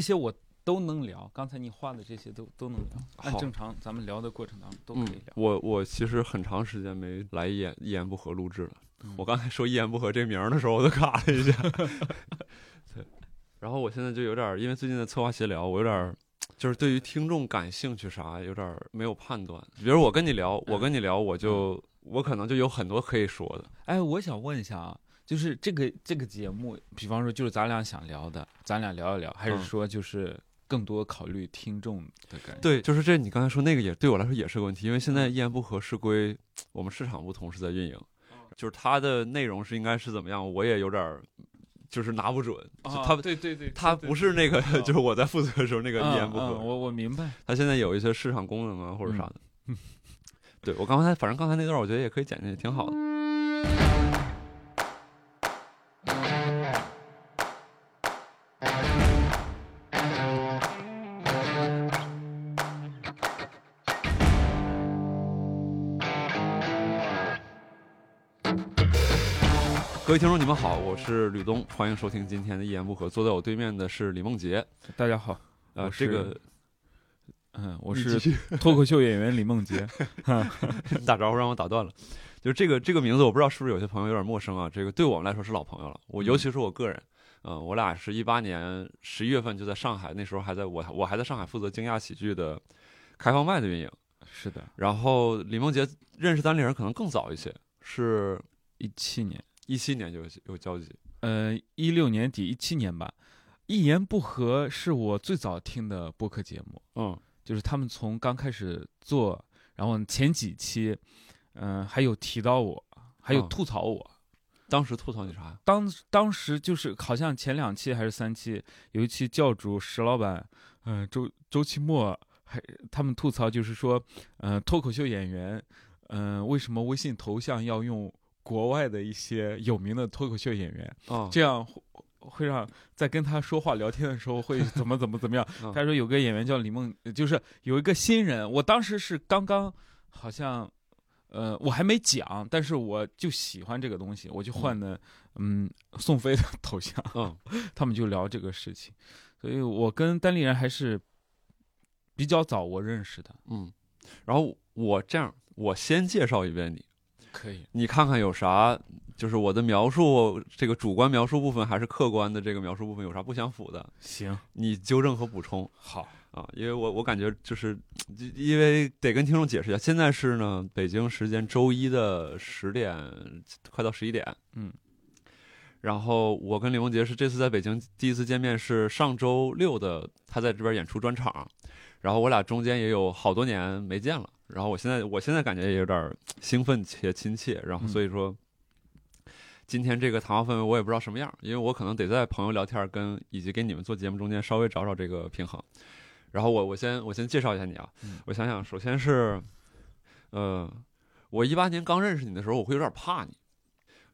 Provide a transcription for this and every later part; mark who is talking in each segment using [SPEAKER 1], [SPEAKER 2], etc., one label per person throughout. [SPEAKER 1] 这些我都能聊，刚才你画的这些都都能聊。按
[SPEAKER 2] 好
[SPEAKER 1] 正常咱们聊的过程当中都
[SPEAKER 2] 嗯
[SPEAKER 1] 可以聊。
[SPEAKER 2] 我我其实很长时间没来一言一言不合录制了。
[SPEAKER 1] 嗯
[SPEAKER 2] 我刚才说一言不合这名儿的时候，我都卡了一下。 对， 然后我现在就有点儿，因为最近的策划协聊，我有点儿就是对于听众感兴趣啥，有点儿没有判断。比如我跟你聊，我跟你聊，我就、我可能就有很多可以说的。
[SPEAKER 1] 哎，我想问一下啊，就是这个这个节目，比方说就是咱俩想聊的，咱俩聊一聊，还是
[SPEAKER 2] 嗯
[SPEAKER 1] 说就是更多考虑听众的感受？
[SPEAKER 2] 对，就是这你刚才说那个也对我来说也是个问题，因为现在一言不合是归我们市场部同事在运营，就是它的内容是应该是怎么样，我也有点儿就是拿不准，就
[SPEAKER 1] 啊
[SPEAKER 2] 它
[SPEAKER 1] 对对对，
[SPEAKER 2] 他
[SPEAKER 1] 对
[SPEAKER 2] 不是那个，
[SPEAKER 1] 对
[SPEAKER 2] 就是我在负责的时候那个
[SPEAKER 1] 对
[SPEAKER 2] 一
[SPEAKER 1] 嗯
[SPEAKER 2] 言不
[SPEAKER 1] 嗯
[SPEAKER 2] 合。
[SPEAKER 1] 我我明白。
[SPEAKER 2] 他现在有一些市场功能啊，或者啥的。
[SPEAKER 1] 嗯
[SPEAKER 2] 对我刚才，反正刚才那段我觉得也可以剪进去，挺好的。各位听众，你们好，我是吕东，欢迎收听今天的《一言不合》。坐在我对面的是李梦洁，
[SPEAKER 1] 大家好，
[SPEAKER 2] 呃，
[SPEAKER 1] 我是
[SPEAKER 2] 这个
[SPEAKER 1] 嗯，我
[SPEAKER 2] 我
[SPEAKER 1] 是 脱口秀演员李梦洁。
[SPEAKER 2] 打招呼让我打断了，就是这个这个名字，我不知道是不是有些朋友有点陌生啊。这个对我们来说是老朋友了，我
[SPEAKER 1] 嗯
[SPEAKER 2] 尤其是我个人，嗯、我俩是一八年十一月份就在上海，那时候还在我我还在上海负责惊讶喜剧的开放麦的运营。
[SPEAKER 1] 是的，
[SPEAKER 2] 然后李梦洁认识单立人可能更早一些，是
[SPEAKER 1] 一七年，
[SPEAKER 2] 一七年就有有交集。
[SPEAKER 1] 呃，一六年底一七年吧，一言不合是我最早听的播客节目。
[SPEAKER 2] 嗯
[SPEAKER 1] 就是他们从刚开始做，然后前几期，嗯、还有提到我，还有
[SPEAKER 2] 嗯
[SPEAKER 1] 吐槽我。
[SPEAKER 2] 当时吐槽你啥呀？
[SPEAKER 1] 当当时就是好像前两期还是三期，有一期教主石老板，嗯、周周奇墨，还他们吐槽就是说，嗯，脱口秀演员，嗯、为什么微信头像要用国外的一些有名的脱口秀演员？
[SPEAKER 2] 啊、
[SPEAKER 1] 这样会会让在跟他说话聊天的时候会怎么怎么怎 么样
[SPEAKER 2] 嗯？
[SPEAKER 1] 他说有个演员叫李梦，呃就是有一个新人，我当时是刚刚好像。呃，我还没讲，但是我就喜欢这个东西，我就换的，嗯，宋飞的头像，
[SPEAKER 2] 嗯，
[SPEAKER 1] 他们就聊这个事情，所以我跟单立人还是比较早我认识的，
[SPEAKER 2] 嗯，然后我这样，我先介绍一遍你，
[SPEAKER 1] 可以，
[SPEAKER 2] 你看看有啥，就是我的描述这个主观描述部分还是客观的这个描述部分有啥不相符的，
[SPEAKER 1] 行，
[SPEAKER 2] 你纠正和补充
[SPEAKER 1] 好，
[SPEAKER 2] 啊，因为我我感觉就是，就因为得跟听众解释一下，现在是呢北京时间周一的十点，快到十一点，
[SPEAKER 1] 嗯，
[SPEAKER 2] 然后我跟李梦洁是这次在北京第一次见面是上周六的，他在这边演出专场，然后我俩中间也有好多年没见了，然后我现在我现在感觉也有点儿兴奋且亲切，然后
[SPEAKER 1] 嗯
[SPEAKER 2] 所以说。今天这个谈话氛围我也不知道什么样，因为我可能得在朋友聊天儿跟以及跟你们做节目中间稍微找找这个平衡。然后我我先我先介绍一下你啊，
[SPEAKER 1] 嗯
[SPEAKER 2] 我想想，首先是，呃，我一八年刚认识你的时候，我会有点怕你，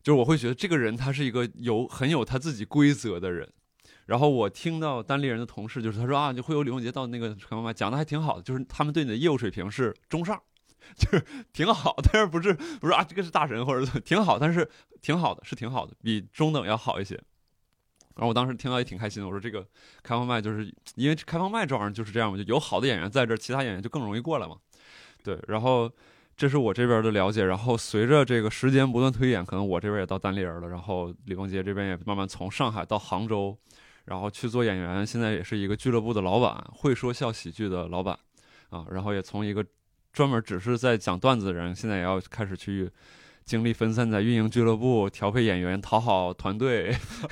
[SPEAKER 2] 就是我会觉得这个人他是一个有很有他自己规则的人。然后我听到单立人的同事就是他说啊，你会有李梦洁到那个什么讲的还挺好的，就是他们对你的业务水平是中上， 就是挺好，但是不是不是啊，这个是大神或者是挺好，但是挺好的是挺好的，比中等要好一些。然后我当时听到也挺开心的，我说这个开放麦就是因为这开放麦这玩意儿就是这样嘛，就有好的演员在这儿，其他演员就更容易过来嘛。对，然后这是我这边的了解，然后随着这个时间不断推演，可能我这边也到单立人了，然后李梦洁这边也慢慢从上海到杭州，然后去做演员，现在也是一个俱乐部的老板，会说笑喜剧的老板啊，然后也从一个专门只是在讲段子的人，现在也要开始去。精力分散在运营俱乐部、调配演员、讨好团队，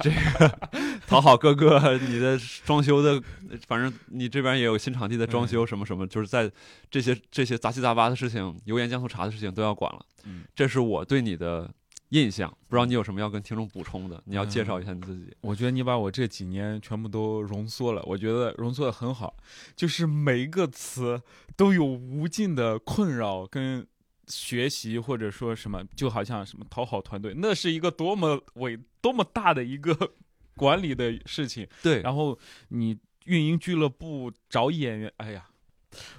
[SPEAKER 2] 这个讨好各个你的装修的，反正你这边也有新场地的装修，什么什么，就是在这些这些杂七杂八的事情、油盐酱醋茶的事情都要管了。
[SPEAKER 1] 嗯，
[SPEAKER 2] 这是我对你的印象，不知道你有什么要跟听众补充的？你要介绍一下你自己。
[SPEAKER 1] 我觉得你把我这几年全部都浓缩了，我觉得浓缩的很好，就是每一个词都有无尽的困扰跟学习，或者说什么，就好像什么讨好团队，那是一个多么伟、多么大的一个管理的事情。
[SPEAKER 2] 对，
[SPEAKER 1] 然后你运营俱乐部找演员，哎呀，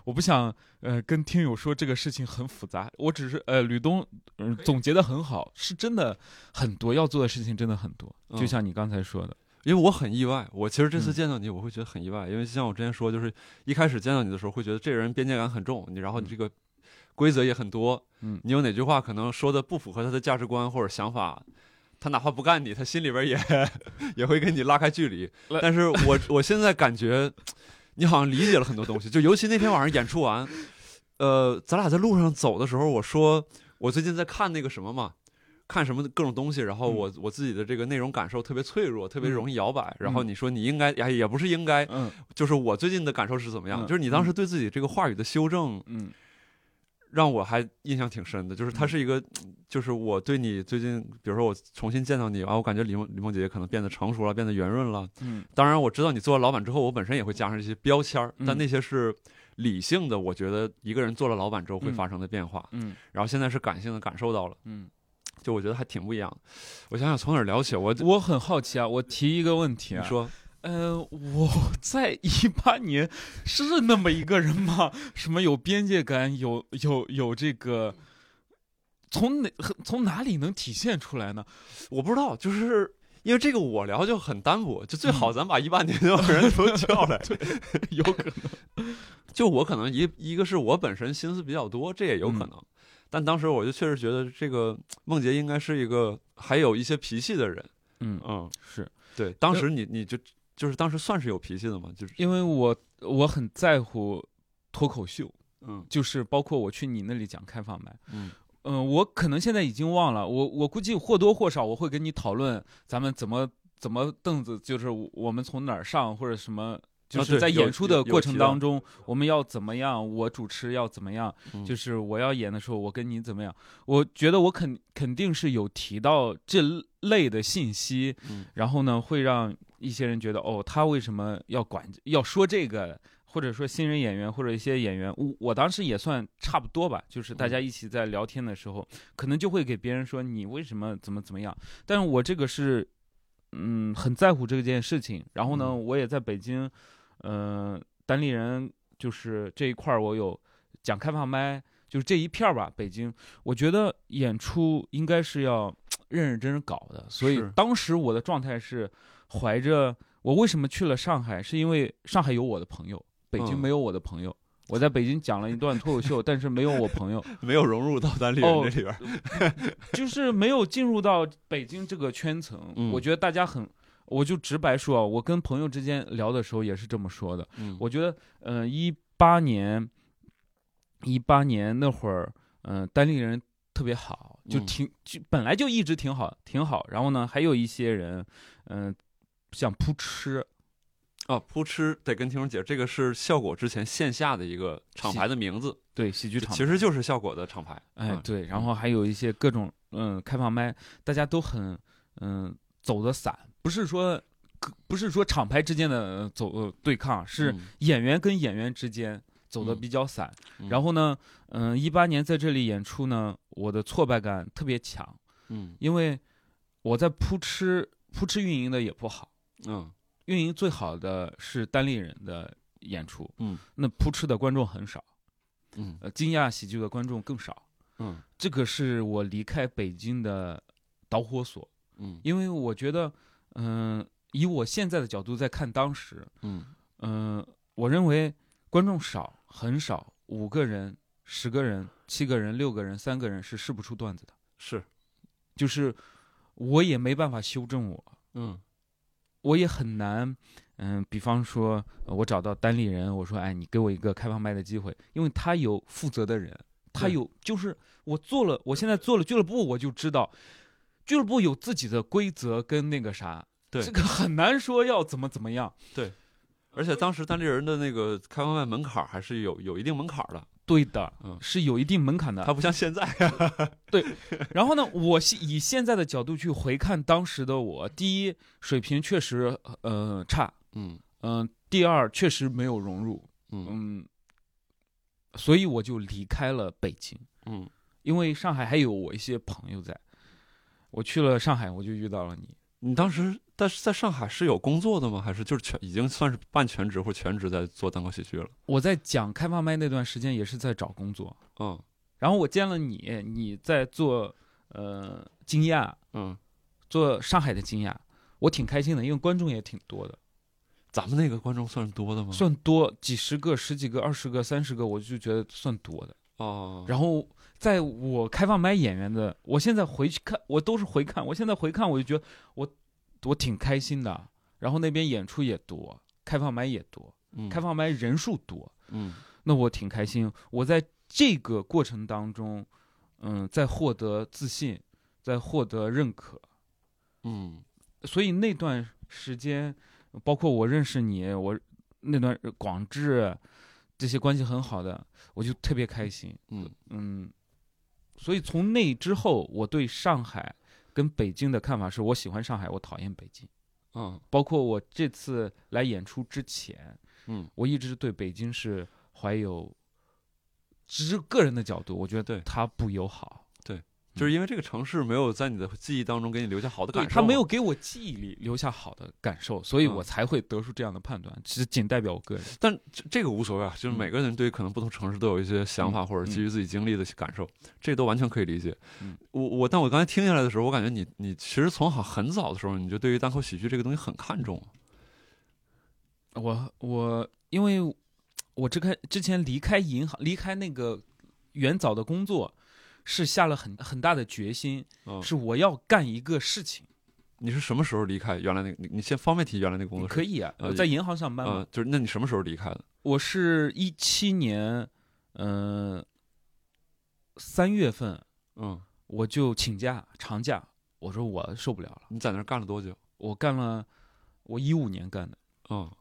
[SPEAKER 1] 我不想呃跟听友说这个事情很复杂，我只是呃吕东、呃、总结的很好，是真的很多要做的事情真的很多，
[SPEAKER 2] 嗯
[SPEAKER 1] 就像你刚才说的，
[SPEAKER 2] 因为我很意外，我其实这次
[SPEAKER 1] 嗯
[SPEAKER 2] 见到你，我会觉得很意外，因为像我之前说，就是一开始见到你的时候，会觉得这人边界感很重，你然后你
[SPEAKER 1] 嗯
[SPEAKER 2] 这个规则也很多，
[SPEAKER 1] 嗯
[SPEAKER 2] 你有哪句话可能说的不符合他的价值观或者想法，他哪怕不干你，他心里边也 也会跟你拉开距离
[SPEAKER 1] 来。
[SPEAKER 2] 但是我我现在感觉，你好像理解了很多东西，就尤其那天晚上演出完，呃，咱俩在路上走的时候，我说我最近在看那个什么嘛。看什么各种东西，然后
[SPEAKER 1] 嗯
[SPEAKER 2] 我、我自己的这个内容感受特别脆弱，特别容易摇摆。然后你说你应该，哎，也不是应该，
[SPEAKER 1] 嗯
[SPEAKER 2] 就是我最近的感受是怎么样？
[SPEAKER 1] 嗯
[SPEAKER 2] 就是你当时对自己这个话语的修正，
[SPEAKER 1] 嗯
[SPEAKER 2] 让我还印象挺深的，就是它
[SPEAKER 1] 嗯
[SPEAKER 2] 是一个，就是我对你最近，比如说我重新见到你啊，我感觉李梦李梦姐姐可能变得成熟了，变得圆润了。
[SPEAKER 1] 嗯
[SPEAKER 2] 当然，我知道你做了老板之后，我本身也会加上一些标签儿，
[SPEAKER 1] 嗯
[SPEAKER 2] 但那些是理性的，我觉得一个人做了老板之后会
[SPEAKER 1] 嗯
[SPEAKER 2] 发生的变化。
[SPEAKER 1] 嗯
[SPEAKER 2] 然后现在是感性的感受到了，
[SPEAKER 1] 嗯，
[SPEAKER 2] 就我觉得还挺不一样的。我想想从哪儿聊起，我
[SPEAKER 1] 我很好奇啊，我提一个问题
[SPEAKER 2] 你
[SPEAKER 1] 啊，
[SPEAKER 2] 说
[SPEAKER 1] 呃，我在一八年是那么一个人吗？什么有边界感，有有有这个，从哪从哪里能体现出来呢？
[SPEAKER 2] 我不知道，就是。因为这个我聊就很单薄，就最好
[SPEAKER 1] 嗯
[SPEAKER 2] 咱把一八年的人都 叫来，
[SPEAKER 1] 有可能，
[SPEAKER 2] 就我可能一一个是我本身心思比较多，这也
[SPEAKER 1] 嗯
[SPEAKER 2] 有可能。但当时我就确实觉得这个梦洁应该是一个还有一些脾气的人，
[SPEAKER 1] 嗯，
[SPEAKER 2] 嗯，
[SPEAKER 1] 是
[SPEAKER 2] 对。当时你你就就是当时算是有脾气的嘛，就是
[SPEAKER 1] 因为我我很在乎脱口秀，
[SPEAKER 2] 嗯
[SPEAKER 1] 就是包括我去你那里讲开放麦。
[SPEAKER 2] 嗯
[SPEAKER 1] 嗯、我可能现在已经忘了，我我估计或多或少我会跟你讨论咱们怎么怎么凳子，就是我我们从哪儿上或者什么，就
[SPEAKER 2] 啊
[SPEAKER 1] 是
[SPEAKER 2] 对
[SPEAKER 1] 在
[SPEAKER 2] 有
[SPEAKER 1] 演出的
[SPEAKER 2] 有有
[SPEAKER 1] 过程
[SPEAKER 2] 提到
[SPEAKER 1] 当中我们要怎么样，我主持要怎么样，
[SPEAKER 2] 嗯
[SPEAKER 1] 就是我要演的时候我跟你怎么样，我觉得我肯肯定是有提到这类的信息，
[SPEAKER 2] 嗯
[SPEAKER 1] 然后呢会让一些人觉得哦，他为什么要管要说这个？或者说新人演员或者一些演员，我我当时也算差不多吧，就是大家
[SPEAKER 2] 嗯
[SPEAKER 1] 一起在聊天的时候，可能就会给别人说你为什么怎么怎么样。但是我这个是，嗯，很在乎这件事情。然后呢，
[SPEAKER 2] 嗯
[SPEAKER 1] 我也在北京，嗯、单立人就是这一块儿，我有讲开放麦，就是这一片儿吧。北京，我觉得演出应该是要认认真真搞的。所以
[SPEAKER 2] 是
[SPEAKER 1] 当时我的状态是怀着我为什么去了上海，是因为上海有我的朋友，北京
[SPEAKER 2] 嗯
[SPEAKER 1] 没有我的朋友。我在北京讲了一段脱口 秀，但是没有我朋友，
[SPEAKER 2] 没有融入到咱里人
[SPEAKER 1] 哦
[SPEAKER 2] 这里边儿，
[SPEAKER 1] 就是没有进入到北京这个圈层。
[SPEAKER 2] 嗯
[SPEAKER 1] 我觉得大家很，我就直白说啊，我跟朋友之间聊的时候也是这么说的。
[SPEAKER 2] 嗯
[SPEAKER 1] 我觉得，嗯，一八年，一八年那会儿，嗯、单立人特别好，就
[SPEAKER 2] 嗯
[SPEAKER 1] 挺、就本来就一直挺好，挺好。然后呢，还有一些人，嗯、像扑哧，
[SPEAKER 2] 啊扑哧得跟听众解释，这个是效果之前线下的一个厂牌的名字，
[SPEAKER 1] 对，喜剧
[SPEAKER 2] 就
[SPEAKER 1] 场
[SPEAKER 2] 其实就是效果的厂牌，
[SPEAKER 1] 哎
[SPEAKER 2] 嗯，
[SPEAKER 1] 对，然后还有一些各种嗯开放麦，大家都很嗯走的散，不是说可不是说厂牌之间的呃走呃对抗，是
[SPEAKER 2] 嗯
[SPEAKER 1] 演员跟演员之间走的
[SPEAKER 2] 嗯
[SPEAKER 1] 比较散。
[SPEAKER 2] 嗯
[SPEAKER 1] 然后呢，嗯，一八年在这里演出呢，我的挫败感特别强，
[SPEAKER 2] 嗯
[SPEAKER 1] 因为我在扑哧扑哧运营的也不好，
[SPEAKER 2] 嗯
[SPEAKER 1] 运营最好的是单立人的演出，
[SPEAKER 2] 嗯，
[SPEAKER 1] 那扑哧的观众很少，
[SPEAKER 2] 嗯
[SPEAKER 1] 呃，惊讶喜剧的观众更少。
[SPEAKER 2] 嗯
[SPEAKER 1] 这个是我离开北京的导火索，
[SPEAKER 2] 嗯
[SPEAKER 1] 因为我觉得，嗯、以我现在的角度在看当时，
[SPEAKER 2] 嗯
[SPEAKER 1] 嗯、我认为观众少很少，五个人、十个人、七个人、六个人、三个人是试不出段子的，
[SPEAKER 2] 是
[SPEAKER 1] 就是我也没办法修正我，
[SPEAKER 2] 嗯
[SPEAKER 1] 我也很难，嗯、比方说呃我找到单立人，我说，哎，你给我一个开放麦的机会，因为他有负责的人，他
[SPEAKER 2] 对
[SPEAKER 1] 有，就是我做了，我现在做了俱乐部，我就知道，俱乐部有自己的规则跟那个啥，
[SPEAKER 2] 对
[SPEAKER 1] 这个很难说要怎么怎么样。
[SPEAKER 2] 而且当时单立人的那个开放麦门槛儿还是有有一定门槛儿的，
[SPEAKER 1] 对的，
[SPEAKER 2] 嗯
[SPEAKER 1] 是有一定门槛的。
[SPEAKER 2] 它不像现在。
[SPEAKER 1] 然后呢，我是以现在的角度去回看当时的我，第一水平确实呃差，
[SPEAKER 2] 嗯
[SPEAKER 1] 嗯、第二确实没有融入，
[SPEAKER 2] 嗯
[SPEAKER 1] 嗯，所以我就离开了北京，
[SPEAKER 2] 嗯
[SPEAKER 1] 因为上海还有我一些朋友在。我去了上海，我就遇到了你。
[SPEAKER 2] 你当时但是在上海是有工作的吗？还是就是全已经算是半全职或全职在做单口喜剧了？
[SPEAKER 1] 我在讲开放麦那段时间也是在找工作，
[SPEAKER 2] 嗯
[SPEAKER 1] 然后我见了你，你在做呃惊讶，
[SPEAKER 2] 嗯
[SPEAKER 1] 做上海的惊讶。我挺开心的，因为观众也挺多的，
[SPEAKER 2] 咱们那个观众算是多的吗？
[SPEAKER 1] 算多几十个、十几个、二十个、三十个，我就觉得算多的。
[SPEAKER 2] 哦，
[SPEAKER 1] 然后在我开放麦演员的，我现在回去看，我都是回看，我现在回看我就觉得我我挺开心的。然后那边演出也多，开放麦也多，
[SPEAKER 2] 嗯
[SPEAKER 1] 开放麦人数多，
[SPEAKER 2] 嗯
[SPEAKER 1] 那我挺开心。我在这个过程当中，嗯，在获得自信，在获得认可。
[SPEAKER 2] 嗯
[SPEAKER 1] 所以那段时间，包括我认识你，我那段广志这些关系很好的，我就特别开心。
[SPEAKER 2] 嗯
[SPEAKER 1] 嗯，所以从那之后，我对上海跟北京的看法是我喜欢上海，我讨厌北京。
[SPEAKER 2] 嗯
[SPEAKER 1] 包括我这次来演出之前，
[SPEAKER 2] 嗯，
[SPEAKER 1] 我一直对北京是怀有，只是个人的角度，我觉得
[SPEAKER 2] 对
[SPEAKER 1] 它不友好，
[SPEAKER 2] 就是因为这个城市没有在你的记忆当中给你留下好的感受，啊
[SPEAKER 1] 它没有，给我记忆里留下好的感受，所以
[SPEAKER 2] 嗯
[SPEAKER 1] 我才会得出这样的判断，只仅代表我个人。
[SPEAKER 2] 但这这个无所谓啊，就是
[SPEAKER 1] 嗯
[SPEAKER 2] 每个人对于可能不同城市都有一些想法，
[SPEAKER 1] 嗯
[SPEAKER 2] 或者基于自己经历的感受，这都完全可以理解。
[SPEAKER 1] 嗯
[SPEAKER 2] 我我，但我刚才听下来的时候，我感觉你你其实从好很早的时候，你就对于单口喜剧这个东西很看重啊。
[SPEAKER 1] 我我因为我这开之前离开银行，离开那个元早的工作，是下了很很大的决心，
[SPEAKER 2] 嗯，
[SPEAKER 1] 是我要干一个事情。
[SPEAKER 2] 你是什么时候离开原来那个？你你先方便提原来那个工作室？
[SPEAKER 1] 可以啊，
[SPEAKER 2] 呃
[SPEAKER 1] 我在银行上班嘛
[SPEAKER 2] 嗯，，就是那你什么时候离开的？
[SPEAKER 1] 我是一七年，嗯，三月份
[SPEAKER 2] 嗯，
[SPEAKER 1] 我就请假长假，我说我受不了了，
[SPEAKER 2] 你在那儿干了多久？
[SPEAKER 1] 我干了，我一五年干的，
[SPEAKER 2] 嗯，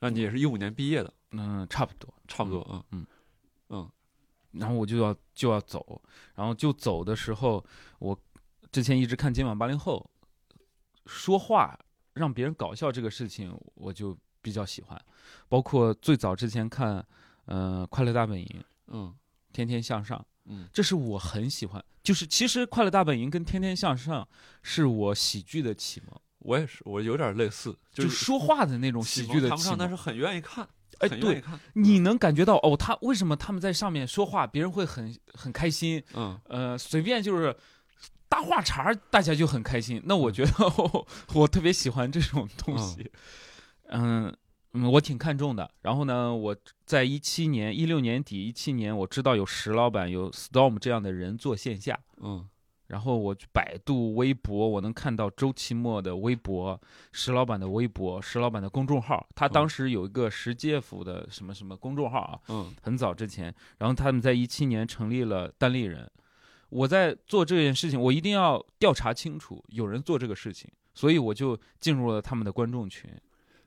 [SPEAKER 2] 那你也是一五年毕业的，
[SPEAKER 1] 嗯，差不多，
[SPEAKER 2] 差不多啊。
[SPEAKER 1] 嗯
[SPEAKER 2] 嗯
[SPEAKER 1] 然后我就要就要走，然后就走的时候，我之前一直看《今晚八零后》，说话让别人搞笑这个事情，我就比较喜欢，包括最早之前看，嗯、快乐大本营》《
[SPEAKER 2] 嗯
[SPEAKER 1] 天天向上》。
[SPEAKER 2] 嗯
[SPEAKER 1] 这是我很喜欢，就是其实《快乐大本营》跟《天天向上》是我喜剧的启蒙，
[SPEAKER 2] 我也是，我有点类似，
[SPEAKER 1] 就是说话的那种喜剧的
[SPEAKER 2] 谈不
[SPEAKER 1] 启
[SPEAKER 2] 上，但
[SPEAKER 1] 蒙。
[SPEAKER 2] 是很愿意看，
[SPEAKER 1] 哎，
[SPEAKER 2] 很愿意
[SPEAKER 1] 对，
[SPEAKER 2] 看。
[SPEAKER 1] 你能感觉到哦，他为什么他们在上面说话，别人会很很开心？
[SPEAKER 2] 嗯，
[SPEAKER 1] 呃，随便就是搭话茬儿，大家就很开心。那我觉得我 我特别喜欢这种东西，嗯。嗯，我挺看重的。然后呢，我在一七年、一六年底、一七年，我知道有石老板、有 Storm 这样的人做线下，
[SPEAKER 2] 嗯
[SPEAKER 1] 然后我去百度、微博，我能看到周奇墨的微博、石老板的微博、石老板的公众号。他当时有一个石介甫的什么什么公众号啊，
[SPEAKER 2] 嗯
[SPEAKER 1] 很早之前。然后他们在一七年成立了单立人。我在做这件事情，我一定要调查清楚有人做这个事情，所以我就进入了他们的观众群。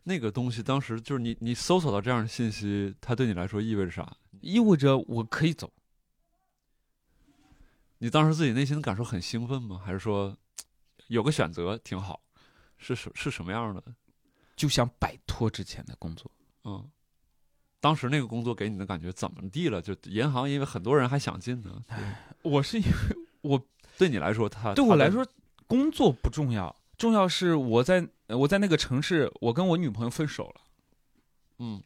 [SPEAKER 2] 那个东西当时就是你你搜索到这样的信息，它对你来说意味着啥？
[SPEAKER 1] 意味着我可以走，
[SPEAKER 2] 你当时自己内心的感受很兴奋吗？还是说嘖有个选择挺好？是什是什么样的？
[SPEAKER 1] 就想摆脱之前的工作。
[SPEAKER 2] 嗯，当时那个工作给你的感觉怎么地了？就银行，因为很多人还想进呢。
[SPEAKER 1] 我是因为我
[SPEAKER 2] 对你来说，它
[SPEAKER 1] 对
[SPEAKER 2] 它
[SPEAKER 1] 我
[SPEAKER 2] 的
[SPEAKER 1] 来说，工作不重要，重要是我在呃我在那个城市，我跟我女朋友分手了，
[SPEAKER 2] 嗯，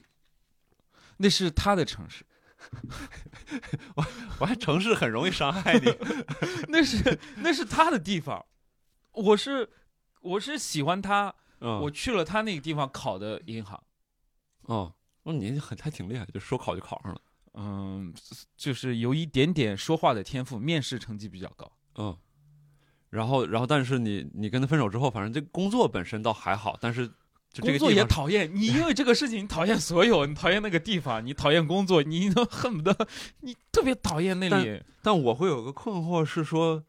[SPEAKER 1] 那是她的城市，
[SPEAKER 2] 我还城市很容易伤害你。
[SPEAKER 1] 那是那是她的地方，我是我是喜欢她，
[SPEAKER 2] 嗯，
[SPEAKER 1] 我去了她那个地方考的银行，
[SPEAKER 2] 哦，哦，你很还挺厉害，就说考就考上了。
[SPEAKER 1] 嗯，就是有一点点说话的天赋，面试成绩比较高，
[SPEAKER 2] 嗯，然后然后，但是你你跟他分手之后，反正这工作本身倒还好，但是就这
[SPEAKER 1] 工
[SPEAKER 2] 个
[SPEAKER 1] 作
[SPEAKER 2] 地
[SPEAKER 1] 也
[SPEAKER 2] 方
[SPEAKER 1] 讨厌你，因为这个事情你讨厌所有，你讨厌那个地方，你讨厌工作，你都恨不得你特别讨厌那里，
[SPEAKER 2] 但我会有个困惑是说，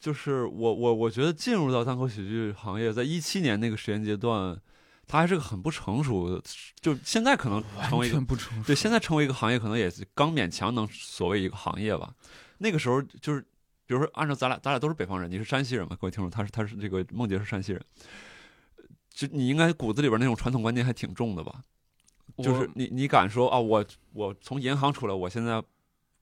[SPEAKER 2] 就是我我我觉得进入到单口喜剧行业，在一七年那个时间阶段，它还是个很不成熟的，就现在可能成
[SPEAKER 1] 完
[SPEAKER 2] 为一个
[SPEAKER 1] 全不成熟。
[SPEAKER 2] 对现在成为一个行业，可能也是刚勉强能所谓一个行业吧。那个时候就是，比如说按照咱俩咱俩都是北方人，你是山西人嘛？各位听众，他是他是这个梦洁是山西人，就你应该骨子里边那种传统观念还挺重的吧？就是
[SPEAKER 1] 我
[SPEAKER 2] 你你敢说啊，我我从银行出来，我现在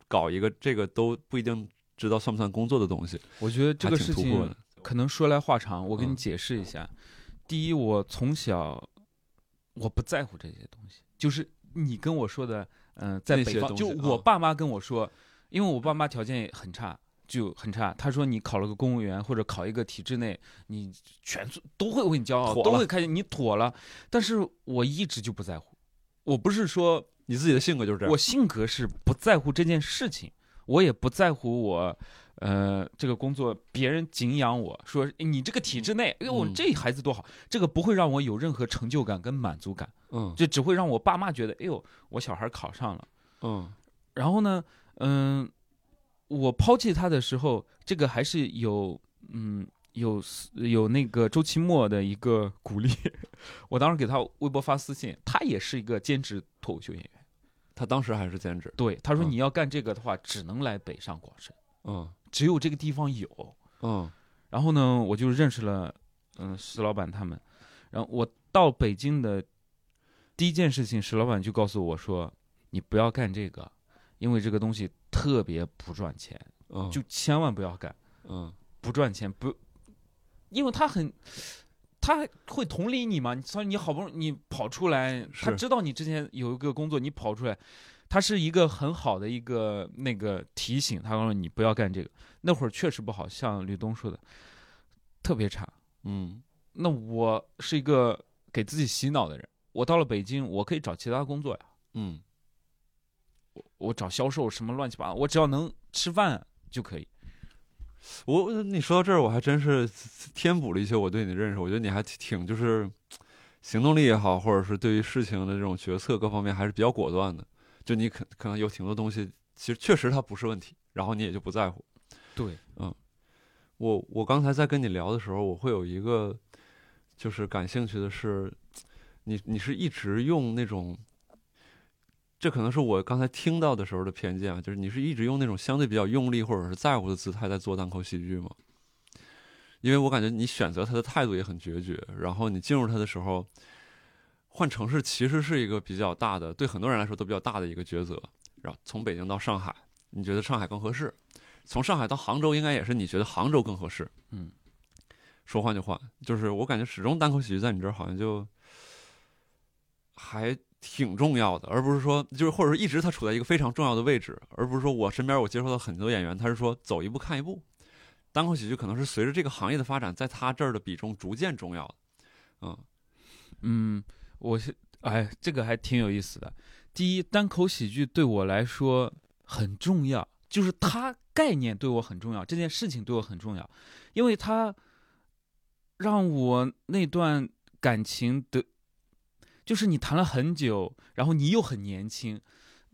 [SPEAKER 2] 搞一个这个都不一定知道算不算工作的东西，
[SPEAKER 1] 我觉得这
[SPEAKER 2] 还
[SPEAKER 1] 个
[SPEAKER 2] 挺
[SPEAKER 1] 事
[SPEAKER 2] 突破
[SPEAKER 1] 情
[SPEAKER 2] 的。
[SPEAKER 1] 可能说来话长，我给你
[SPEAKER 2] 嗯
[SPEAKER 1] 解释一下。第一，我从小我不在乎这些东西，就是你跟我说的，嗯、在
[SPEAKER 2] 那
[SPEAKER 1] 北
[SPEAKER 2] 些
[SPEAKER 1] 方，
[SPEAKER 2] 东
[SPEAKER 1] 就
[SPEAKER 2] 西
[SPEAKER 1] 我
[SPEAKER 2] 嗯
[SPEAKER 1] 爸妈跟我说，因为我爸妈条件也很差，就很差。他说你考了个公务员或者考一个体制内，你全村都会为你骄傲，
[SPEAKER 2] 妥
[SPEAKER 1] 都
[SPEAKER 2] 了
[SPEAKER 1] 会开心，你妥了。但是我一直就不在乎，我不是说
[SPEAKER 2] 你自己的性格就是啊这样
[SPEAKER 1] 我。性格是不在乎这件事情，我也不在乎我，呃，这个工作别人敬仰我说诶你这个体制内，哎呦
[SPEAKER 2] 嗯
[SPEAKER 1] 这孩子多好，这个不会让我有任何成就感跟满足感，
[SPEAKER 2] 嗯
[SPEAKER 1] 这只会让我爸妈觉得，哎呦我小孩考上了。
[SPEAKER 2] 嗯
[SPEAKER 1] 然后呢，嗯、我抛弃他的时候，这个还是有，嗯。有有那个周奇墨的一个鼓励， 我当时给他微博发私信，他也是一个兼职脱口秀演员。
[SPEAKER 2] 他当时还是兼职。
[SPEAKER 1] 对，他说
[SPEAKER 2] 嗯
[SPEAKER 1] 你要干这个的话，只能来北上广深，
[SPEAKER 2] 嗯
[SPEAKER 1] 只有这个地方有。
[SPEAKER 2] 嗯
[SPEAKER 1] 然后呢，我就认识了，嗯、石老板他们。然后我到北京的第一件事情，石老板就告诉我说，你不要干这个，因为这个东西特别不赚钱，
[SPEAKER 2] 嗯，
[SPEAKER 1] 就千万不要干，
[SPEAKER 2] 嗯
[SPEAKER 1] 不赚钱不，因为他很。他会同理你吗？你虽然你好不容易你跑出来，他
[SPEAKER 2] 是
[SPEAKER 1] 知道你之前有一个工作，你跑出来，他是一个很好的一个那个提醒，他告诉你不要干这个。那会儿确实不好，像吕东说的，特别差。
[SPEAKER 2] 嗯
[SPEAKER 1] 那我是一个给自己洗脑的人，我到了北京，我可以找其他工作呀，
[SPEAKER 2] 嗯
[SPEAKER 1] 我找销售什么乱七八糟，我只要能吃饭就可以。
[SPEAKER 2] 我你说到这儿，我还真是填补了一些我对你的认识。我觉得你还挺就是行动力也好，或者是对于事情的这种决策各方面还是比较果断的。就你可可能有挺多东西，其实确实它不是问题，然后你也就不在乎。
[SPEAKER 1] 对，
[SPEAKER 2] 我我刚才在跟你聊的时候，我会有一个就是感兴趣的是，你你是一直用那种，这可能是我刚才听到的时候的偏见啊，就是你是一直用那种相对比较用力或者是在乎的姿态在做单口喜剧吗？因为我感觉你选择他的态度也很决绝，然后你进入他的时候，换城市其实是一个比较大的，对很多人来说都比较大的一个抉择。然后从北京到上海，你觉得上海更合适？从上海到杭州，应该也是你觉得杭州更合适。
[SPEAKER 1] 嗯，
[SPEAKER 2] 说换就换，就是我感觉始终单口喜剧在你这儿好像就还挺重要的，而不是说就是或者说一直它处在一个非常重要的位置，而不是说我身边我接触到很多演员，他是说走一步看一步。单口喜剧可能是随着这个行业的发展，在他这儿的比重逐渐重要的。嗯
[SPEAKER 1] 嗯，我是哎，这个还挺有意思的。第一，单口喜剧对我来说很重要，就是它概念对我很重要，这件事情对我很重要，因为它让我那段感情的，就是你谈了很久，然后你又很年轻。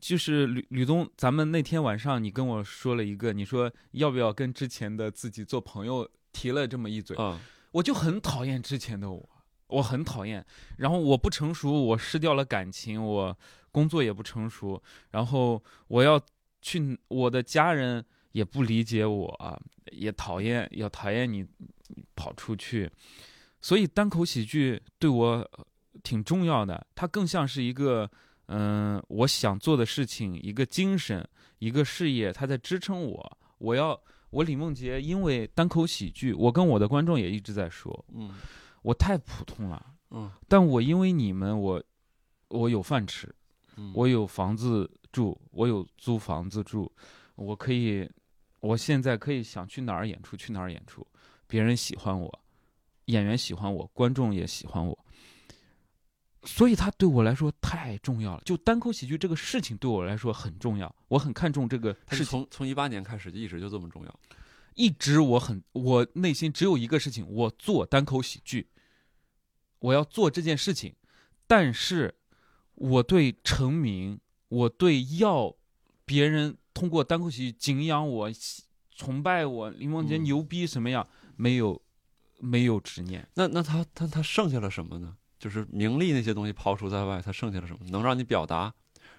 [SPEAKER 1] 就是吕吕东，咱们那天晚上你跟我说了一个，你说要不要跟之前的自己做朋友，提了这么一嘴，
[SPEAKER 2] 嗯
[SPEAKER 1] 我就很讨厌之前的我，我很讨厌。然后我不成熟，我失掉了感情，我工作也不成熟，然后我要去我的家人也不理解我啊，也讨厌，也讨厌你跑出去。所以单口喜剧对我呃挺重要的，它更像是一个。嗯，我想做的事情，一个精神，一个事业，它在支撑我。我要我李梦洁因为单口喜剧，我跟我的观众也一直在说，
[SPEAKER 2] 嗯
[SPEAKER 1] 我太普通了，
[SPEAKER 2] 嗯
[SPEAKER 1] 但我因为你们，我我有饭吃，
[SPEAKER 2] 嗯，
[SPEAKER 1] 我有房子住，我有租房子住，我可以，我现在可以想去哪儿演出去哪儿演出，别人喜欢我，演员喜欢我，观众也喜欢我。所以它对我来说太重要了，就单口喜剧这个事情对我来说很重要，我很看重这个
[SPEAKER 2] 他
[SPEAKER 1] 事
[SPEAKER 2] 是
[SPEAKER 1] 情。
[SPEAKER 2] 从从一八年开始就一直就这么重要。
[SPEAKER 1] 一直我很我内心只有一个事情，我做单口喜剧，我要做这件事情，但是我对成名，我对要别人通过单口喜剧敬仰我、喜崇拜我，林梦洁
[SPEAKER 2] 嗯
[SPEAKER 1] 牛逼什么样，没有没有执念。
[SPEAKER 2] 那那他他他剩下了什么呢？就是名利那些东西抛除在外，他剩下了什么？能让你表达，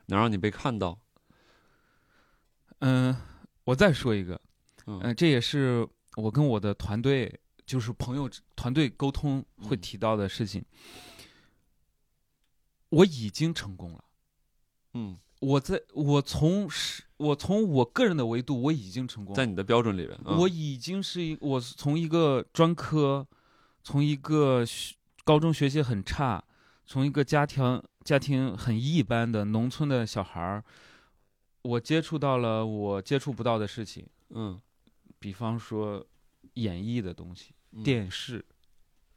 [SPEAKER 2] 能让你被看到。
[SPEAKER 1] 嗯，我再说一个，
[SPEAKER 2] 嗯
[SPEAKER 1] 嗯，这也是我跟我的团队，就是朋友之团队沟通会
[SPEAKER 2] 嗯
[SPEAKER 1] 提到的事情。我已经成功了。
[SPEAKER 2] 嗯，
[SPEAKER 1] 我在我从是，我从我个人的维度，我已经成功了
[SPEAKER 2] 在你的标准里边，嗯
[SPEAKER 1] 我已经是一，我是从一个专科，从一个学高中学习很差，从一个家庭家庭很一般的农村的小孩儿，我接触到了我接触不到的事情，
[SPEAKER 2] 嗯
[SPEAKER 1] 比方说演绎的东西，
[SPEAKER 2] 嗯
[SPEAKER 1] 电视，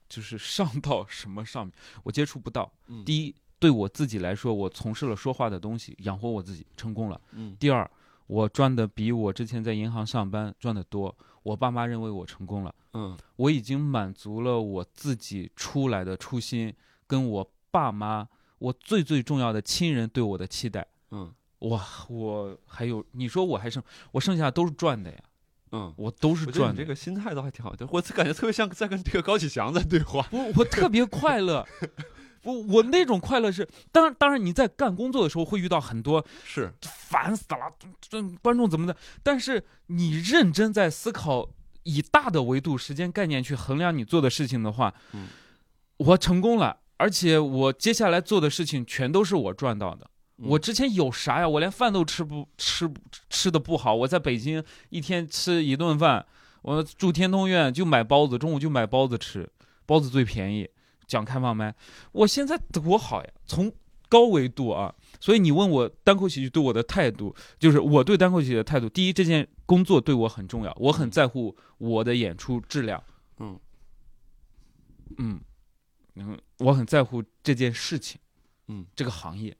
[SPEAKER 1] 就是上到什么上面，我接触不到。
[SPEAKER 2] 嗯
[SPEAKER 1] 第一，对我自己来说，我从事了说话的东西，养活我自己，成功了。
[SPEAKER 2] 嗯
[SPEAKER 1] 第二，我赚的比我之前在银行上班赚的多，我爸妈认为我成功了，
[SPEAKER 2] 嗯
[SPEAKER 1] 我已经满足了我自己出来的初心，跟我爸妈，我最最重要的亲人对我的期待。
[SPEAKER 2] 嗯
[SPEAKER 1] 哇，我还有，你说我还剩，我剩下都是赚的呀，
[SPEAKER 2] 嗯，
[SPEAKER 1] 我都是
[SPEAKER 2] 我觉得
[SPEAKER 1] 赚
[SPEAKER 2] 你
[SPEAKER 1] 的
[SPEAKER 2] 这
[SPEAKER 1] 呀。
[SPEAKER 2] 个心态倒还挺好的，我感觉特别像在跟这个高启强在对话。
[SPEAKER 1] 不，我特别快 乐。我我那种快乐是，当然当然你在干工作的时候会遇到很多
[SPEAKER 2] 是，
[SPEAKER 1] 烦死了，这观众怎么的？但是你认真在思考，以大的维度、时间概念去衡量你做的事情的话，
[SPEAKER 2] 嗯
[SPEAKER 1] 我成功了，而且我接下来做的事情全都是我赚到的。
[SPEAKER 2] 嗯
[SPEAKER 1] 我之前有啥呀？我连饭都吃不吃不吃的不好，我在北京一天吃一顿饭，我住天通苑就买包子，中午就买包子吃，包子最便宜。讲开放麦，我现在多好呀！从高维度啊，所以你问我单口喜剧对我的态度，就是我对单口喜剧的态度。第一，这件工作对我很重要，我很在乎我的演出质量。
[SPEAKER 2] 嗯
[SPEAKER 1] 嗯嗯，我很在乎这件事情，
[SPEAKER 2] 嗯，
[SPEAKER 1] 这个行业。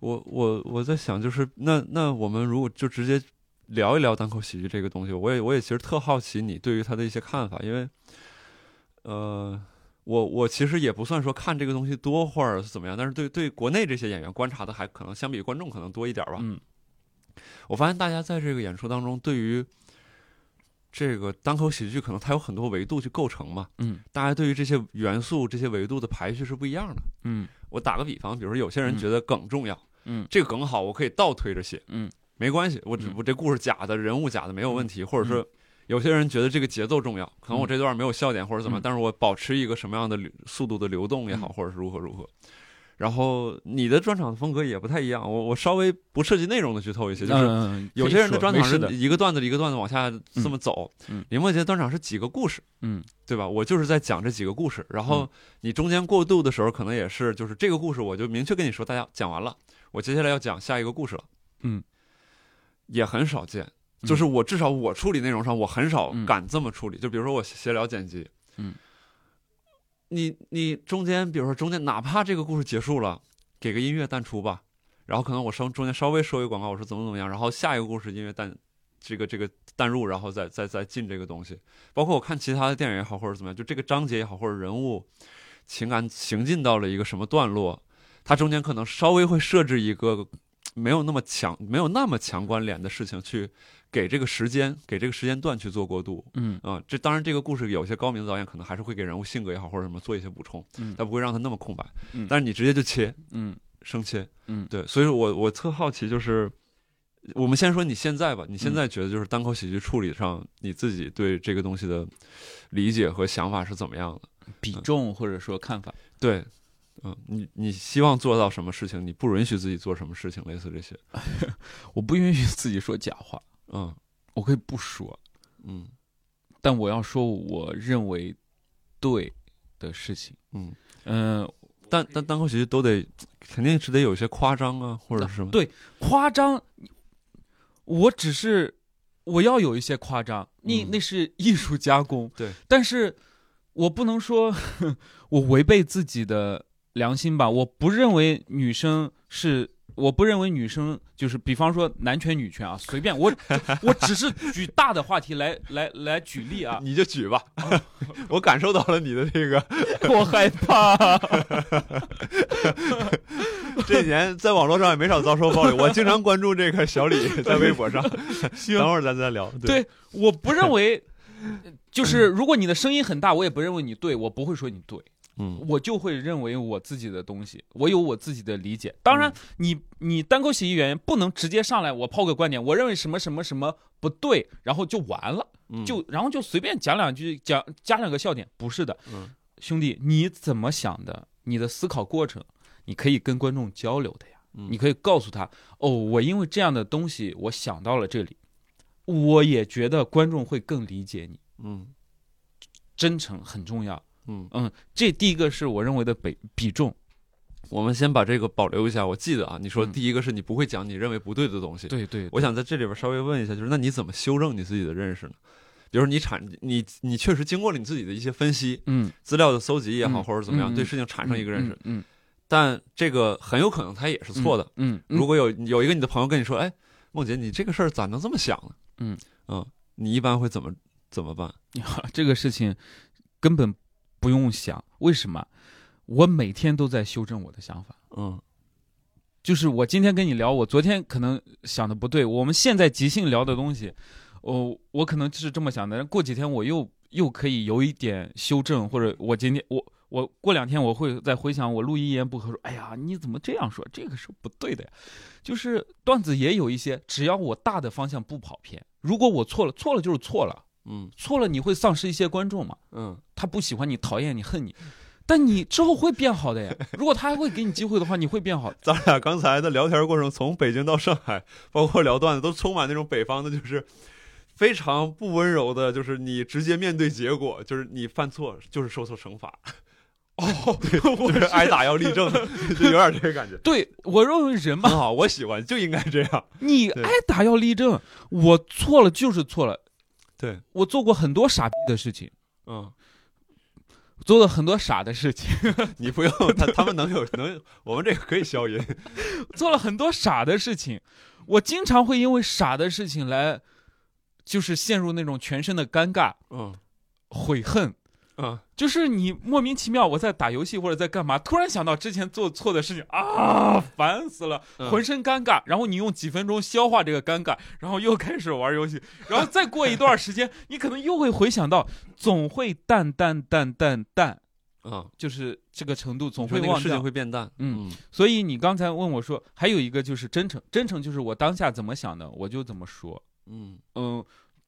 [SPEAKER 2] 我我我在想，就是那那我们如果就直接聊一聊单口喜剧这个东西，我也我也其实特好奇你对于他的一些看法，因为，呃，我我其实也不算说看这个东西多或者是怎么样，但是对对国内这些演员观察的还可能相比观众可能多一点吧。
[SPEAKER 1] 嗯
[SPEAKER 2] 我发现大家在这个演出当中，对于这个单口喜剧，可能它有很多维度去构成嘛，
[SPEAKER 1] 嗯
[SPEAKER 2] 大家对于这些元素、这些维度的排序是不一样的。
[SPEAKER 1] 嗯
[SPEAKER 2] 我打个比方，比如说有些人
[SPEAKER 1] 嗯
[SPEAKER 2] 觉得梗重要。
[SPEAKER 1] 嗯
[SPEAKER 2] 这个梗好，我可以倒推着写，
[SPEAKER 1] 嗯，
[SPEAKER 2] 没关系，我只
[SPEAKER 1] 嗯
[SPEAKER 2] 我这故事假的，人物假的没有问题，或
[SPEAKER 1] 嗯
[SPEAKER 2] 者是有些人觉得这个节奏重要，可能我
[SPEAKER 1] 嗯
[SPEAKER 2] 这段没有笑点或者怎么样，
[SPEAKER 1] 嗯
[SPEAKER 2] 但是我保持一个什么样的流速度的流动也好，
[SPEAKER 1] 嗯
[SPEAKER 2] 或者是如何如何。然后你的专场风格也不太一样，我我稍微不涉及内容的剧透一些，就是
[SPEAKER 1] 嗯，
[SPEAKER 2] 有些人的专场
[SPEAKER 1] 是
[SPEAKER 2] 是一个段子一个段子往下这么走
[SPEAKER 1] 嗯嗯，
[SPEAKER 2] 林梦洁的专场是几个故事，
[SPEAKER 1] 嗯
[SPEAKER 2] 对吧？我就是在讲这几个故事，然后你中间过渡的时候，可能也是就是这个故事，我就明确跟你说，大家讲完了，我接下来要讲下一个故事了。
[SPEAKER 1] 嗯，
[SPEAKER 2] 也很少见，就是我至少我处理内容上，我很少敢这么处理。就比如说我闲聊剪辑，
[SPEAKER 1] 嗯，
[SPEAKER 2] 你你中间，比如说中间，哪怕这个故事结束了，给个音乐淡出吧，然后可能我稍中间稍微收一个广告，我说怎么怎么样，然后下一个故事音乐淡。这个这个淡入，然后再再再进这个东西，包括我看其他的电影也好，或者怎么样，就这个章节也好，或者人物情感行进到了一个什么段落，它中间可能稍微会设置一个没有那么强、没有那么强关联的事情，去给这个时间、给这个时间段去做过渡。
[SPEAKER 1] 嗯
[SPEAKER 2] 啊、这当然，这个故事有些高明的导演可能还是会给人物性格也好，或者什么做一些补充，
[SPEAKER 1] 嗯
[SPEAKER 2] 但不会让它那么空白。
[SPEAKER 1] 嗯
[SPEAKER 2] 但是你直接就切
[SPEAKER 1] 嗯
[SPEAKER 2] 生切，
[SPEAKER 1] 嗯
[SPEAKER 2] 对，所以我我特好奇，就是我们先说你现在吧，你
[SPEAKER 1] 嗯
[SPEAKER 2] 现在觉得就是单口喜剧处理上，你自己对这个东西的理解和想法是怎么样的？
[SPEAKER 1] 比重或者说看法，
[SPEAKER 2] 对，嗯，你你希望做到什么事情？你不允许自己做什么事情？类似这些，
[SPEAKER 1] 我不允许自己说假话，
[SPEAKER 2] 嗯
[SPEAKER 1] 我可以不说，
[SPEAKER 2] 嗯
[SPEAKER 1] 但我要说我认为对的事情。
[SPEAKER 2] 嗯，
[SPEAKER 1] 嗯、
[SPEAKER 2] 但但单口喜剧都得肯定是得有一些夸张啊，或者是什么？
[SPEAKER 1] 对夸张，我只是我要有一些夸张，那
[SPEAKER 2] 嗯
[SPEAKER 1] 那是艺术加工，
[SPEAKER 2] 对，
[SPEAKER 1] 但是我不能说 我违背自己的良心吧，我不认为女生是。我不认为女生就是，比方说男权女权啊，随便我， 我只是举大的话题来来来举例啊，
[SPEAKER 2] 你就举吧， 我感受到了你的这个
[SPEAKER 1] 我害怕，
[SPEAKER 2] 这几年在网络上也没少遭受暴力，我经常关注这个小李 在微博上。
[SPEAKER 1] 行
[SPEAKER 2] 等会儿咱再聊。
[SPEAKER 1] 对，我不认为，就是如果你的声音很大，我也不认为你对，我不会说你对，
[SPEAKER 2] 嗯
[SPEAKER 1] 我就会认为我自己的东西，我有我自己的理解。当
[SPEAKER 2] 嗯
[SPEAKER 1] 然，你你单口喜剧演员不能直接上来，我抛个观点，我认为什么什么什么不对，然后就完了，
[SPEAKER 2] 嗯
[SPEAKER 1] 就然后就随便讲两句，讲加两个笑点，不是的，
[SPEAKER 2] 嗯
[SPEAKER 1] 兄弟，你怎么想的？你的思考过程，你可以跟观众交流的呀。
[SPEAKER 2] 嗯
[SPEAKER 1] 你可以告诉他，哦，我因为这样的东西，我想到了这里，我也觉得观众会更理解你。
[SPEAKER 2] 嗯
[SPEAKER 1] 真诚很重要，
[SPEAKER 2] 嗯
[SPEAKER 1] 嗯，这第一个是我认为的比比重，
[SPEAKER 2] 我们先把这个保留一下。我记得啊，你说
[SPEAKER 1] 嗯
[SPEAKER 2] 第一个是你不会讲你认为不对的东西，
[SPEAKER 1] 对对，
[SPEAKER 2] 我想在这里边稍微问一下，就是那你怎么修正你自己的认识呢？比如说你产你你确实经过了你自己的一些分析、
[SPEAKER 1] 嗯，
[SPEAKER 2] 资料的搜集也好，
[SPEAKER 1] 嗯
[SPEAKER 2] 或者怎么
[SPEAKER 1] 嗯
[SPEAKER 2] 样，对
[SPEAKER 1] 嗯
[SPEAKER 2] 事情产生一个认识，
[SPEAKER 1] 嗯，嗯，
[SPEAKER 2] 但这个很有可能它也是
[SPEAKER 1] 嗯
[SPEAKER 2] 错的。，
[SPEAKER 1] 嗯，嗯
[SPEAKER 2] 如果有有一个你的朋友跟你说，哎，梦姐，你这个事儿咋能这么想呢？
[SPEAKER 1] 嗯
[SPEAKER 2] 嗯，你一般会怎么怎么办？
[SPEAKER 1] 这个事情根本不用想，为什么？我每天都在修正我的想法。
[SPEAKER 2] 嗯
[SPEAKER 1] 就是我今天跟你聊，我昨天可能想的不对，我们现在即兴聊的东西，哦，我可能是这么想的，过几天我又又可以有一点修正，或者我今天我我过两天我会再回想我录一言不合说，哎呀，你怎么这样说？这个是不对的呀。就是段子也有一些，只要我大的方向不跑偏，如果我错了，错了就是错了，
[SPEAKER 2] 嗯
[SPEAKER 1] 错了你会丧失一些观众嘛。
[SPEAKER 2] 嗯
[SPEAKER 1] 他不喜欢你、讨厌你、恨你，但你之后会变好的呀。如果他还会给你机会的话，你会变好。
[SPEAKER 2] 咱俩刚才的聊天过程，从北京到上海， 包括聊段子，都充满那种北方的，就是非常不温柔的，就是你直接面对结果，就是你犯错就是受受惩罚。 哦， 对，就是挨打要立 正，就有点这个感 觉。
[SPEAKER 1] 对我认为人
[SPEAKER 2] 很
[SPEAKER 1] 嘛，
[SPEAKER 2] 好，我喜欢，就应该这样。
[SPEAKER 1] 你
[SPEAKER 2] 啊对
[SPEAKER 1] 挨打要立正，我错了就是错了。
[SPEAKER 2] 对，
[SPEAKER 1] 我做过很多傻逼的事情，
[SPEAKER 2] 嗯，
[SPEAKER 1] 做了很多傻的事情，
[SPEAKER 2] 你不用他，他们能有能，我们这个可以消音。
[SPEAKER 1] 做了很多傻的事情。我经常会因为傻的事情来，就是陷入那种全身的尴尬、
[SPEAKER 2] 嗯
[SPEAKER 1] 悔恨。
[SPEAKER 2] 嗯，
[SPEAKER 1] 就是你莫名其妙，我在打游戏或者在干嘛，突然想到之前做错的事情啊，烦死了，
[SPEAKER 2] 嗯
[SPEAKER 1] 浑身尴尬。然后你用几分钟消化这个尴尬，然后又开始玩游戏，然后再过一段时间，你可能又会回想到，总会淡淡淡淡淡，
[SPEAKER 2] 啊，
[SPEAKER 1] 就是这个程度总嗯
[SPEAKER 2] 会
[SPEAKER 1] 会
[SPEAKER 2] 那个
[SPEAKER 1] 忘
[SPEAKER 2] 事情
[SPEAKER 1] 掉。
[SPEAKER 2] 会变淡。
[SPEAKER 1] 嗯所以你刚才问我说，还有一个就是真诚，真诚就是我当下怎么想的，我就怎么说。
[SPEAKER 2] 嗯
[SPEAKER 1] 嗯，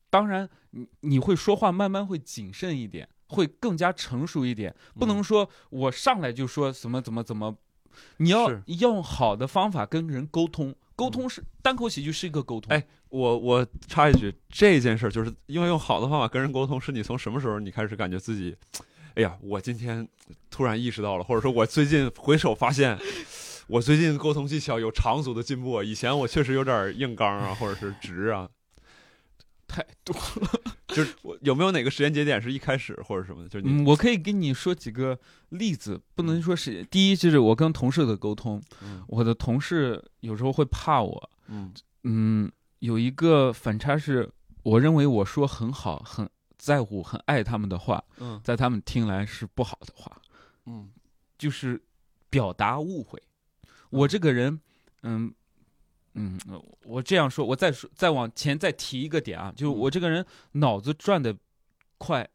[SPEAKER 1] 当然你你会说话，慢慢会谨慎一点，会更加成熟一点，不
[SPEAKER 2] 嗯
[SPEAKER 1] 能说我上来就说什么怎么怎么，你要
[SPEAKER 2] 是嗯
[SPEAKER 1] 要用好的方法跟人沟通，沟通是单口喜剧是一个沟通，
[SPEAKER 2] 哎，我我插一句，这件事儿就是因为用好的方法跟人沟通，是你从什么时候你开始感觉自己，哎呀，我今天突然意识到了，或者说我最近回首发现，我最近沟通技巧有长足的进步啊，以前我确实有点硬刚啊，或者是直啊，
[SPEAKER 1] 太多了。
[SPEAKER 2] 就是 我有没有哪个时间节点是一开始或者什么的，就是你
[SPEAKER 1] 嗯，我可以跟你说几个例子，不能说是第一就是我跟同事的沟通，
[SPEAKER 2] 嗯
[SPEAKER 1] 我的同事有时候会怕我，
[SPEAKER 2] 嗯
[SPEAKER 1] 嗯，有一个反差是，我认为我说很好，很在乎，很爱他们的话，
[SPEAKER 2] 嗯
[SPEAKER 1] 在他们听来是不好的话，
[SPEAKER 2] 嗯
[SPEAKER 1] 就是表达误会。我这个人，嗯嗯，我这样说，我再说，再往前再提一个点啊，就是我这个人脑子转的快，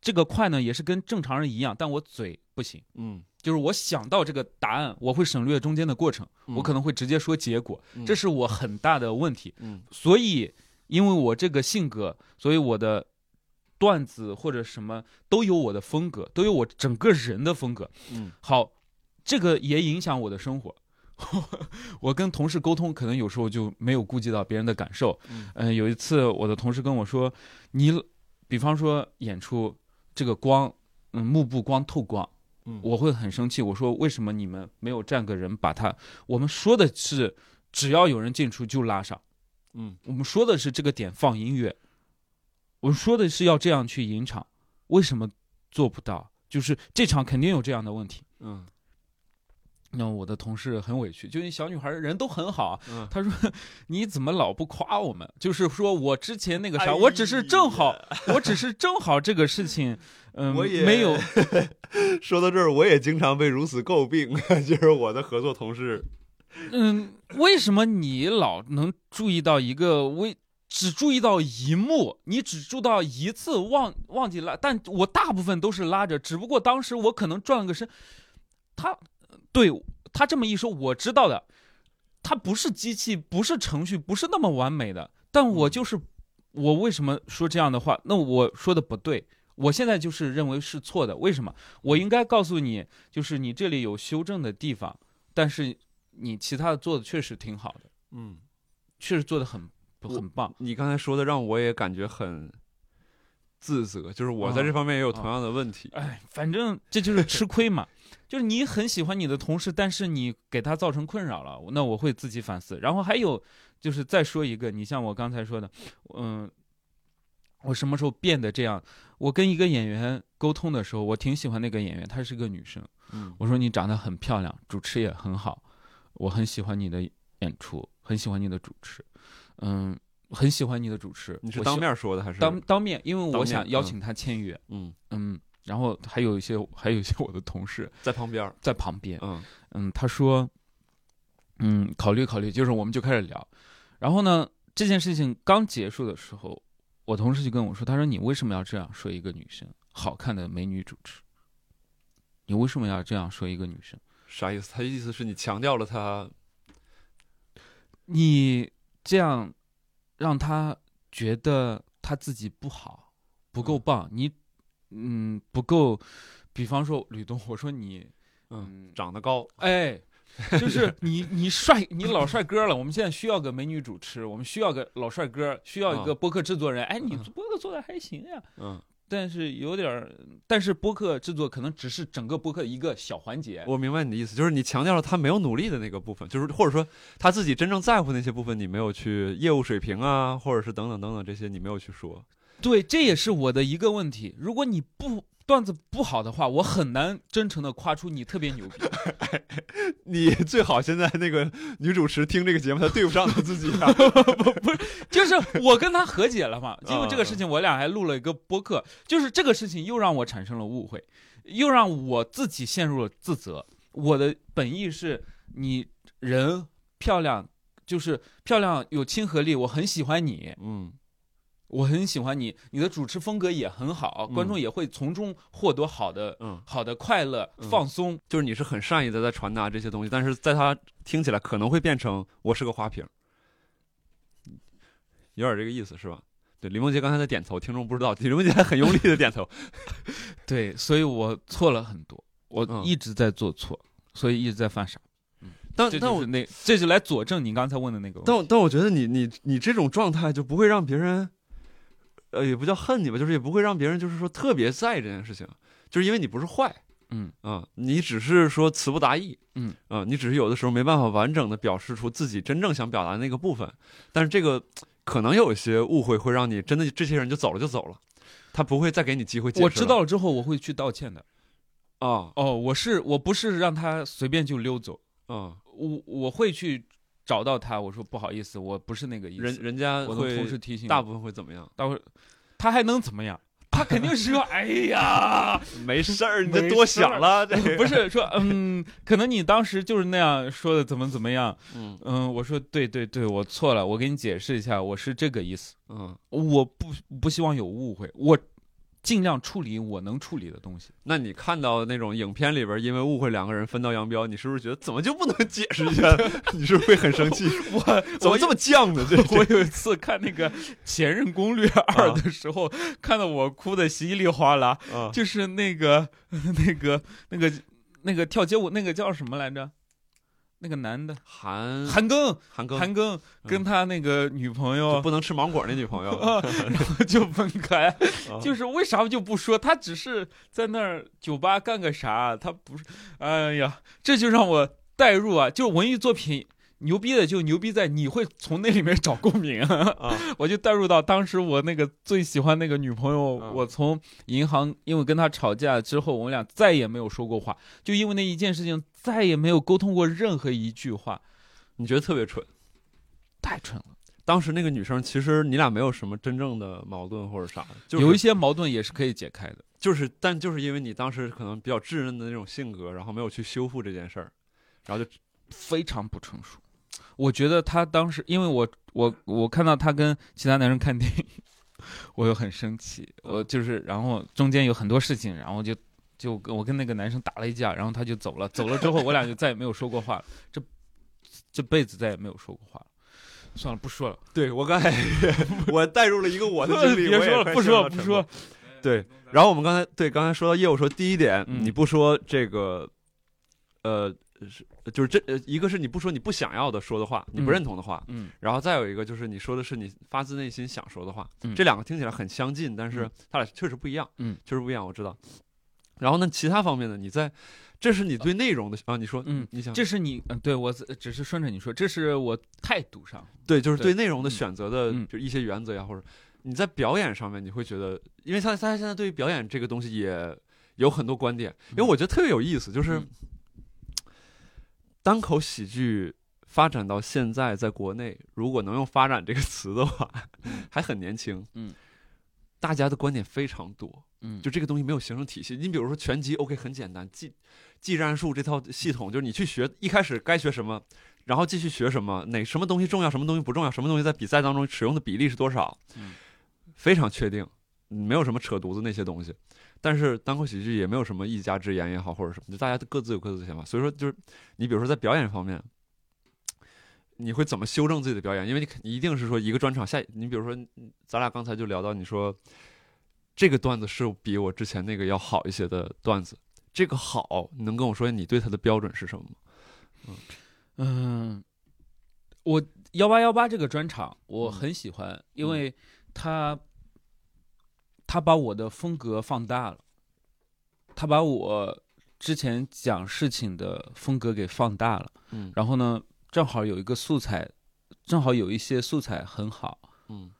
[SPEAKER 1] 这个快呢也是跟正常人一样，但我嘴不行。
[SPEAKER 2] 嗯，
[SPEAKER 1] 就是我想到这个答案，我会省略中间的过程，我可能会直接说结果，
[SPEAKER 2] 嗯
[SPEAKER 1] 这是我很大的问题。
[SPEAKER 2] 嗯
[SPEAKER 1] 所以因为我这个性格，所以我的段子或者什么都有我的风格，都有我整个人的风格。
[SPEAKER 2] 嗯
[SPEAKER 1] 好，这个也影响我的生活。 我跟同事沟通，可能有时候就没有顾及到别人的感受。
[SPEAKER 2] 嗯
[SPEAKER 1] 嗯、有一次我的同事跟我说，你比方说演出这个光，嗯，幕布光透光。
[SPEAKER 2] 嗯
[SPEAKER 1] 我会很生气。我说为什么你们没有站个人把他？我们说的是只要有人进出就拉上，
[SPEAKER 2] 嗯
[SPEAKER 1] 我们说的是这个点放音乐，我们说的是要这样去引场，为什么做不到？就是这场肯定有这样的问题。
[SPEAKER 2] 嗯
[SPEAKER 1] 那我的同事很委屈，就是小女孩人都很好啊。
[SPEAKER 2] 嗯，
[SPEAKER 1] 她说：“你怎么老不夸我们？就是说我之前那个
[SPEAKER 2] 哎
[SPEAKER 1] 啥，我只是正好，我只是正好这个事情，嗯，
[SPEAKER 2] 我也
[SPEAKER 1] 没有嗯
[SPEAKER 2] 说到这儿，我也经常被如此诟病， 就是我的合作同事，
[SPEAKER 1] 嗯，为什么你老能注意到一个微，只注意到一幕，你只注意到一次忘忘记拉，但我大部分都是拉着，只不过当时我可能转了个身，他对他这么一说，我知道的，他不是机器，不是程序，不是那么完美的，但我就是我为什么说这样的话？那我说的不对。我现在就是认为是错的，为什么？我应该告诉你，就是你这里有修正的地方，但是你其他的做的确实挺好的，
[SPEAKER 2] 嗯，
[SPEAKER 1] 确实做的很不
[SPEAKER 2] 我
[SPEAKER 1] 很棒。
[SPEAKER 2] 你刚才说的让我也感觉很自责，就是我在这方面也有同样的问题。
[SPEAKER 1] 哎，反正这就是吃亏嘛，就是你很喜欢你的同事，但是你给他造成困扰了，那我会自己反思。然后还有就是再说一个，你像我刚才说的，嗯，我什么时候变得这样？我跟一个演员沟通的时候，我挺喜欢那个演员，她是个女生。
[SPEAKER 2] 嗯
[SPEAKER 1] 我说你长得很漂亮，主持也很好，我很喜欢你的演出，很喜欢你的主持，嗯，很喜欢你的主持。
[SPEAKER 2] 你是
[SPEAKER 1] 我希
[SPEAKER 2] 当面说的还是
[SPEAKER 1] 当当面，因为
[SPEAKER 2] 当
[SPEAKER 1] 我
[SPEAKER 2] 面
[SPEAKER 1] 想邀
[SPEAKER 2] 嗯
[SPEAKER 1] 请她签约，
[SPEAKER 2] 嗯
[SPEAKER 1] 嗯，然后还有一些还有一些我的同事
[SPEAKER 2] 在旁边儿？
[SPEAKER 1] 在旁边，
[SPEAKER 2] 嗯
[SPEAKER 1] 嗯，他说，嗯，考虑考虑，就是我们就开始聊，然后呢，这件事情刚结束的时候，我同事就跟我说，他说你为什么要这样说一个女生好看的美女主持？你为什么要这样说一个女生？
[SPEAKER 2] 啥意思？他意思是你强调了他
[SPEAKER 1] 你这样让他觉得他自己不好，不够
[SPEAKER 2] 嗯
[SPEAKER 1] 棒，你嗯不够。比方说吕东，我说你
[SPEAKER 2] 嗯
[SPEAKER 1] 嗯
[SPEAKER 2] 长得高，
[SPEAKER 1] 哎， 就是你你帅你老帅哥了，我们现在需要个美女主持，我们需要个老帅哥，需要一个
[SPEAKER 2] 啊
[SPEAKER 1] 播客制作人。哎，你
[SPEAKER 2] 嗯
[SPEAKER 1] 播客做的还行呀、
[SPEAKER 2] 嗯，
[SPEAKER 1] 但是有点儿，但是播客制作可能只是整个播客一个小环节。
[SPEAKER 2] 我明白你的意思，就是你强调了他没有努力的那个部分，就是或者说他自己真正在乎那些部分，你没有去业务水平啊，或者是等等等等这些，你没有去说。
[SPEAKER 1] 对，这也是我的一个问题。如果你不段子不好的话，我很难真诚的夸出你特别牛逼。
[SPEAKER 2] 你最好现在那个女主持听这个节目，她对不上她自己 啊。
[SPEAKER 1] 就是我跟他和解了嘛，因为这个
[SPEAKER 2] 嗯
[SPEAKER 1] 事情我俩还录了一个播客，就是这个事情又让我产生了误会，又让我自己陷入了自责。我的本意是你人漂亮，就是漂亮有亲和力，我很喜欢你，
[SPEAKER 2] 嗯
[SPEAKER 1] 我很喜欢你，你的主持风格也很好，
[SPEAKER 2] 嗯
[SPEAKER 1] 观众也会从中获得好的。
[SPEAKER 2] 嗯，
[SPEAKER 1] 好的快乐、
[SPEAKER 2] 嗯
[SPEAKER 1] 放松，
[SPEAKER 2] 就是你是很善意的在传达这些东西，但是在她听起来可能会变成我是个花瓶，有点这个意思是吧？对，李梦洁刚才在点头，听众不知道，李梦洁还很用力的点 头。
[SPEAKER 1] 对，所以我错了很多，我
[SPEAKER 2] 嗯
[SPEAKER 1] 一直在做错，所以一直在犯傻。
[SPEAKER 2] 但
[SPEAKER 1] 这
[SPEAKER 2] 但
[SPEAKER 1] 就
[SPEAKER 2] 我
[SPEAKER 1] 是那，这就来佐证你刚才问的那个问题。
[SPEAKER 2] 但但我觉得你你你这种状态就不会让别人，呃，也不叫恨你吧，就是也不会让别人就是说特别在意这件事情，就是因为你不是坏，
[SPEAKER 1] 嗯
[SPEAKER 2] 啊，你只是说词不达意，
[SPEAKER 1] 嗯
[SPEAKER 2] 啊，你只是有的时候没办法完整的表示出自己真正想表达的那个部分，但是这个可能有一些误会会让你真的这些人就走了就走了，他不会再给你机会解释了。
[SPEAKER 1] 我知道了之后，我会去道歉的。
[SPEAKER 2] 啊
[SPEAKER 1] 哦，我是我不是让他随便就溜走，
[SPEAKER 2] 啊，
[SPEAKER 1] 我我会去找到他，我说不好意思，我不是那个意思。
[SPEAKER 2] 人人家
[SPEAKER 1] 我的同事
[SPEAKER 2] 会
[SPEAKER 1] 提醒我
[SPEAKER 2] 大部分会怎么样？
[SPEAKER 1] 大会，他还能怎么样？他肯定是说，哎 呀，
[SPEAKER 2] 没事 儿，
[SPEAKER 1] 你
[SPEAKER 2] 你
[SPEAKER 1] 这
[SPEAKER 2] 这
[SPEAKER 1] 多
[SPEAKER 2] 多
[SPEAKER 1] 想
[SPEAKER 2] 想了，这
[SPEAKER 1] 不是说，嗯，可能你当时就是那样说的，怎么怎么样？
[SPEAKER 2] 嗯
[SPEAKER 1] 嗯，我说对对对，我错了，我给你解释一下，我是这个意思，
[SPEAKER 2] 嗯。
[SPEAKER 1] 我不不希望有误会，我尽量处理我能处理的东西。
[SPEAKER 2] 那你看到那种影片里边因为误会两个人分道扬镳，你是不是觉得怎么就不能解释一下？ 你是不是会很生气？
[SPEAKER 1] 我
[SPEAKER 2] 怎么这么犟呢？这
[SPEAKER 1] 我有一 次看那个《前任攻略二》的时候，看到我哭的稀里哗啦，
[SPEAKER 2] 啊
[SPEAKER 1] 就是那个那个那个那个跳街舞那个叫什么来着？那个男的
[SPEAKER 2] 韩
[SPEAKER 1] 韩嗯庚，嗯
[SPEAKER 2] 韩庚
[SPEAKER 1] 韩庚跟他那个女朋
[SPEAKER 2] 就
[SPEAKER 1] 友。
[SPEAKER 2] 不能吃芒果那女朋友，
[SPEAKER 1] 啊，然后 就分开，
[SPEAKER 2] 啊
[SPEAKER 1] 就是为啥就不说？他只是在那儿酒吧干个啥，他不是，哎呀，这就让我代入啊！就文艺作品牛逼的就牛逼在你会从那里面找共鸣，
[SPEAKER 2] 啊
[SPEAKER 1] 我就带入到当时我那个最喜欢那个女朋友，
[SPEAKER 2] 嗯
[SPEAKER 1] 我从银行因为跟她吵架之后，我们俩再也没有说过话，就因为那一件事情再也没有沟通过任何一句话，
[SPEAKER 2] 你觉得特别蠢。
[SPEAKER 1] 太蠢了。
[SPEAKER 2] 当时那个女生其实你俩没有什么真正的矛盾或者啥的，就是、
[SPEAKER 1] 有一些矛盾也是可以解开的。
[SPEAKER 2] 就是，但就是因为你当时可能比较稚嫩的那种性格，然后没有去修复这件事儿，然后就
[SPEAKER 1] 非常不成熟。我觉得他当时，因为我我我看到他跟其他男生看电影， 我又很生气，我就是然后中间有很多事情，然后就就跟我跟那个男生打了一架，然后他就走了，走了之后我俩就再也没有说过话了，这这辈子再也没有说过话了。算了，不说了，
[SPEAKER 2] 对我刚才 我带入了一个我的 经历，
[SPEAKER 1] 别
[SPEAKER 2] 我也
[SPEAKER 1] 说了，
[SPEAKER 2] 快
[SPEAKER 1] 不
[SPEAKER 2] 陷
[SPEAKER 1] 说
[SPEAKER 2] 入了
[SPEAKER 1] 了，不
[SPEAKER 2] 沉
[SPEAKER 1] 说
[SPEAKER 2] 默
[SPEAKER 1] 了。
[SPEAKER 2] 对，然后我们嗯刚才对刚才说到业务，说第一点，
[SPEAKER 1] 嗯
[SPEAKER 2] 你不说这个，呃，是就是这呃一个是你不说你不想要的说的话，你
[SPEAKER 1] 嗯
[SPEAKER 2] 不认同的话，
[SPEAKER 1] 嗯
[SPEAKER 2] 然后再有一个就是你说的是你发自内心想说的话，
[SPEAKER 1] 嗯
[SPEAKER 2] 这两个听起来很相近，但是
[SPEAKER 1] 嗯
[SPEAKER 2] 它俩确实不一样，
[SPEAKER 1] 嗯，
[SPEAKER 2] 确实不一样，我知道。然后呢，其他方面呢，你在，这是你对内容的啊，你说，
[SPEAKER 1] 呃嗯，
[SPEAKER 2] 你想，
[SPEAKER 1] 这是你，嗯，对我只只是顺着你说，这是我态度上，
[SPEAKER 2] 对，就是
[SPEAKER 1] 对
[SPEAKER 2] 对内容的选择的，
[SPEAKER 1] 嗯
[SPEAKER 2] 就一些原则呀，或者你在表演上面，你会觉得，因为他他现在对于表演这个东西也有很多观点，因为我觉得特别有意思，就是
[SPEAKER 1] 嗯
[SPEAKER 2] 单口喜剧发展到现在，在国内如果能用“发展”这个词的话， 还很年轻，
[SPEAKER 1] 嗯，
[SPEAKER 2] 大家的观点非常多，
[SPEAKER 1] 嗯，
[SPEAKER 2] 就这个东西没有形成体系。你比如说拳击，OK，很简单，技技战术这套系统，就是你去学，一开始该学什么，然后继续学什么，哪什么东西重要，什么东西不重要，什么东西在比赛当中使用的比例是多少，
[SPEAKER 1] 嗯
[SPEAKER 2] 非常确定，嗯没有什么扯犊子那些东西。但是单口喜剧也没有什么一家之言也好，或者什么，就大家各自有各自的想法。所以说，就是你比如说在表演方面。你会怎么修正自己的表演？因为你肯你一定是说一个专场下，你比如说咱俩刚才就聊到，你说这个段子是比我之前那个要好一些的段子，这个好，你能跟我说你对它的标准是什么吗？
[SPEAKER 1] 嗯，我幺八幺八这个专场我很喜欢，因
[SPEAKER 2] 嗯
[SPEAKER 1] 为他他把我的风格放大了，他把我之前讲事情的风格给放大了。
[SPEAKER 2] 嗯
[SPEAKER 1] 然后呢，正好有一个素材，正好有一些素材很好。
[SPEAKER 2] 嗯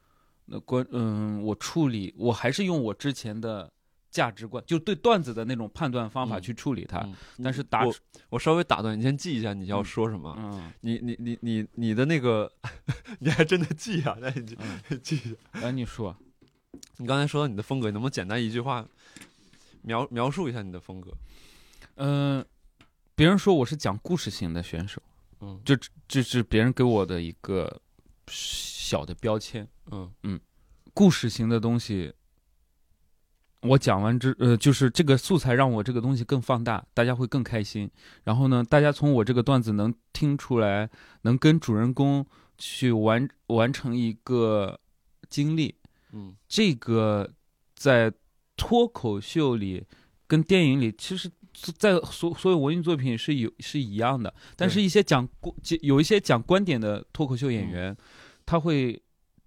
[SPEAKER 1] 那关嗯，我处理我还是用我之前的价值观，就对段子的那种判断方法
[SPEAKER 2] 嗯
[SPEAKER 1] 去处理它。
[SPEAKER 2] 嗯
[SPEAKER 1] 但是打
[SPEAKER 2] 我啊我稍微打断你，先记一下你要说什么。
[SPEAKER 1] 嗯，
[SPEAKER 2] 你你你你你的那个， 你还真的记啊？那你记 记一下。
[SPEAKER 1] 来哎你说，
[SPEAKER 2] 你刚才说到你的风格，你能不能简单一句话描描述一下你的风格？
[SPEAKER 1] 嗯、别人说我是讲故事型的选手。
[SPEAKER 2] 嗯
[SPEAKER 1] 就这是别人给我的一个小的标签，
[SPEAKER 2] 嗯
[SPEAKER 1] 故事型的东西。我讲完之，呃，就是这个素材让我这个东西更放大，大家会更开心。然后呢，大家从我这个段子能听出来，能跟主人公去完完成一个经历，
[SPEAKER 2] 嗯
[SPEAKER 1] 这个在脱口秀里跟电影里，其实，在所所有文艺作品是有是一样的，但是一些讲观有一些讲观点的脱口秀演员，他会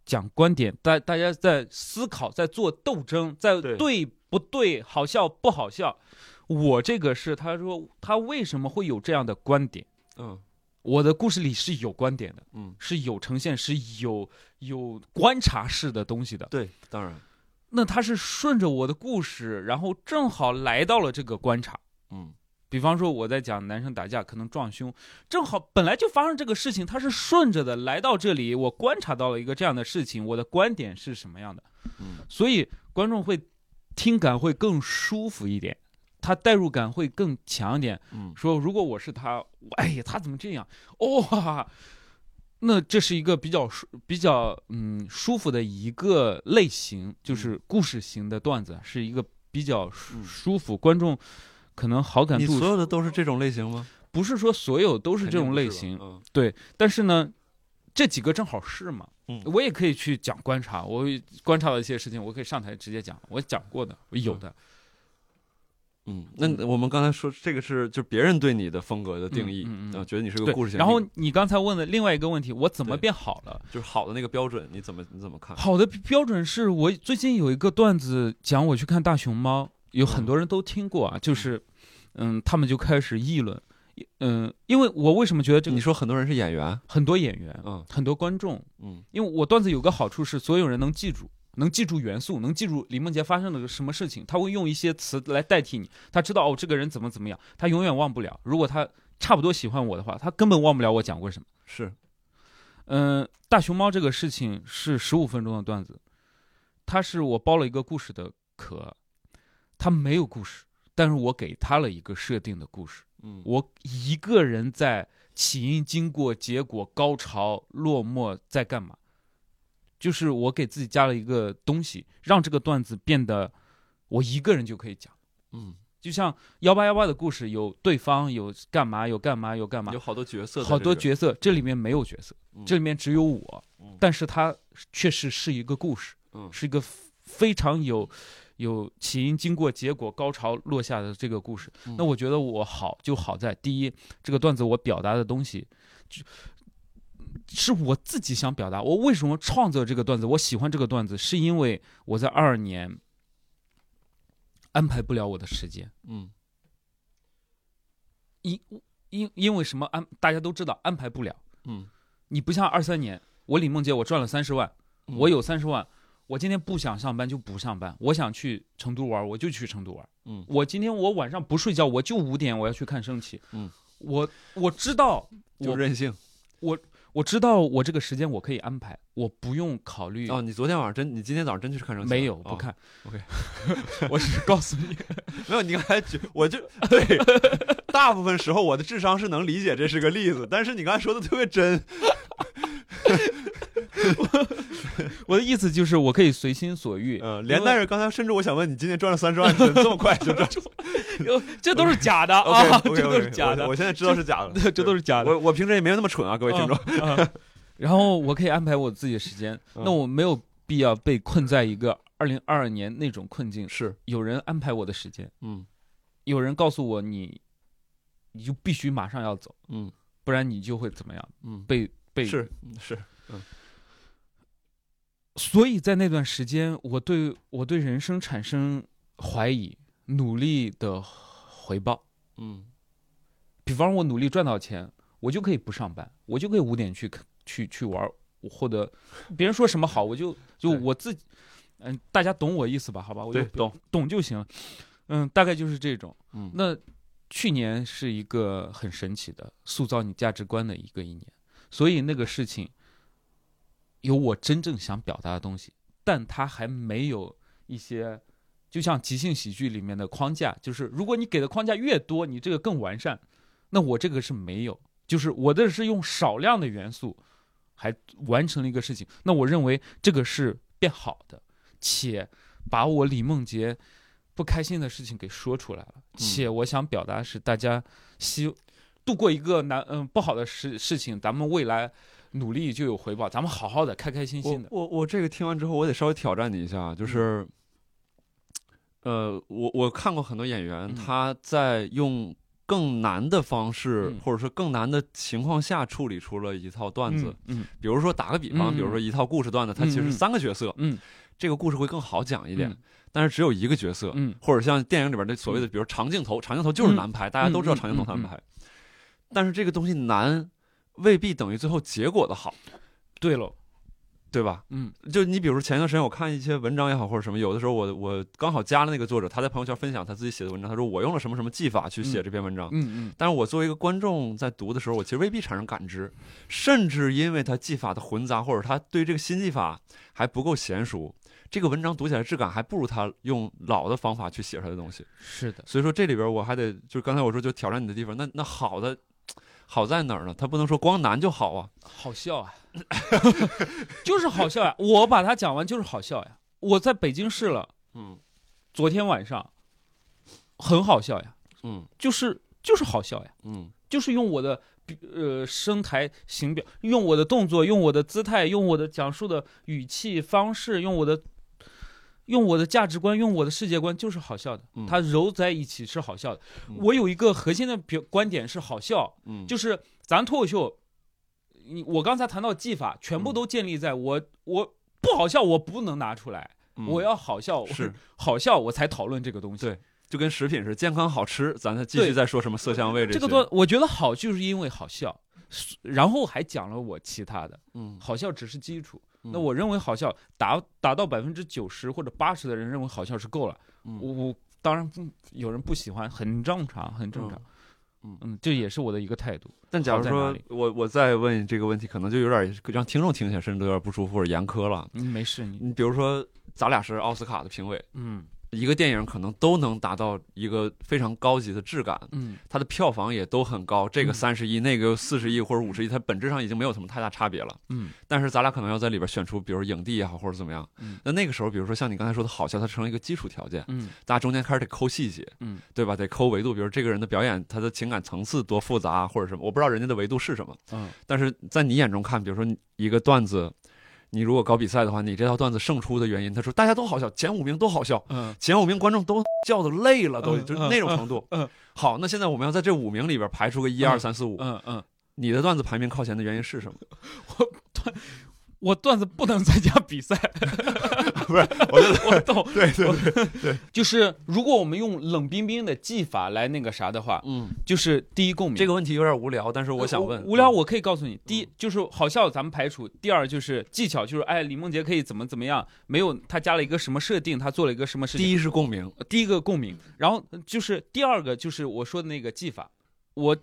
[SPEAKER 1] 讲观点，大大家在思考，在做斗争，在
[SPEAKER 2] 对
[SPEAKER 1] 对不对，好笑不好笑。我这个是他说他为什么会有这样的观点？
[SPEAKER 2] 嗯
[SPEAKER 1] 我的故事里是有观点的，
[SPEAKER 2] 嗯，
[SPEAKER 1] 是有呈现，是有有观察式的东西的。
[SPEAKER 2] 对，当然，
[SPEAKER 1] 那他是顺着我的故事，然后正好来到了这个观察。
[SPEAKER 2] 嗯
[SPEAKER 1] 比方说我在讲男生打架可能撞胸，正好本来就发生这个事情，他是顺着的来到这里，我观察到了一个这样的事情，我的观点是什么样的，
[SPEAKER 2] 嗯
[SPEAKER 1] 所以观众会听感会更舒服一点，他代入感会更强一点。
[SPEAKER 2] 嗯
[SPEAKER 1] 说如果我是他，我哎呀，他怎么这样？哦，哈哈那这是一个比较舒、比较嗯舒服的一个类型，就是故事型的段子，是一个比较舒
[SPEAKER 2] 嗯
[SPEAKER 1] 舒服，观众可能好感
[SPEAKER 2] 你所
[SPEAKER 1] 度
[SPEAKER 2] 有的都是这种类型吗？
[SPEAKER 1] 不是说所有都
[SPEAKER 2] 不
[SPEAKER 1] 是这种类型，
[SPEAKER 2] 嗯
[SPEAKER 1] 但是呢，这几个正好是嘛。
[SPEAKER 2] 嗯
[SPEAKER 1] 我也可以去讲观察，我观察到一些事情，我可以上台直接讲，我讲过的，我有的，
[SPEAKER 2] 嗯，那我们刚才说这个是就别人对你的风格的定义，
[SPEAKER 1] 嗯嗯嗯
[SPEAKER 2] 啊觉得你是个故事
[SPEAKER 1] 对。
[SPEAKER 2] 型，
[SPEAKER 1] 然后你刚才问的另外一个问题，我怎么
[SPEAKER 2] 对
[SPEAKER 1] 变好了？
[SPEAKER 2] 就是好的那个标准，你怎么你怎么看？
[SPEAKER 1] 好的标准是我最近有一个段子讲我去看大熊猫，有很多人都听过啊，就是，嗯，他们就开始议论，嗯，因为我为什么觉得这个
[SPEAKER 2] 你说很多人是演员，
[SPEAKER 1] 很多演员、
[SPEAKER 2] 嗯
[SPEAKER 1] 很多观众，
[SPEAKER 2] 嗯
[SPEAKER 1] 因为我段子有个好处是所有人能记住。能记住元素，能记住李梦洁发生了个什么事情，他会用一些词来代替你。他知道哦，这个人怎么怎么样，他永远忘不了。如果他差不多喜欢我的话，他根本忘不了我讲过什么。
[SPEAKER 2] 是，
[SPEAKER 1] 嗯，大熊猫这个事情是十五分钟的段子，它是我包了一个故事的壳，它没有故事，但是我给它了一个设定的故事，
[SPEAKER 2] 嗯
[SPEAKER 1] 我一个人在起因、经过、结果、高潮、落寞在干嘛，就是我给自己加了一个东西，让这个段子变得我一个人就可以讲。
[SPEAKER 2] 嗯
[SPEAKER 1] 就像幺八幺八的故事，有对方，有干嘛，有干嘛，有干嘛
[SPEAKER 2] 有，好多角色在这
[SPEAKER 1] 嗯好
[SPEAKER 2] 里边，
[SPEAKER 1] 多角色，这里面没有角色。
[SPEAKER 2] 嗯
[SPEAKER 1] 这里面只有我
[SPEAKER 2] 嗯，
[SPEAKER 1] 但是它确实是一个故事，
[SPEAKER 2] 嗯
[SPEAKER 1] 是一个非常有有起因、经过、结果、高潮、落下的这个故事。
[SPEAKER 2] 嗯
[SPEAKER 1] 那我觉得我好就好在，第一，这个段子我表达的东西，就是我自己想表达。我为什么创作这个段子？我喜欢这个段子，是因为我在二年安排不了我的时间。
[SPEAKER 2] 嗯
[SPEAKER 1] 因因因为什么安？大家都知道安排不了。
[SPEAKER 2] 嗯，
[SPEAKER 1] 你不像二三年，我李梦洁我赚了三十万，
[SPEAKER 2] 嗯
[SPEAKER 1] 我有三十万，我今天不想上班就不上班，我想去成都玩我就去成都玩。
[SPEAKER 2] 嗯
[SPEAKER 1] 我今天我晚上不睡觉，我就五点我要去看升旗。
[SPEAKER 2] 嗯，
[SPEAKER 1] 我我知道，
[SPEAKER 2] 就
[SPEAKER 1] 我
[SPEAKER 2] 任性
[SPEAKER 1] 我知道我这个时间我可以安排，我不用考虑。
[SPEAKER 2] 哦！你昨天晚上真，你今天早上真去看升旗了？
[SPEAKER 1] 没有，
[SPEAKER 2] 哦
[SPEAKER 1] 不看。
[SPEAKER 2] OK
[SPEAKER 1] 我只是告诉你，
[SPEAKER 2] 没有，你刚才举，我就 对，大部分时候我的智商是能理解这是个例子，但是你刚才说的特别真，
[SPEAKER 1] 我的意思就是我可以随心所欲。
[SPEAKER 2] 嗯、连带着刚才，甚至我想问你，今天赚了三十万，你这么快就赚
[SPEAKER 1] 这都是假的
[SPEAKER 2] ？OK
[SPEAKER 1] 啊，
[SPEAKER 2] OK
[SPEAKER 1] 这都是
[SPEAKER 2] OK，
[SPEAKER 1] 假的
[SPEAKER 2] 我，我现在知道是假 的，
[SPEAKER 1] 这都是假的。
[SPEAKER 2] 我我平时也没有那么蠢啊，各位听众。
[SPEAKER 1] 啊。啊然后我可以安排我自己的时间，
[SPEAKER 2] 嗯
[SPEAKER 1] 那我没有必要被困在一个二零二二年那种困境。
[SPEAKER 2] 是，
[SPEAKER 1] 有人安排我的时间，
[SPEAKER 2] 嗯
[SPEAKER 1] 有人告诉我你，你就必须马上要走，
[SPEAKER 2] 嗯
[SPEAKER 1] 不然你就会怎么样？
[SPEAKER 2] 嗯，
[SPEAKER 1] 被被
[SPEAKER 2] 是是，
[SPEAKER 1] 所以在那段时间，我对我对人生产生怀疑，努力的回报。
[SPEAKER 2] 嗯
[SPEAKER 1] 比方我努力赚到钱，我就可以不上班，我就可以五点去去去玩儿，我获得别人说什么好，我就就
[SPEAKER 2] 对
[SPEAKER 1] 我自己，嗯，大家懂我意思吧？好吧，我就
[SPEAKER 2] 对
[SPEAKER 1] 懂懂就行了。嗯，大概就是这种。
[SPEAKER 2] 嗯，
[SPEAKER 1] 那去年是一个很神奇的塑造你价值观的一个一年，所以那个事情有我真正想表达的东西，但它还没有一些，就像即兴喜剧里面的框架，就是如果你给的框架越多，你这个更完善，那我这个是没有，就是我的是用少量的元素，还完成了一个事情，那我认为这个是变好的，且把我李梦洁不开心的事情给说出来了，
[SPEAKER 2] 嗯
[SPEAKER 1] 且我想表达的是大家希度过一个难嗯、不好的事事情，咱们未来努力就有回报，咱们好好的开开心嗯心的，嗯
[SPEAKER 2] 我我我这个听完之后，我得稍微挑战你一下，啊就是，呃，我我看过很多演员，
[SPEAKER 1] 嗯
[SPEAKER 2] 他在用更难的方式，
[SPEAKER 1] 嗯
[SPEAKER 2] 或者说更难的情况下，处理出了一套段子。
[SPEAKER 1] 嗯
[SPEAKER 2] 比如说打个比方，
[SPEAKER 1] 嗯
[SPEAKER 2] 比如说一套故事段子，它其实
[SPEAKER 1] 嗯嗯
[SPEAKER 2] 是三个角色，
[SPEAKER 1] 嗯
[SPEAKER 2] 这个故事会更好讲一点，
[SPEAKER 1] 嗯
[SPEAKER 2] 但是只有一个角色，
[SPEAKER 1] 嗯
[SPEAKER 2] 或者像电影里边的所谓的，比如长镜头，长镜头就是难拍，大家都知道
[SPEAKER 1] 嗯
[SPEAKER 2] 长镜头难拍，但是这个东西难未必等于最后结果的好，
[SPEAKER 1] 对喽，
[SPEAKER 2] 对吧？
[SPEAKER 1] 嗯
[SPEAKER 2] 就你比如前段时间我看一些文章也好或者什么，有的时候我我刚好加了那个作者，他在朋友圈分享他自己写的文章，他说我用了什么什么技法去写这篇文章，
[SPEAKER 1] 嗯
[SPEAKER 2] 但是我作为一个观众在读的时候，我其实未必产生感知，甚至因为他技法的混杂或者他对这个新技法还不够娴熟，这个文章读起来质感还不如他用老的方法去写出来的东西
[SPEAKER 1] 嗯，。是的，
[SPEAKER 2] 所以说这里边我还得就是刚才我说就挑战你的地方，那那好的好在哪儿呢？他不能说光难就好啊，
[SPEAKER 1] 好笑啊， 就是好笑呀、啊我把它讲完就是好笑呀、我在北京市了，
[SPEAKER 2] 嗯
[SPEAKER 1] 昨天晚上很好笑呀，
[SPEAKER 2] 嗯
[SPEAKER 1] 就是就是好笑呀。
[SPEAKER 2] 嗯
[SPEAKER 1] 就是用我的比呃声台形表，用我的动作，用我的姿态，用我的讲述的语气方式，用我的用我的价值观，用我的世界观，就是好笑的
[SPEAKER 2] 嗯。
[SPEAKER 1] 它揉在一起是好笑的。
[SPEAKER 2] 嗯
[SPEAKER 1] 我有一个核心的表观点是好笑，
[SPEAKER 2] 嗯，
[SPEAKER 1] 就是咱脱口秀，你我刚才谈到技法，全
[SPEAKER 2] 嗯
[SPEAKER 1] 部都建立在我我不好笑我不能拿出来，
[SPEAKER 2] 嗯
[SPEAKER 1] 我要好笑，我
[SPEAKER 2] 是
[SPEAKER 1] 好笑我才讨论这个东西。
[SPEAKER 2] 对就跟食品似的，健康好吃，咱再继
[SPEAKER 1] 对
[SPEAKER 2] 续再说什么色香味
[SPEAKER 1] 这个
[SPEAKER 2] 些
[SPEAKER 1] 段我觉得好，就是因为好笑，然后还讲了我其他的，
[SPEAKER 2] 嗯，
[SPEAKER 1] 好笑只是基础。
[SPEAKER 2] 嗯
[SPEAKER 1] 那我认为好笑达达到百分之九十或者八十的人认为好笑是够了。
[SPEAKER 2] 嗯
[SPEAKER 1] 我我当然不有人不喜欢，很正常，很正常。
[SPEAKER 2] 嗯
[SPEAKER 1] 嗯，这也是我的一个态度。
[SPEAKER 2] 但假如
[SPEAKER 1] 好在哪
[SPEAKER 2] 说
[SPEAKER 1] 里
[SPEAKER 2] 我我再问这个问题，可能就有点让听众听起来甚至都有点不舒服或者严苛了。
[SPEAKER 1] 嗯，没事，你
[SPEAKER 2] 你比如说，咱俩是奥斯卡的评委，
[SPEAKER 1] 嗯
[SPEAKER 2] 一个电影可能都能达到一个非常高级的质感，
[SPEAKER 1] 嗯
[SPEAKER 2] 它的票房也都很高，这
[SPEAKER 1] 嗯
[SPEAKER 2] 个三十亿，那个四十亿或者五十亿，它本质上已经没有什么太大差别了。
[SPEAKER 1] 嗯
[SPEAKER 2] 但是咱俩可能要在里边选出，比如影帝也好或者怎么样
[SPEAKER 1] 嗯。
[SPEAKER 2] 那那个时候，比如说像你刚才说的好笑，它成了一个基础条件。
[SPEAKER 1] 嗯
[SPEAKER 2] 大家中间开始得抠细节，
[SPEAKER 1] 嗯，
[SPEAKER 2] 对吧？得抠维度，比如这个人的表演，他的情感层次多复杂，或者什么，我不知道人家的维度是什么。
[SPEAKER 1] 嗯
[SPEAKER 2] 但是在你眼中看，比如说你一个段子，你如果搞比赛的话，你这套段子胜出的原因，他说大家都好笑，前五名都好笑，
[SPEAKER 1] 嗯
[SPEAKER 2] 前五名观众都笑的累了，都
[SPEAKER 1] 嗯
[SPEAKER 2] 就是
[SPEAKER 1] 嗯
[SPEAKER 2] 那种程度。
[SPEAKER 1] 嗯嗯
[SPEAKER 2] 好，那现在我们要在这五名里边排出个一
[SPEAKER 1] 嗯
[SPEAKER 2] 二三四五，
[SPEAKER 1] 嗯嗯，
[SPEAKER 2] 你的段子排名靠前的原因是什么？
[SPEAKER 1] 我段子不能参加比赛，
[SPEAKER 2] 不是，我觉 得
[SPEAKER 1] 我懂。
[SPEAKER 2] 对对对，
[SPEAKER 1] 就是如果我们用冷冰冰的技法来那个啥的话，
[SPEAKER 2] 嗯，
[SPEAKER 1] 就是第一共鸣。
[SPEAKER 2] 这个问题有点无聊，但是我想问，
[SPEAKER 1] 无无聊，我嗯可以告诉你，第一就是好笑，咱们排除；第二就是技巧，就是哎，李梦洁可以怎么怎么样，没有他加了一个什么设定，他做了一个什么事情。
[SPEAKER 2] 第一是共鸣，
[SPEAKER 1] 第一个共鸣，然后就是第二个就是我说的那个技法，我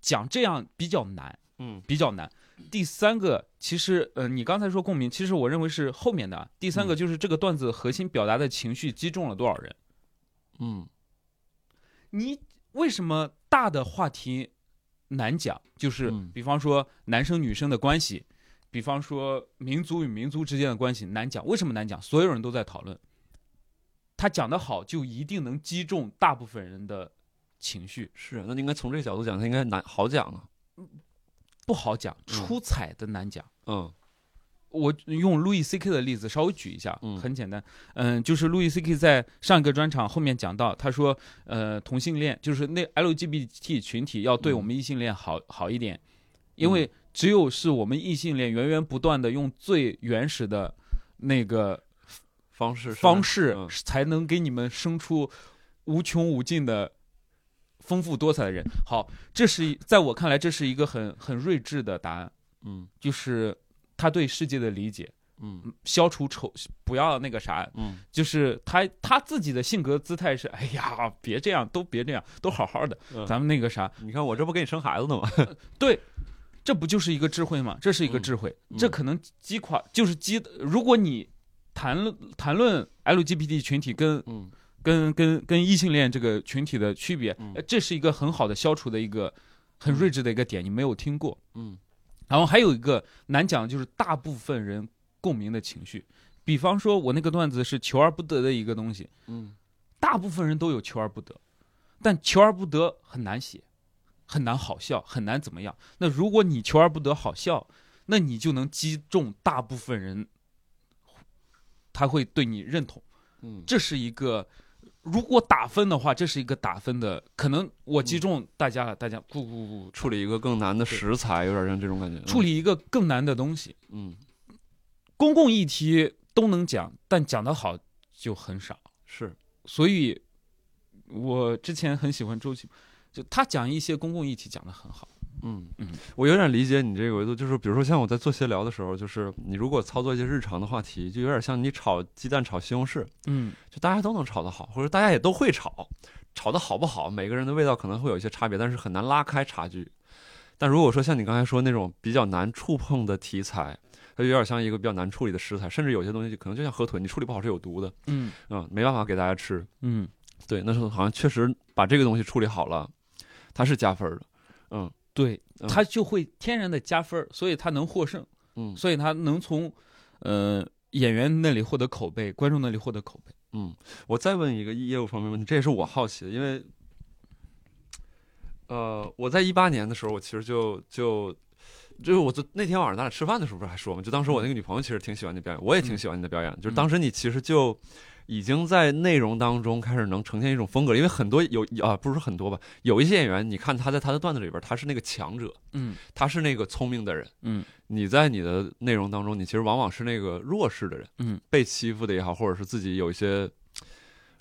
[SPEAKER 1] 讲这样比较难，
[SPEAKER 2] 嗯
[SPEAKER 1] 比较难。第三个其实，呃，你刚才说共鸣，其实我认为是后面的啊。第三个就是这个段子核心表达的情绪击中了多少人？
[SPEAKER 2] 嗯
[SPEAKER 1] 你为什么大的话题难讲？就是
[SPEAKER 2] 嗯
[SPEAKER 1] 比方说男生女生的关系，比方说民族与民族之间的关系难讲。为什么难讲？所有人都在讨论，他讲得好就一定能击中大部分人的情绪，
[SPEAKER 2] 是啊，那应该从这个角度讲，它应该难好讲啊，
[SPEAKER 1] 不好讲，
[SPEAKER 2] 嗯
[SPEAKER 1] 出彩的难讲。
[SPEAKER 2] 嗯
[SPEAKER 1] 我用路易 C K 的例子稍微举一下
[SPEAKER 2] 嗯，
[SPEAKER 1] 很简单，嗯，就是路易 C K 在上一个专场后面讲到，他说，呃，同性恋就是那 LGBT 群体要对
[SPEAKER 2] 嗯
[SPEAKER 1] 我们异性恋好好一点，因为只有是我们异性恋源源不断的用最原始的那个
[SPEAKER 2] 方式
[SPEAKER 1] 方
[SPEAKER 2] 式，
[SPEAKER 1] 式
[SPEAKER 2] 嗯，
[SPEAKER 1] 才能给你们生出无穷无尽的丰富多彩的人。好，这是在我看来，这是一个很很睿智的答案，
[SPEAKER 2] 嗯
[SPEAKER 1] 就是他对世界的理解。
[SPEAKER 2] 嗯
[SPEAKER 1] 消除丑，不要那个啥，
[SPEAKER 2] 嗯
[SPEAKER 1] 就是他他自己的性格姿态是，哎呀，别这样，都别这样，都好好的，
[SPEAKER 2] 嗯，
[SPEAKER 1] 咱们那个啥，
[SPEAKER 2] 你看我这不给你生孩子呢吗？
[SPEAKER 1] 这不就是一个智慧吗？这是一个
[SPEAKER 2] 嗯
[SPEAKER 1] 智慧，
[SPEAKER 2] 嗯
[SPEAKER 1] 这可能击垮，就是击。如果你谈论谈论 LGBT 群体跟
[SPEAKER 2] 嗯
[SPEAKER 1] 跟跟跟异性恋这个群体的区别
[SPEAKER 2] 嗯，
[SPEAKER 1] 呃这是一个很好的消除的一个很睿智的一个点，你没有听过。
[SPEAKER 2] 嗯
[SPEAKER 1] 然后还有一个难讲的就是大部分人共鸣的情绪，比方说我那个段子是求而不得的一个东西，
[SPEAKER 2] 嗯
[SPEAKER 1] 大部分人都有求而不得，但求而不得很难写，很难好笑，很难怎么样。那如果你求而不得好笑，那你就能击中大部分人，他会对你认同。
[SPEAKER 2] 嗯
[SPEAKER 1] 这是一个，如果打分的话，这是一个打分的，可能我击中大家了，大家不不不，
[SPEAKER 2] 处理一个更难的食材，有点像这种感觉。
[SPEAKER 1] 处
[SPEAKER 2] 理，
[SPEAKER 1] 理一个更难的东西。
[SPEAKER 2] 嗯，
[SPEAKER 1] 公共议题都能讲，但讲得好就很少。
[SPEAKER 2] 是，
[SPEAKER 1] 所以，我之前很喜欢周奇，就他讲一些公共议题讲得很好。
[SPEAKER 2] 嗯
[SPEAKER 1] 嗯
[SPEAKER 2] 我有点理解你这个维度，就是比如说像我在做闲聊的时候，就是你如果操作一些日常的话题，就有点像你炒鸡蛋炒西红柿，
[SPEAKER 1] 嗯
[SPEAKER 2] 就大家都能炒得好，或者大家也都会炒，炒得好不好，每个人的味道可能会有一些差别，但是很难拉开差距。但如果说像你刚才说那种比较难触碰的题材，它有点像一个比较难处理的食材，甚至有些东西可能就像河豚，你处理不好是有毒的，
[SPEAKER 1] 嗯
[SPEAKER 2] 嗯，没办法给大家吃。
[SPEAKER 1] 嗯，
[SPEAKER 2] 对，那时候好像确实把这个东西处理好了，它是加分儿的。嗯
[SPEAKER 1] 对
[SPEAKER 2] 嗯，
[SPEAKER 1] 他就会天然的加分儿，所以他能获胜，
[SPEAKER 2] 嗯
[SPEAKER 1] 所以他能从，呃，演员那里获得口碑，观众那里获得口碑。
[SPEAKER 2] 嗯，我再问一个业务方面问题，这也是我好奇的，因为，呃，我在一八年的时候，我其实就就。就是我就那天晚上咱俩吃饭的时候不是还说嘛，就当时我那个女朋友其实挺喜欢你的表演，我也挺喜欢你的表演。就是当时你其实就已经在内容当中开始能呈现一种风格，因为很多有啊不是很多吧，有一些演员，你看他在他的段子里边他是那个强者，
[SPEAKER 1] 嗯
[SPEAKER 2] 他是那个聪明的人，
[SPEAKER 1] 嗯
[SPEAKER 2] 你在你的内容当中，你其实往往是那个弱势的人，
[SPEAKER 1] 嗯，
[SPEAKER 2] 被欺负的也好，或者是自己有一些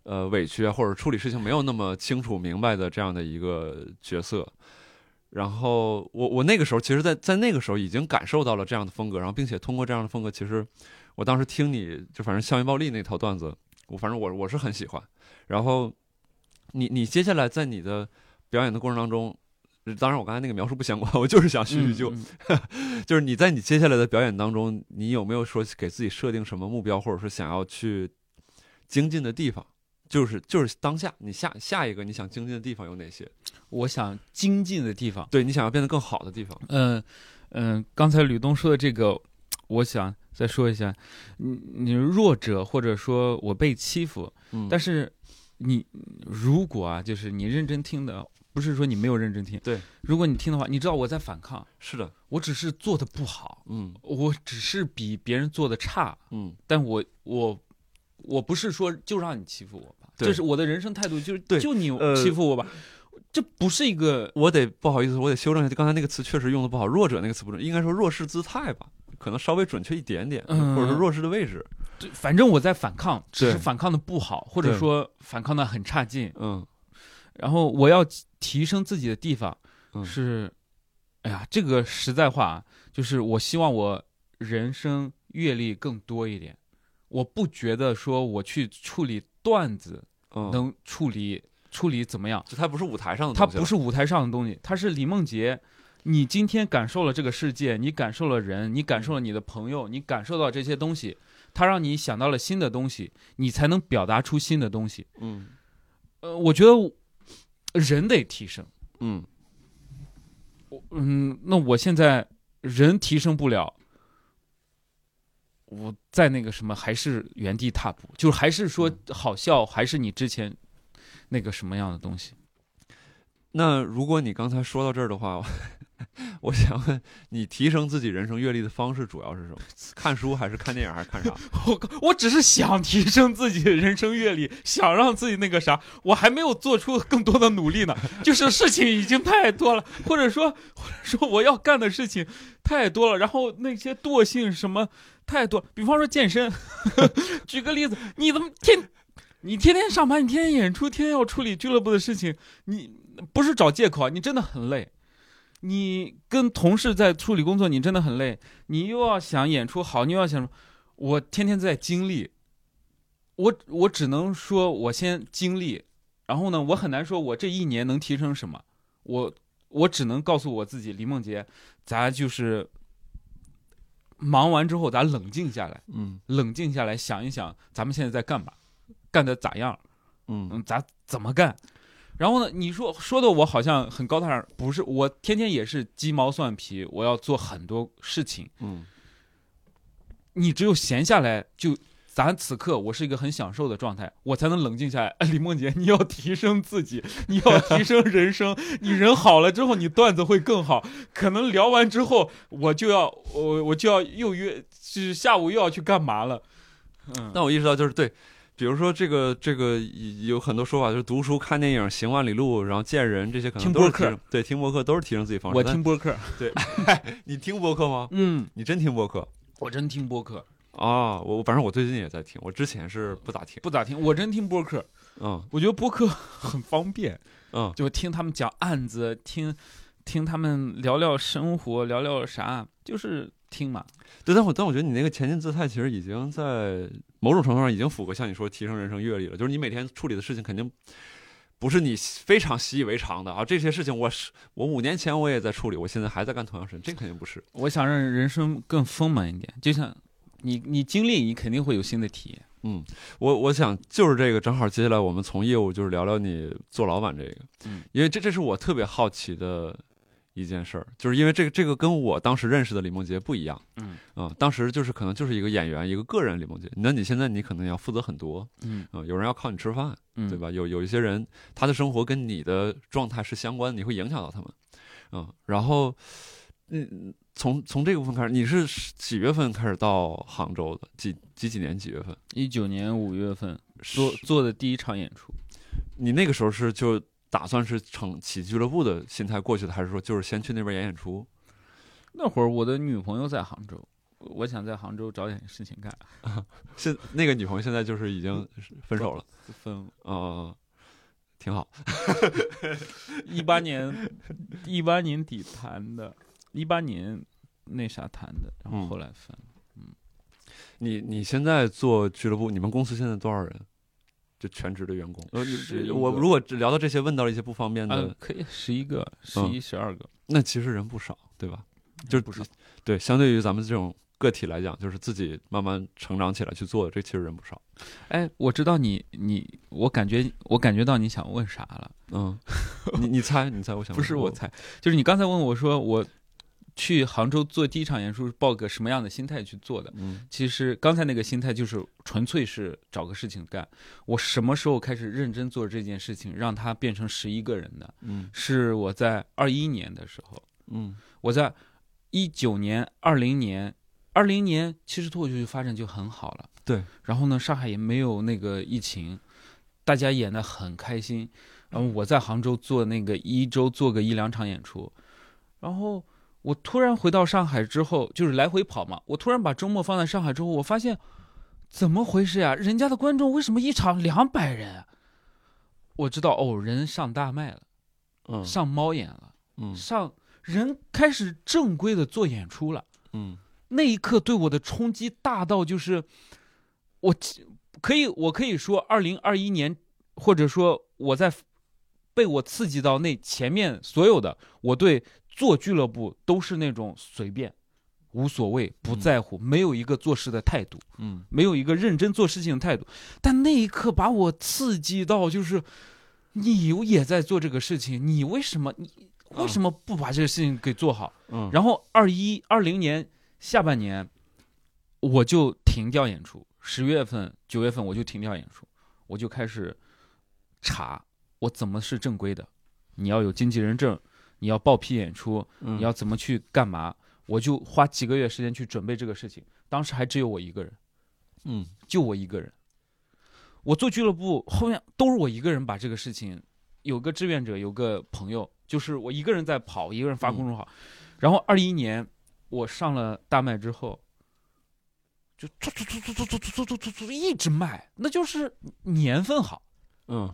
[SPEAKER 2] 呃委屈啊，或者处理事情没有那么清楚明白的这样的一个角色。然后我我那个时候，其实在，在那个时候已经感受到了这样的风格，然后并且通过这样的风格，其实我当时听你就反正校园暴力那套段子，我反正我我是很喜欢。然后你你接下来在你的表演的过程当中，当然我刚才那个描述不相关，我就是想叙叙旧，
[SPEAKER 1] 嗯
[SPEAKER 2] 就是你在你接下来的表演当中，你有没有说给自己设定什么目标，或者说想要去精进的地方？就是就是当下，你下下一个你想精进的地方有哪些？
[SPEAKER 1] 我想精进的地方。
[SPEAKER 2] 对你想要变得更好的地方，
[SPEAKER 1] 嗯嗯，刚才吕东说的这个，我想再说一下，你你弱者或者说我被欺负，
[SPEAKER 2] 嗯
[SPEAKER 1] 但
[SPEAKER 2] 是
[SPEAKER 1] 是你如果啊，就是你认真听的不是说你没有认真听。
[SPEAKER 2] 对，
[SPEAKER 1] 如果你听的话，你知道我在反抗，
[SPEAKER 2] 是的，
[SPEAKER 1] 我只是做的不好，
[SPEAKER 2] 嗯
[SPEAKER 1] 我只是比别人做的差，
[SPEAKER 2] 嗯，
[SPEAKER 1] 但我我我不是说就让你欺负我吧，
[SPEAKER 2] 对
[SPEAKER 1] 这是我的人生态度，就是
[SPEAKER 2] 对
[SPEAKER 1] 就你
[SPEAKER 2] 呃
[SPEAKER 1] 欺负我吧，这不是一个
[SPEAKER 2] 我得不好意思，我得修正一下，刚才那个词确实用的不好，弱者那个词不准，应该说弱势姿态吧，可能稍微准确一点点，
[SPEAKER 1] 嗯
[SPEAKER 2] 或者说弱势的位置，
[SPEAKER 1] 对反正我在反抗，只是
[SPEAKER 2] 对
[SPEAKER 1] 反抗的不好，或者
[SPEAKER 2] 对
[SPEAKER 1] 说反抗的很差劲。
[SPEAKER 2] 嗯
[SPEAKER 1] 然后我要提升自己的地方
[SPEAKER 2] 嗯
[SPEAKER 1] 是，哎呀，这个实在话啊就是，我希望我人生阅历更多一点。我不觉得说我去处理段子
[SPEAKER 2] 嗯，
[SPEAKER 1] 能处理处理怎么样，
[SPEAKER 2] 就它不是舞台上的
[SPEAKER 1] 它
[SPEAKER 2] 东西了，
[SPEAKER 1] 不是舞台上的东西，它是李梦洁。你今天感受了这个世界，你感受了人，你感受了你的朋友，你感受到这些东西，它让你想到了新的东西，你才能表达出新的东西。
[SPEAKER 2] 嗯
[SPEAKER 1] 呃，我觉得人得提升。
[SPEAKER 2] 嗯
[SPEAKER 1] 我嗯，那我现在人提升不了，我在那个什么还是原地踏步，就是还是说好笑，还是你之前那个什么样的东西？
[SPEAKER 2] 那如果你刚才说到这儿的话，我 我想问你提升自己人生阅历的方式主要是什么？看书还是看电影还是 看啥？
[SPEAKER 1] 我靠我只是想提升自己的人生阅历，想让自己那个啥，我还没有做出更多的努力呢。 就是事情已经太多了，或者说或者说我要干的事情太多了，然后那些惰性什么太多。比方说健身， 举个例子，你怎么天你天天上班，你天天演出，天天要处理俱乐部的事情，你不是找借口啊，你真的很累。你跟同事在处理工作，你真的很累，你又要想演出好，你又要想我天天在经历，我我只能说我先经历，然后呢，我很难说我这一年能提升什么，我我只能告诉我自己，李梦洁，咱就是忙完之后，咱冷静下来，
[SPEAKER 2] 嗯
[SPEAKER 1] 冷静下来想一想，咱们现在在干嘛，干的咋样，
[SPEAKER 2] 嗯
[SPEAKER 1] 嗯，咱怎么干。然后呢？你说说的我好像很高大上，不是？我天天也是鸡毛蒜皮，我要做很多事情，
[SPEAKER 2] 嗯
[SPEAKER 1] 你只有闲下来，就咱此刻我是一个很享受的状态，我才能冷静下来。 哎，李梦洁，你要提升自己，你要提升人生， 你人好了之后，你段子会更好。可能聊完之后，我就要我我就要又约，是下午又要去干嘛了。嗯，
[SPEAKER 2] 但我意识到就是对，比如说这个这个有很多说法，就是读书、看电影、行万里路，然后见人这些可能
[SPEAKER 1] 听
[SPEAKER 2] 都是
[SPEAKER 1] 播客
[SPEAKER 2] 提升，对，听播客都是提升自己方式。
[SPEAKER 1] 我听播客，
[SPEAKER 2] 但你听播客吗？
[SPEAKER 1] 嗯，
[SPEAKER 2] 你真听播客
[SPEAKER 1] 我真听播客，
[SPEAKER 2] 啊？我我反正我最近也在听，我之前是不咋听。
[SPEAKER 1] 不咋听，我真听播客。
[SPEAKER 2] 嗯
[SPEAKER 1] 我觉得播客 很方便，
[SPEAKER 2] 嗯
[SPEAKER 1] 就听他们讲案子，听听他们聊聊生活，聊聊啥，就是听嘛。
[SPEAKER 2] 对，但我但我觉得你那个前进姿态其实已经在某种程度上已经符合像你说提升人生阅历了，就是你每天处理的事情肯定不是你非常习以为常的啊，这些事情我是我五年前我也在处理，我现在还在干同样事情，这肯定不是。
[SPEAKER 1] 我想让人生更丰满一点，就像你你经历，你肯定会有新的体验。
[SPEAKER 2] 我我想就是这个，正好接下来我们从业务就是聊聊你做老板这个，
[SPEAKER 1] 嗯，
[SPEAKER 2] 因为这这是我特别好奇的一件事儿，就是因为这个这个跟我当时认识的李梦洁不一样，
[SPEAKER 1] 嗯
[SPEAKER 2] 啊、当时就是可能就是一个演员，一个个人李梦洁，那你现在你可能要负责很多，
[SPEAKER 1] 嗯
[SPEAKER 2] 啊、有人要靠你吃饭，
[SPEAKER 1] 嗯
[SPEAKER 2] 对？吧？有有一些人，他的生活跟你的状态是相关的，你会影响到他们，嗯，然后，嗯，从从这个部分开始，你是十几月份开始到杭州的？几几几年几月份？
[SPEAKER 1] 一九年五月份做
[SPEAKER 2] 说
[SPEAKER 1] 做的第一场演出，
[SPEAKER 2] 你那个时候是就打算是成起俱乐部的心态过去的，还是说就是先去那边演演出？
[SPEAKER 1] 那会儿我的女朋友在杭州，我想在杭州找点事情干，
[SPEAKER 2] 现那个女朋友现在就是已经是分手了，
[SPEAKER 1] 分
[SPEAKER 2] 呃，挺好。
[SPEAKER 1] 一八年一八年底谈的，一八年那啥谈的，然后
[SPEAKER 2] 嗯
[SPEAKER 1] 后来分了。
[SPEAKER 2] 你你现在做俱乐部，你们公司现在多少人？就全职的员工。嗯呃，
[SPEAKER 1] 是一
[SPEAKER 2] 你
[SPEAKER 1] 个
[SPEAKER 2] 我如果只聊到这些，问到了一些不方便的，
[SPEAKER 1] 啊，可以十一个、十一、十二个，
[SPEAKER 2] 那其实人不少，对吧？就是
[SPEAKER 1] 不少。
[SPEAKER 2] 对，相对于咱们这种个体来讲，就是自己慢慢成长起来去做的，这其实人不少。
[SPEAKER 1] 哎，我知道你你，我感觉我感觉到你想问啥了。
[SPEAKER 2] 嗯，你你猜，你猜，我想
[SPEAKER 1] 不是
[SPEAKER 2] 问
[SPEAKER 1] 我猜，就是你刚才问我说我去杭州做第一场演出是抱个什么样的心态去做的？
[SPEAKER 2] 嗯
[SPEAKER 1] 其实刚才那个心态就是纯粹是找个事情干。我什么时候开始认真做这件事情，让它变成十一个人的？
[SPEAKER 2] 嗯
[SPEAKER 1] 是我在二一年的时候，
[SPEAKER 2] 嗯
[SPEAKER 1] 我在一九年、二零年，二零年其实脱口秀发展就很好了。
[SPEAKER 2] 对，
[SPEAKER 1] 然后呢，上海也没有那个疫情，大家演的很开心。然后我在杭州做那个一周做个一两场演出，然后我突然回到上海之后，就是来回跑嘛。我突然把周末放在上海之后，我发现怎么回事呀？人家的观众为什么一场两百人啊？我知道哦，人上大麦了，
[SPEAKER 2] 嗯
[SPEAKER 1] 上猫眼了。
[SPEAKER 2] 嗯
[SPEAKER 1] 上人开始正规的做演出了。
[SPEAKER 2] 嗯
[SPEAKER 1] 那一刻对我的冲击大到就是，我其可以我可以说，二零二一年，或者说我在被我刺激到那前面所有的，我对做俱乐部都是那种随便、无所谓、不在乎，没有一个做事的态度。
[SPEAKER 2] 嗯
[SPEAKER 1] 没有一个认真做事情的态度。但那一刻把我刺激到，就是你也在做这个事情，你为什么你为什么不把这个事情给做好？
[SPEAKER 2] 嗯，
[SPEAKER 1] 然后二一二零年下半年，我就停掉演出，十月份、九月份我就停掉演出，我就开始查我怎么是正规的，你要有经纪人证，你要报批演出，
[SPEAKER 2] 你
[SPEAKER 1] 你要怎么去干嘛？我就花几个月时间去准备这个事情，当时还只有我一个人。
[SPEAKER 2] 嗯
[SPEAKER 1] 就我一个人。我做俱乐部后面都是我一个人把这个事情，有个志愿者，有个朋友，就是我一个人在跑，一个人
[SPEAKER 2] 嗯
[SPEAKER 1] 发公众号。然后二一年我上了大麦之后，就突突突突突突突突突突一直卖，那就是年份好，
[SPEAKER 2] 嗯，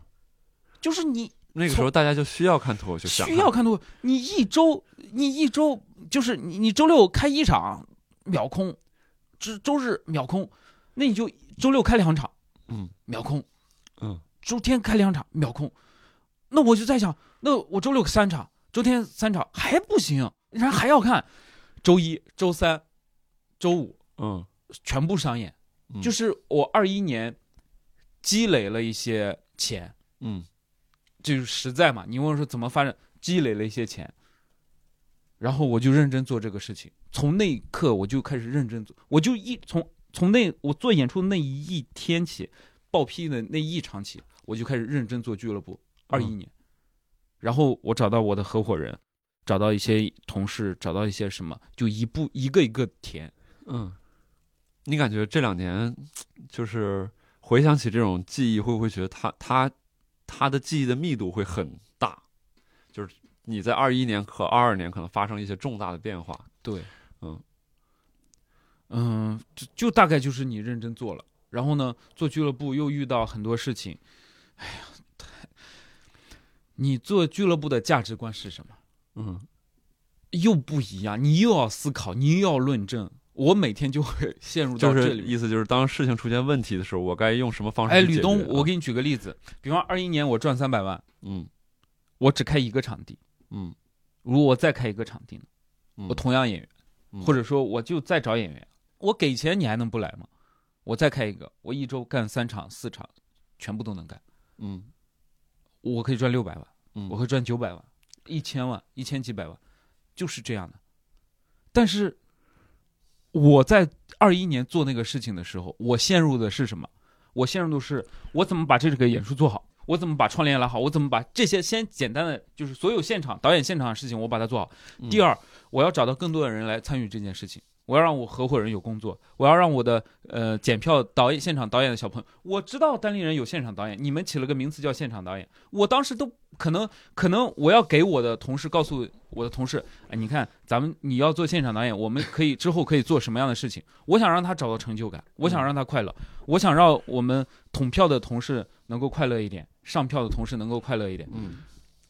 [SPEAKER 1] 就是你
[SPEAKER 2] 那个时候大家就需要看脱口秀，想
[SPEAKER 1] 需要看多，你一周你一周就是你你周六开一场秒空，周周日秒空，那你就周六开两场，
[SPEAKER 2] 嗯
[SPEAKER 1] 秒空。
[SPEAKER 2] 嗯
[SPEAKER 1] 周天开两场秒空，那我就在想，那我周六三场，周天三场还不行，然后还要看周一、周三、周五
[SPEAKER 2] 嗯，
[SPEAKER 1] 全部上演，
[SPEAKER 2] 嗯
[SPEAKER 1] 就是我二一年积累了一些钱，
[SPEAKER 2] 嗯
[SPEAKER 1] 就是实在嘛，你问我说怎么发展，积累了一些钱，然后我就认真做这个事情，从那一刻我就开始认真做，我就一从从那我做演出那一天起，报批的那一场起，我就开始认真做俱乐部，二一
[SPEAKER 2] 嗯
[SPEAKER 1] 年，然后我找到我的合伙人，找到一些同事，找到一些什么，就一步一个一个填，
[SPEAKER 2] 嗯，你感觉这两年就是回想起这种记忆，会不会觉得它它它的记忆的密度会很大？就是你在二一年和二二年可能发生一些重大的变化。
[SPEAKER 1] 对，
[SPEAKER 2] 嗯
[SPEAKER 1] 嗯，就就大概就是你认真做了，然后呢，做俱乐部又遇到很多事情，哎呀，太你做俱乐部的价值观是什么？
[SPEAKER 2] 嗯
[SPEAKER 1] 又不一样，你又要思考，你又要论证。我每天就会 陷入到
[SPEAKER 2] 就
[SPEAKER 1] 这
[SPEAKER 2] 是
[SPEAKER 1] 里面。
[SPEAKER 2] 意思就是，当事情出现问题的时候，我该用什么方式
[SPEAKER 1] 哎，
[SPEAKER 2] 去解
[SPEAKER 1] 吕
[SPEAKER 2] 决？
[SPEAKER 1] 东，我
[SPEAKER 2] 啊
[SPEAKER 1] 给你举个例子，比方二一年我赚三百万，
[SPEAKER 2] 嗯
[SPEAKER 1] 我只开一个场地，
[SPEAKER 2] 嗯
[SPEAKER 1] 如果我再开一个场地呢，
[SPEAKER 2] 嗯
[SPEAKER 1] 我同样演员，
[SPEAKER 2] 嗯
[SPEAKER 1] 或者说我就再找演员，我给钱你还能不来吗？我再开一个，我一周干三场四场，全部都能干。
[SPEAKER 2] 嗯
[SPEAKER 1] 我可以赚六百万，
[SPEAKER 2] 嗯，
[SPEAKER 1] 我会赚九百万、一千万、一千几百万，就是这样的。但是我在二一年做那个事情的时候，我陷入的是什么？我陷入的是我怎么把这个演出做好，我怎么把串联拉好，我怎么把这些先简单的就是所有现场导演现场的事情我把它做好。
[SPEAKER 2] 嗯
[SPEAKER 1] 第，二，我要找到更多的人来参与这件事情。我要让我合伙人有工作，我要让我的呃检票导演、现场导演的小朋友，我知道单立人有现场导演，你们起了个名词叫现场导演，我当时都可能可能我要给我的同事告诉我的同事，哎，你看咱们你要做现场导演，我们可以之后可以做什么样的事情？我想让他找到成就感，我想让他快乐，我想让我们统票的同事能够快乐一点，上票的同事能够快乐一点，
[SPEAKER 2] 嗯，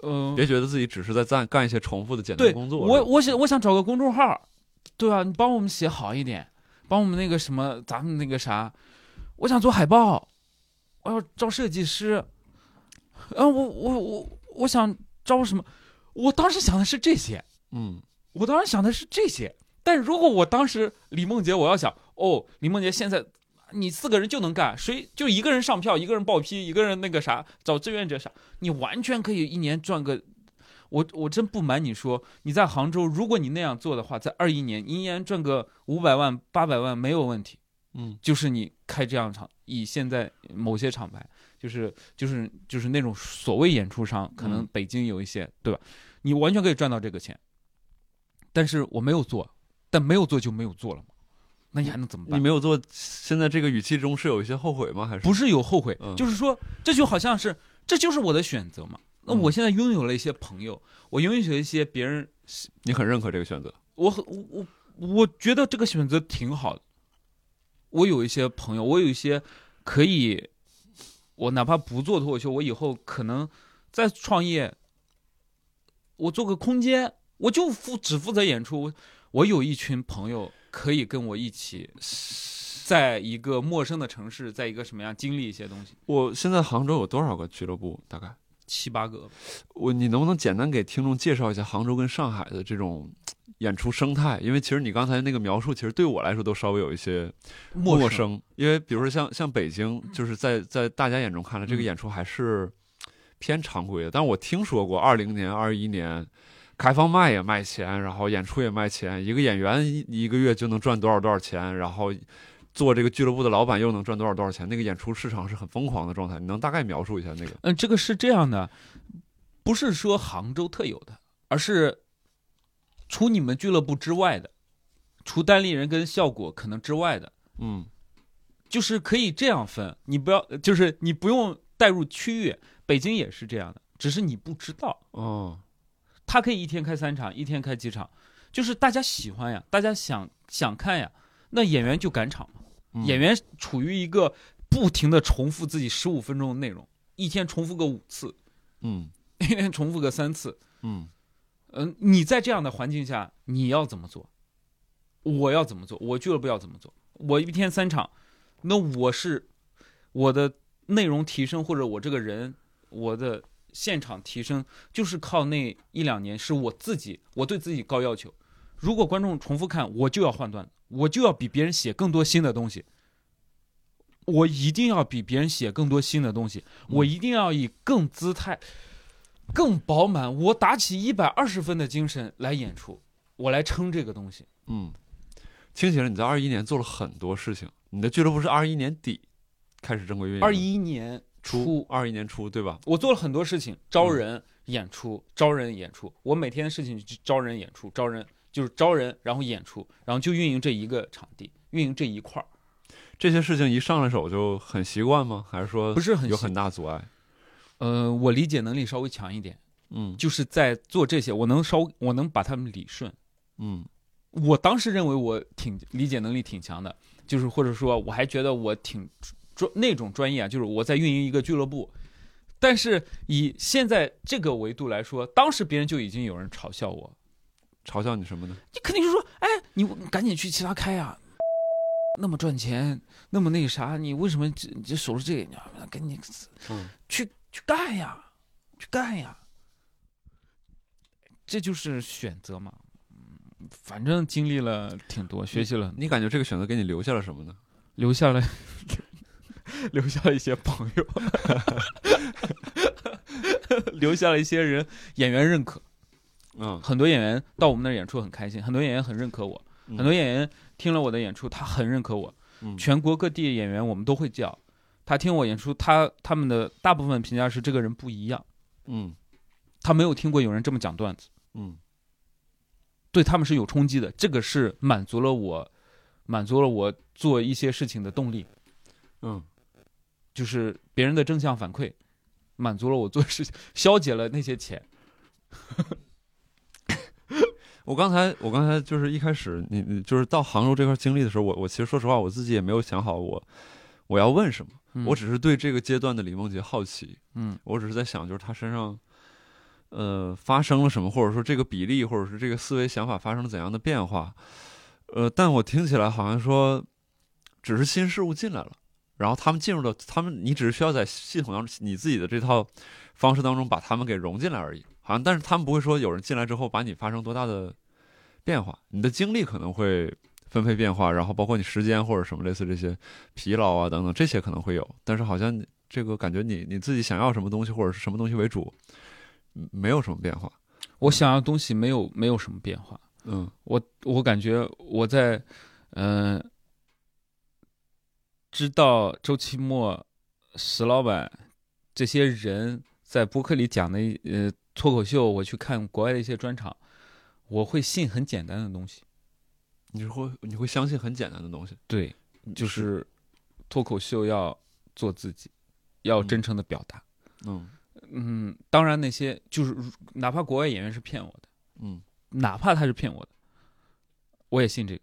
[SPEAKER 1] 嗯、
[SPEAKER 2] 别觉得自己只是在干干一些重复的简单
[SPEAKER 1] 对，
[SPEAKER 2] 工作。
[SPEAKER 1] 我我想我想找个公众号，对啊，你帮我们写好一点，帮我们那个什么，咱们那个啥，我想做海报，我要招设计师，啊，我我我我想招什么？我当时想的是这些，
[SPEAKER 2] 嗯
[SPEAKER 1] 我当时想的是这些。但如果我当时李梦洁，我要想哦，李梦洁现在你四个人就能干，谁就一个人上票，一个人报批，一个人那个啥找志愿者啥，你完全可以一年赚个。我我真不瞒你说，你在杭州，如果你那样做的话，在二一年，你一年赚个五百万、八百万没有问题。
[SPEAKER 2] 嗯
[SPEAKER 1] 就是你开这样场，以现在某些厂牌，就是就是就是那种所谓演出商，可能
[SPEAKER 2] 嗯
[SPEAKER 1] 北京有一些，对吧？你完全可以赚到这个钱，但是我没有做，但没有做就没有做了嘛，那你还能怎么
[SPEAKER 2] 你
[SPEAKER 1] 办？
[SPEAKER 2] 没有做，现在这个语气中是有一些后悔吗？还是
[SPEAKER 1] 不是有后悔，
[SPEAKER 2] 嗯
[SPEAKER 1] 就是说这就好像是这就是我的选择嘛。那
[SPEAKER 2] 嗯
[SPEAKER 1] 我现在拥有了一些朋友，我拥有一些别人，
[SPEAKER 2] 你很认可这个选择？
[SPEAKER 1] 我很我我我觉得这个选择挺好的。我有一些朋友，我有一些可以，我哪怕不做脱口秀，我以后可能再创业，我做个空间，我就负只负责演出。我有一群朋友可以跟我一起，在一个陌生的城市，在一个什么样经历一些东西，
[SPEAKER 2] 我现在杭州有多少个俱乐部？大概
[SPEAKER 1] 七八个吧。
[SPEAKER 2] 我你能不能简单给听众介绍一下杭州跟上海的这种嘖演出生态？因为其实你刚才那个描述，其实对我来说都稍微有一些
[SPEAKER 1] 陌
[SPEAKER 2] 陌生。因为比如说像像北京，就是在在大家眼中看来，这
[SPEAKER 1] 嗯
[SPEAKER 2] 个演出还是偏常规的。但我听说过，二零年、二一年。开放麦也卖钱，然后演出也卖钱，一个演员一一个月就能赚多少多少钱，然后做这个俱乐部的老板又能赚多少多少钱，那个演出市场是很疯狂的状态。你能大概描述一下那个？
[SPEAKER 1] 嗯，这个是这样的，不是说杭州特有的，而是除你们俱乐部之外的，除单立人跟效果可能之外的，
[SPEAKER 2] 嗯
[SPEAKER 1] 就是可以这样分。你不要，呃就是你不用带入区域，北京也是这样的，只是你不知道，
[SPEAKER 2] 哦，
[SPEAKER 1] 他可以一天开三场，一天开几场，就是大家喜欢呀，大家想想看呀，那演员就赶场嘛。
[SPEAKER 2] 嗯
[SPEAKER 1] 演员处于一个不停的重复自己十五分钟的内容，一天重复个五次，
[SPEAKER 2] 嗯
[SPEAKER 1] 一天重复个三次。
[SPEAKER 2] 嗯
[SPEAKER 1] 嗯，你在这样的环境下，你要怎么做？我要怎么做？我俱乐部要怎么做？我一天三场，那我是我的内容提升，或者我这个人我的现场提升，就是靠那一两年是我自己，我对自己高要求。如果观众重复看，我就要换段子，我就要比别人写更多新的东西，我一定要比别人写更多新的东西，我一定要以更姿态、更饱满，我打起一百二十分的精神来演出，我来撑这个东西。
[SPEAKER 2] 嗯，听起来你在二一年做了很多事情。你的俱乐部是二一年底开始正规运营的，
[SPEAKER 1] 二一年
[SPEAKER 2] 初
[SPEAKER 1] 初，
[SPEAKER 2] 二一年初对吧？
[SPEAKER 1] 我做了很多事情，招人演出，
[SPEAKER 2] 嗯
[SPEAKER 1] 招人演出，我每天的事情就招人演出，招人就是招人，然后演出，然后就运营这一个场地，运营这一块儿，
[SPEAKER 2] 这些事情一上来手就很习惯吗？还是说
[SPEAKER 1] 不是很
[SPEAKER 2] 有
[SPEAKER 1] 细
[SPEAKER 2] 很大阻碍？
[SPEAKER 1] 呃，我理解能力稍微强一点，
[SPEAKER 2] 嗯
[SPEAKER 1] 就是在做这些，我能稍我能把他们理顺。
[SPEAKER 2] 嗯
[SPEAKER 1] 我当时认为我挺理解能力挺强的，就是或者说我还觉得我挺专那种专业啊，就是我在运营一个俱乐部。但是以现在这个维度来说，当时别人就已经有人嘲笑我，
[SPEAKER 2] 嘲笑你什么呢？
[SPEAKER 1] 你肯定是说，哎，你赶紧去其他开啊，那么赚钱，那么那个啥，你为什么这这守着这个？你赶紧
[SPEAKER 2] 嗯
[SPEAKER 1] 去去干呀，去干呀。这就是选择嘛，嗯，反正经历了挺多，学习了很多
[SPEAKER 2] 你感觉这个选择给你留下了什么呢？
[SPEAKER 1] 留下了 留下了一些朋友， 留下了一些人演员认可，
[SPEAKER 2] 嗯，
[SPEAKER 1] 很多演员到我们那儿演出很开心，很多演员很认可我，
[SPEAKER 2] 嗯
[SPEAKER 1] 很多演员听了我的演出，他很认可我。
[SPEAKER 2] 嗯
[SPEAKER 1] 全国各地的演员我们都会叫，他听我演出，他他们的大部分评价是这个人不一样，
[SPEAKER 2] 嗯
[SPEAKER 1] 他没有听过有人这么讲段子，
[SPEAKER 2] 嗯
[SPEAKER 1] 对他们是有冲击的，这个是满足了我，满足了我做一些事情的动力。
[SPEAKER 2] 嗯
[SPEAKER 1] 就是别人的正向反馈，满足了我做事情，消解了那些钱。
[SPEAKER 2] 我刚才，我刚才就是一开始，你你就是到杭州这块经历的时候，我我其实说实话，我自己也没有想好我我要问什么，
[SPEAKER 1] 嗯
[SPEAKER 2] 我只是对这个阶段的李梦洁好奇，
[SPEAKER 1] 嗯
[SPEAKER 2] 我只是在想，就是他身上，呃，发生了什么，或者说这个比例，或者是这个思维想法发生了怎样的变化，呃，但我听起来好像说，只是新事物进来了，然后他们进入了他们，你只是需要在系统当中你自己的这套方式当中把他们给融进来而已，好像，但是他们不会说有人进来之后把你发生多大的变化，你的精力可能会。分配变化，然后包括你时间或者什么类似这些疲劳啊等等，这些可能会有，但是好像你这个感觉你你自己想要什么东西或者是什么东西为主，嗯没有什么变化。
[SPEAKER 1] 我想要的东西没有没有什么变化。
[SPEAKER 2] 嗯
[SPEAKER 1] 我我感觉我在，嗯、知道周奇墨、石老板这些人在播客里讲的一呃脱口秀，我去看国外的一些专场，我会信很简单的东西。
[SPEAKER 2] 你会你会相信很简单的东西，
[SPEAKER 1] 对，嗯就是脱口秀要做自己，要真诚的表达。
[SPEAKER 2] 嗯
[SPEAKER 1] 嗯，当然那些就是如哪怕国外演员是骗我的，
[SPEAKER 2] 嗯
[SPEAKER 1] 哪怕他是骗我的，我也信这个。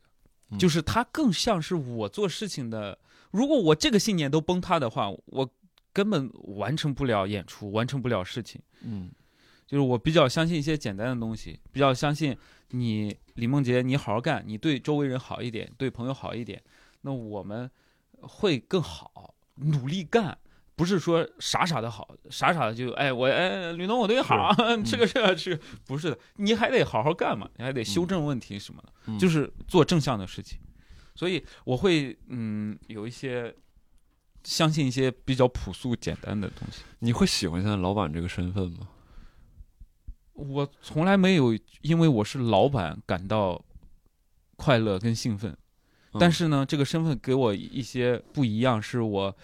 [SPEAKER 2] 嗯
[SPEAKER 1] 就是他更像是我做事情的。如果我这个信念都崩塌的话，我根本完成不了演出，完成不了事情。
[SPEAKER 2] 嗯
[SPEAKER 1] 就是我比较相信一些简单的东西，比较相信你李梦洁，你好好干，你对周围人好一点，对朋友好一点，那我们会更好，努力干。不是说傻傻的好，傻傻的就哎我哎吕东我对你好， 这个这个这个不是的，你还得好好干嘛，你还得修正问题什么的，
[SPEAKER 2] 嗯
[SPEAKER 1] 就是做正向的事情。所以我会嗯有一些相信一些比较朴素简单的东西。
[SPEAKER 2] 你会喜欢现在老板这个身份吗？
[SPEAKER 1] 我从来没有因为我是老板感到快乐跟兴奋，
[SPEAKER 2] 嗯
[SPEAKER 1] 但是呢，这个身份给我一些不一样，是我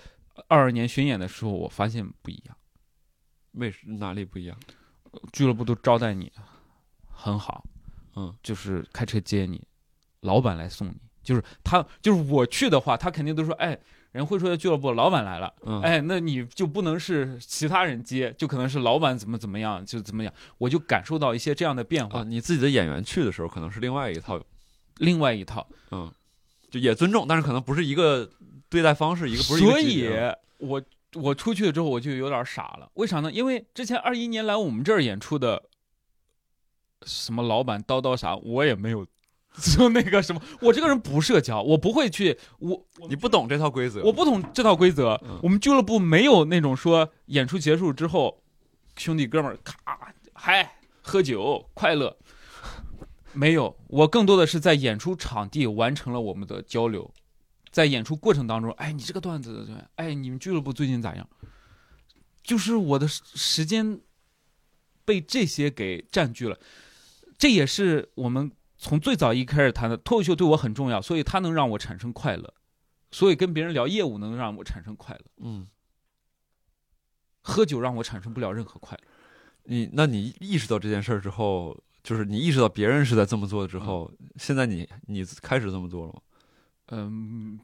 [SPEAKER 1] 二二年巡演的时候我发现不一样。
[SPEAKER 2] 为什哪里不一样？
[SPEAKER 1] 俱乐部都招待你很好，
[SPEAKER 2] 嗯
[SPEAKER 1] 就是开车接你，老板来送你，就是他就是我去的话，他肯定都说哎，人会说的俱乐部老板来了。
[SPEAKER 2] 嗯
[SPEAKER 1] 哎，那你就不能是其他人接，就可能是老板怎么怎么样，就怎么样，我就感受到一些这样的变化
[SPEAKER 2] 啊，，你自己的演员去的时候可能是另外一套，
[SPEAKER 1] 另外一套。
[SPEAKER 2] 嗯，就也尊重，但是可能不是一个对待方式，一个不是一个
[SPEAKER 1] 所
[SPEAKER 2] 级
[SPEAKER 1] 以
[SPEAKER 2] 别啊
[SPEAKER 1] 我我出去了之后我就有点傻了，为啥呢？因为之前二一年来我们这儿演出的什么老板叨叨啥，我也没有。 就那个什么，我这个人不社交，我不会去，我
[SPEAKER 2] 你不懂这套规则，
[SPEAKER 1] 我不懂这套规则
[SPEAKER 2] 嗯。
[SPEAKER 1] 我们俱乐部没有那种说演出结束之后，兄弟哥们儿咔嗨喝酒快 乐，没有。我更多的是在演出场地完成了我们的交流，在演出过程当中，哎，你这个段子对，哎，你们俱乐部最近咋样？就是我的时时间被这些给占据了，这也是我们从最早一开始谈的脱口秀对我很重要，所以它能让我产生快乐。所以跟别人聊业务能让我产生快乐，
[SPEAKER 2] 嗯，
[SPEAKER 1] 喝酒让我产生不了任何快乐。
[SPEAKER 2] 你那你意识到这件事儿之后，就是你意识到别人是在这么做之后，现在你你开始这么做了吗？
[SPEAKER 1] 嗯，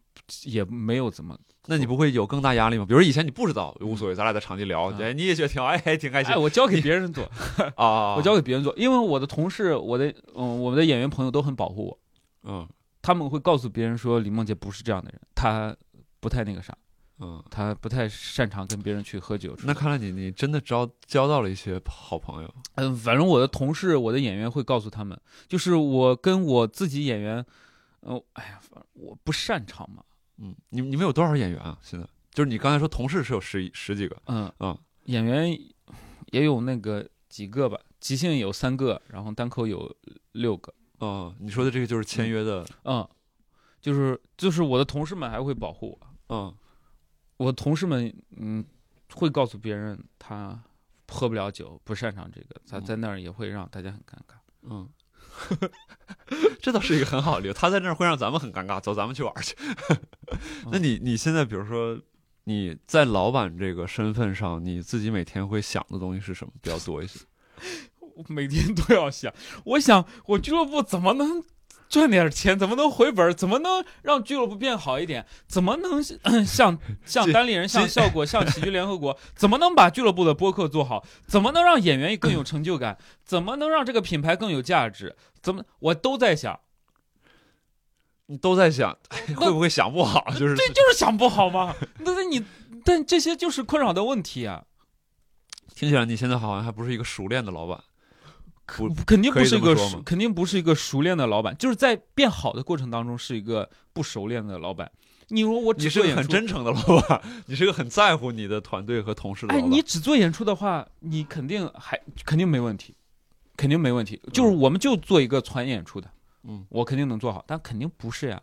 [SPEAKER 1] 也没有怎么，
[SPEAKER 2] 那你不会有更大压力吗？比如以前你不知道，无所谓，咱俩在场地聊，
[SPEAKER 1] 嗯
[SPEAKER 2] 哎，你也觉得挺好，哎，还挺开心
[SPEAKER 1] 哎，我交给别人做，
[SPEAKER 2] 啊。
[SPEAKER 1] 我交给别人做，因为我的同事，我的嗯，我们的演员朋友都很保护我，
[SPEAKER 2] 嗯
[SPEAKER 1] 他们会告诉别人说李梦洁不是这样的人，她不太那个啥，
[SPEAKER 2] 嗯，
[SPEAKER 1] 她不太擅长跟别人去喝酒。
[SPEAKER 2] 那看来你你真的交交到了一些好朋友，
[SPEAKER 1] 嗯，反正我的同事、我的演员会告诉他们，就是我跟我自己演员，嗯、哎呀，反正我不擅长嘛，
[SPEAKER 2] 嗯，你你们有多少演员啊？现在就是你刚才说同事是有十一十几个，
[SPEAKER 1] 嗯
[SPEAKER 2] 嗯
[SPEAKER 1] 演员也有那个几个吧，即兴有三个，然后单口有六个，
[SPEAKER 2] 嗯，你说的这个就是签约的，
[SPEAKER 1] 嗯，就是就是我的同事们还会保护我，
[SPEAKER 2] 嗯
[SPEAKER 1] 我同事们嗯会告诉别人他喝不了酒，不擅长这个，他
[SPEAKER 2] 嗯
[SPEAKER 1] 在那儿也会让大家很尴尬。
[SPEAKER 2] 嗯， 这倒是一个很好的理由。他在那儿会让咱们很尴尬，走，咱们去玩儿去。
[SPEAKER 1] 嗯
[SPEAKER 2] 那你你现在比如说你在老板这个身份上，你自己每天会想的东西是什么比较多一些？
[SPEAKER 1] 我 每天都要想，我想我俱乐部怎么能赚点钱，怎么能回本，怎么能让俱乐部变好一点，怎么能 像像
[SPEAKER 2] 这
[SPEAKER 1] 单立人、像效果、像喜剧联合国，怎么能把俱乐部的播客做好，怎么能让演员更有成就感，怎么能让这个品牌更有价值，怎么我都在想，
[SPEAKER 2] 你都在想，哎呀
[SPEAKER 1] 那
[SPEAKER 2] 会不会想不好？就是
[SPEAKER 1] 这就是想不好吗？那那你但这些就是困扰的问题啊，
[SPEAKER 2] 听起来你现在好像还不是一个熟练的老板。不
[SPEAKER 1] 肯定
[SPEAKER 2] 可
[SPEAKER 1] 不
[SPEAKER 2] 以
[SPEAKER 1] 是
[SPEAKER 2] 这
[SPEAKER 1] 一
[SPEAKER 2] 么
[SPEAKER 1] 个
[SPEAKER 2] 说吗
[SPEAKER 1] 熟，肯定不是一个熟练的老板，就是在变好的过程当中是一个不熟练的老板。你说我
[SPEAKER 2] 你
[SPEAKER 1] 只
[SPEAKER 2] 是
[SPEAKER 1] 做
[SPEAKER 2] 个
[SPEAKER 1] 演
[SPEAKER 2] 很
[SPEAKER 1] 出，
[SPEAKER 2] 真诚的老板， 你是个很在乎你的团队和同事的
[SPEAKER 1] 哎，
[SPEAKER 2] 老板。
[SPEAKER 1] 你只做演出的话，你肯定还肯定没问题，肯定没问题。就是我们就做一个传演出的，
[SPEAKER 2] 嗯
[SPEAKER 1] 我肯定能做好，但肯定不是呀。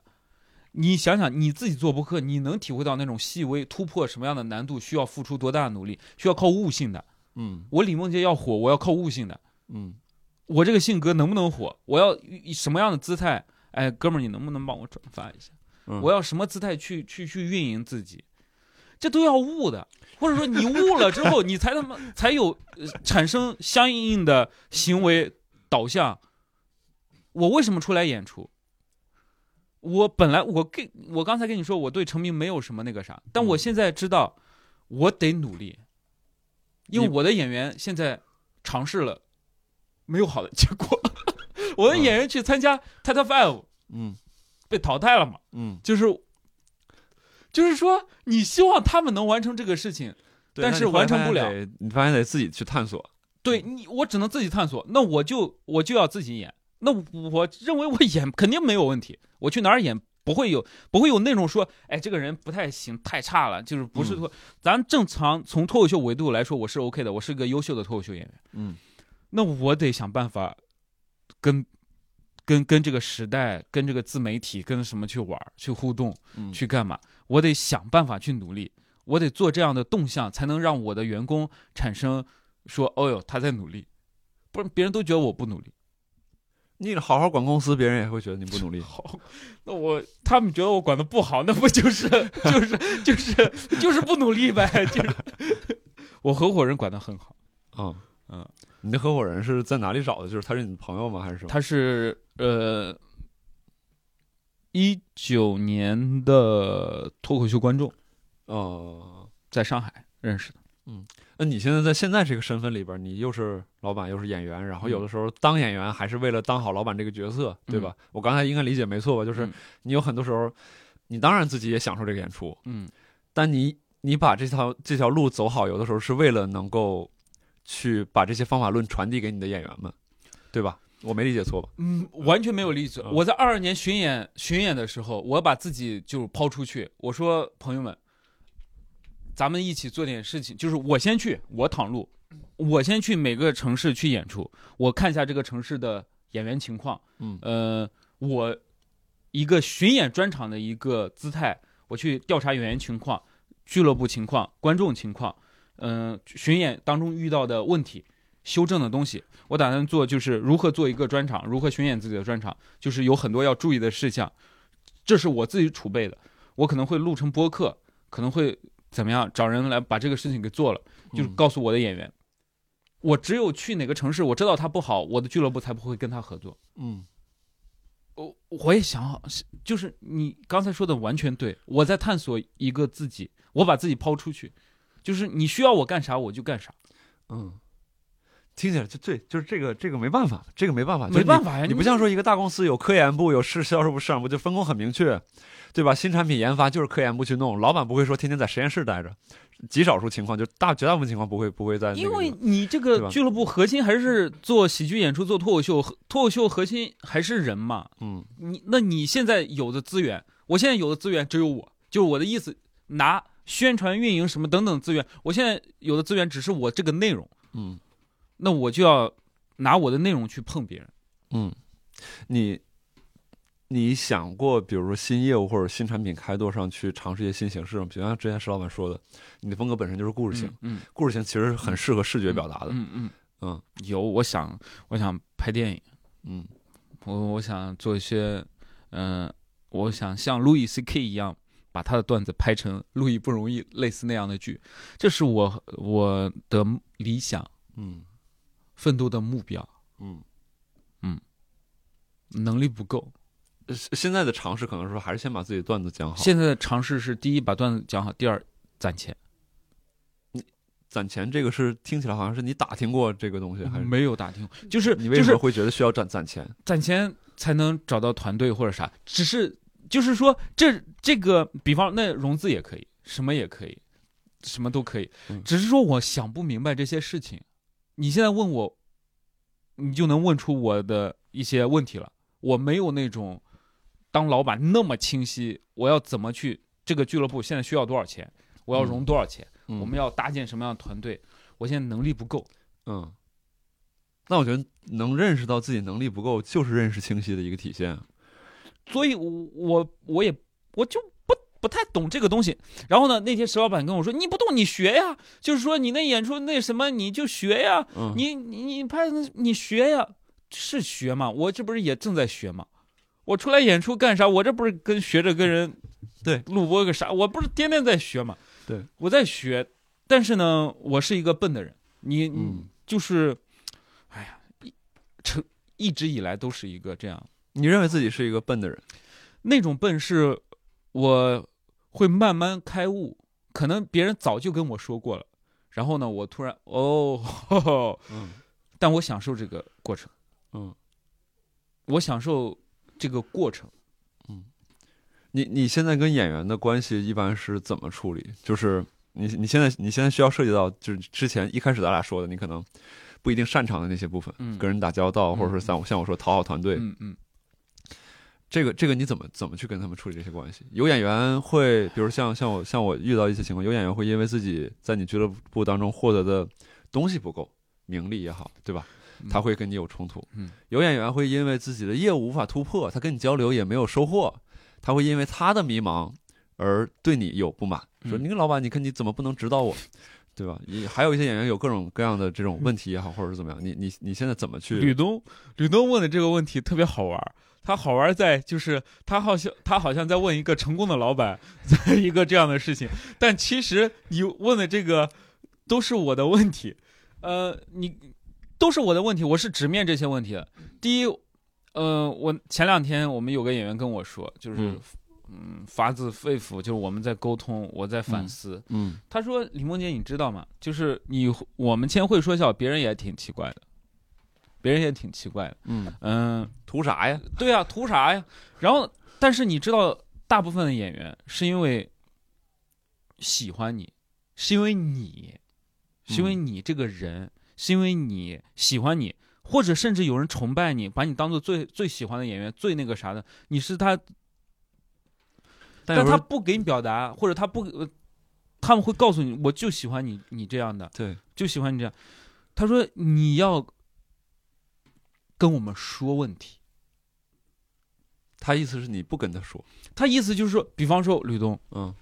[SPEAKER 1] 你想想，你自己做播客，你能体会到那种细微突破什么样的难度，需要付出多大的努力，需要靠悟性的。
[SPEAKER 2] 嗯
[SPEAKER 1] 我李梦洁要火，我要靠悟性的。
[SPEAKER 2] 嗯
[SPEAKER 1] 我这个性格能不能火？我要以什么样的姿态？哎，哥们儿，你能不能帮我转发一下？
[SPEAKER 2] 嗯
[SPEAKER 1] 我要什么姿态去去去运营自己？这都要悟的，或者说你悟了之后，你才他妈 才有、呃产生相应的行为导向。我为什么出来演出？我本来我跟我刚才跟你说，我对成名没有什么那个啥，但我
[SPEAKER 2] 嗯
[SPEAKER 1] 现在知道，我得努力，因为
[SPEAKER 2] 你
[SPEAKER 1] 我的演员现在尝试了，没有好的结果。 我的
[SPEAKER 2] 嗯
[SPEAKER 1] 演员去参加《t i t a Five》
[SPEAKER 2] 嗯
[SPEAKER 1] 被淘汰了嘛，
[SPEAKER 2] 嗯，
[SPEAKER 1] 就是就是说，你希望他们能完成这个事情，
[SPEAKER 2] 对
[SPEAKER 1] 但
[SPEAKER 2] 那
[SPEAKER 1] 是
[SPEAKER 2] 你后来
[SPEAKER 1] 完成
[SPEAKER 2] 发
[SPEAKER 1] 不
[SPEAKER 2] 现
[SPEAKER 1] 了
[SPEAKER 2] 得，你发现得自己去探索。
[SPEAKER 1] 对你，我只能自己探索。那我就我就要自己演。那我认为我演肯定没有问题，我去哪儿演不会有不会有那种说，哎，这个人不太行，太差了，就是不是
[SPEAKER 2] 嗯
[SPEAKER 1] 脱。咱正常从脱口秀维度来说，我是 OK 的，我是个优秀的脱口秀演员。
[SPEAKER 2] 嗯
[SPEAKER 1] 那我得想办法跟跟跟这个时代、跟这个自媒体、跟什么去玩儿、去互动、
[SPEAKER 2] 嗯，
[SPEAKER 1] 去干嘛？我得想办法去努力，我得做这样的动向，才能让我的员工产生说：“哦哟，他在努力。”不然别人都觉得我不努力。
[SPEAKER 2] 你好好管公司，别人也会觉得你不努力。
[SPEAKER 1] 好，那我他们觉得我管的不好，那不就是就是就是就是不努力呗？就是 我合伙人管的很 好，
[SPEAKER 2] 嗯
[SPEAKER 1] 嗯，
[SPEAKER 2] 你的合伙人是在哪里找的？就是他是你的朋友吗？还是什么？
[SPEAKER 1] 他是呃一九年的脱口秀观众，
[SPEAKER 2] 哦，
[SPEAKER 1] 在上海认识的。
[SPEAKER 2] 那你现在在现在这个身份里边，你又是老板又是演员，然后有
[SPEAKER 1] 嗯
[SPEAKER 2] 的时候当演员还是为了当好老板这个角色，对吧？我刚才应该理解没错吧？就是
[SPEAKER 1] 嗯
[SPEAKER 2] 你有很多时候，你当然自己也享受这个演出，
[SPEAKER 1] 嗯
[SPEAKER 2] 但你你把这条这条路走好，有的时候是为了能够去把这些方法论传递给你的演员们，对吧？我没理解错吧？
[SPEAKER 1] 嗯，完全没有例子。
[SPEAKER 2] 嗯
[SPEAKER 1] 我在二二年巡演巡演的时候，我把自己就抛出去，我说朋友们，咱们一起做点事情，就是我先去，我躺路，我先去每个城市去演出，我看一下这个城市的演员情况。
[SPEAKER 2] 嗯
[SPEAKER 1] 呃，我一个巡演专场的一个姿态，我去调查演员情况、俱乐部情况、观众情况，嗯、巡演当中遇到的问题、修正的东西，我打算做就是如何做一个专场，如何巡演自己的专场，就是有很多要注意的事项，这是我自己储备的，我可能会录成播客，可能会怎么样找人来把这个事情给做了，就是
[SPEAKER 2] 嗯
[SPEAKER 1] 告诉我的演员。我只有去哪个城市，我知道他不好，我的俱乐部才不会跟他合作。
[SPEAKER 2] 嗯
[SPEAKER 1] 我我也想好，是就是你刚才说的完全对，我在探索一个自己，我把自己抛出去，就是你需要我干啥我就干啥，
[SPEAKER 2] 嗯，听起来就对，就是这个这个没办法，这个没办法，
[SPEAKER 1] 没办
[SPEAKER 2] 法。
[SPEAKER 1] 法呀，
[SPEAKER 2] 啊你不像说一个大公司有科研部、有市销售部、市场部，就分工很明确，对吧？新产品研发就是科研部去弄，老板不会说天天在实验室待着，极少数情况就大绝大部分情况不会不会在那个地
[SPEAKER 1] 因
[SPEAKER 2] 方。
[SPEAKER 1] 为你这
[SPEAKER 2] 对吧
[SPEAKER 1] 个俱乐部核心还是做喜剧演出、做脱口秀，脱口秀核心还是人嘛。
[SPEAKER 2] 嗯
[SPEAKER 1] 你那你现在有的资源，我现在有的资源只有我，就是我的意思，拿宣传、运营什么等等资源，我现在有的资源只是我这个内容，
[SPEAKER 2] 嗯
[SPEAKER 1] 那我就要拿我的内容去碰别人。
[SPEAKER 2] 嗯，你你想过，比如说新业务或者新产品开拓上去尝试一些新形式吗？比如像之前石老板说的，你的风格本身就是故事型，
[SPEAKER 1] 嗯，嗯，
[SPEAKER 2] 故事型其实很适合视觉表达的。
[SPEAKER 1] 嗯嗯
[SPEAKER 2] 嗯
[SPEAKER 1] 有，我想我想拍电影，
[SPEAKER 2] 嗯
[SPEAKER 1] 我我想做一些，嗯、我想像路易 C K 一样，把他的段子拍成《路易不容易》类似那样的剧，这是我我的理想，
[SPEAKER 2] 嗯
[SPEAKER 1] 奋斗的目标。
[SPEAKER 2] 嗯，
[SPEAKER 1] 能力不够，
[SPEAKER 2] 呃现在的尝试可能说还是先把自己的段子讲好，
[SPEAKER 1] 现在的尝试是：第一，把段子讲好；第二，攒钱。
[SPEAKER 2] 攒钱这个是听起来好像是你打听过这个东西，还是
[SPEAKER 1] 嗯没有打听，就是
[SPEAKER 2] 你
[SPEAKER 1] 就
[SPEAKER 2] 为什
[SPEAKER 1] 是
[SPEAKER 2] 么会觉得需要攒攒钱？
[SPEAKER 1] 攒钱才能找到团队或者啥，只是就是说这这个，比方那融资也可以，什么也可以，什么都可以
[SPEAKER 2] 嗯，
[SPEAKER 1] 只是说我想不明白这些事情。你现在问我，你就能问出我的一些问题了。我没有那种当老板那么清晰，我要怎么去这个俱乐部现在需要多少钱，我要融多少钱，
[SPEAKER 2] 嗯
[SPEAKER 1] 我们要搭建什么样的团队，我现在能力不够。
[SPEAKER 2] 嗯，那我觉得能认识到自己能力不够，就是认识清晰的一个体现。啊
[SPEAKER 1] 所以我我我也我就不不太懂这个东西。然后呢，那天石老板跟我说：“你不懂你学呀，就是说你那演出那什么你就学呀，
[SPEAKER 2] 嗯，
[SPEAKER 1] 你你你拍你学呀。”是学嘛，我这不是也正在学嘛。我出来演出干啥？我这不是跟学着跟人
[SPEAKER 2] 对
[SPEAKER 1] 录播个啥？我不是天天在学嘛。
[SPEAKER 2] 对，
[SPEAKER 1] 我在学，但是呢，我是一个笨的人。你你
[SPEAKER 2] 嗯
[SPEAKER 1] 就是，哎呀，一成一直以来都是一个这样。
[SPEAKER 2] 你认为自己是一个笨的人，
[SPEAKER 1] 那种笨是我会慢慢开悟，可能别人早就跟我说过了，然后呢，我突然哦， 呵呵
[SPEAKER 2] 嗯
[SPEAKER 1] 但我享受这个过程，
[SPEAKER 2] 嗯，
[SPEAKER 1] 我享受这个过程。
[SPEAKER 2] 你你现在跟演员的关系一般是怎么处理？就是你你现在你现在需要涉及到就是之前一开始咱俩说的，你可能不一定擅长的那些部分，
[SPEAKER 1] 嗯
[SPEAKER 2] 跟人打交道，
[SPEAKER 1] 嗯
[SPEAKER 2] 或者说像我像我说讨好团队，
[SPEAKER 1] 嗯嗯，
[SPEAKER 2] 这个这个你怎么怎么去跟他们处理这些关系？有演员会，比如像像我像我遇到一些情况，有演员会因为自己在你俱乐部当中获得的东西不够，名利也好，对吧？
[SPEAKER 1] 嗯
[SPEAKER 2] 他会跟你有冲突。
[SPEAKER 1] 嗯
[SPEAKER 2] 有演员会因为自己的业务无法突破，他跟你交流也没有收获，他会因为他的迷茫而对你有不满，说
[SPEAKER 1] 嗯
[SPEAKER 2] 你个老板，你看你怎么不能指导我， 对吧？也还有一些演员有各种各样的这种问题也好，或者是怎么样，你你你现在怎么
[SPEAKER 1] 吕
[SPEAKER 2] 去？
[SPEAKER 1] 东，吕东问的这个问题特别好玩儿。他好玩儿在就是他好像他好像在问一个成功的老板，在一个这样的事情，但其实你问的这个都是我的问题，呃，你都是我的问题，我是直面这些问题的。第一，呃，我前两天我们有个演员跟我说，就是
[SPEAKER 2] 嗯
[SPEAKER 1] 嗯发自肺腑，就是我们在沟通，我在反思。
[SPEAKER 2] 嗯
[SPEAKER 1] 他说：“李梦洁，你知道吗？就是你我们先会说笑，别人也挺奇怪的，别人也挺奇怪的。
[SPEAKER 2] 嗯，
[SPEAKER 1] 嗯，
[SPEAKER 2] 图啥呀？
[SPEAKER 1] 对啊，图啥呀？然后，但是你知道，大部分的演员是因为喜欢你，是因为你，是因为
[SPEAKER 2] 嗯
[SPEAKER 1] 你这个人，是因为你喜欢你，或者甚至有人崇拜你，把你当做最最喜欢的演员，最那个啥的，你是他，但
[SPEAKER 2] 但有时
[SPEAKER 1] 他
[SPEAKER 2] 候
[SPEAKER 1] 不给你表达，或者他不。呃”他们会告诉你，我就喜欢你，你这样的，
[SPEAKER 2] 对，
[SPEAKER 1] 就喜欢你这样。他说你要跟我们说问题，
[SPEAKER 2] 他意思是你不跟他说，
[SPEAKER 1] 他意思就是说，比方说吕东，
[SPEAKER 2] 嗯，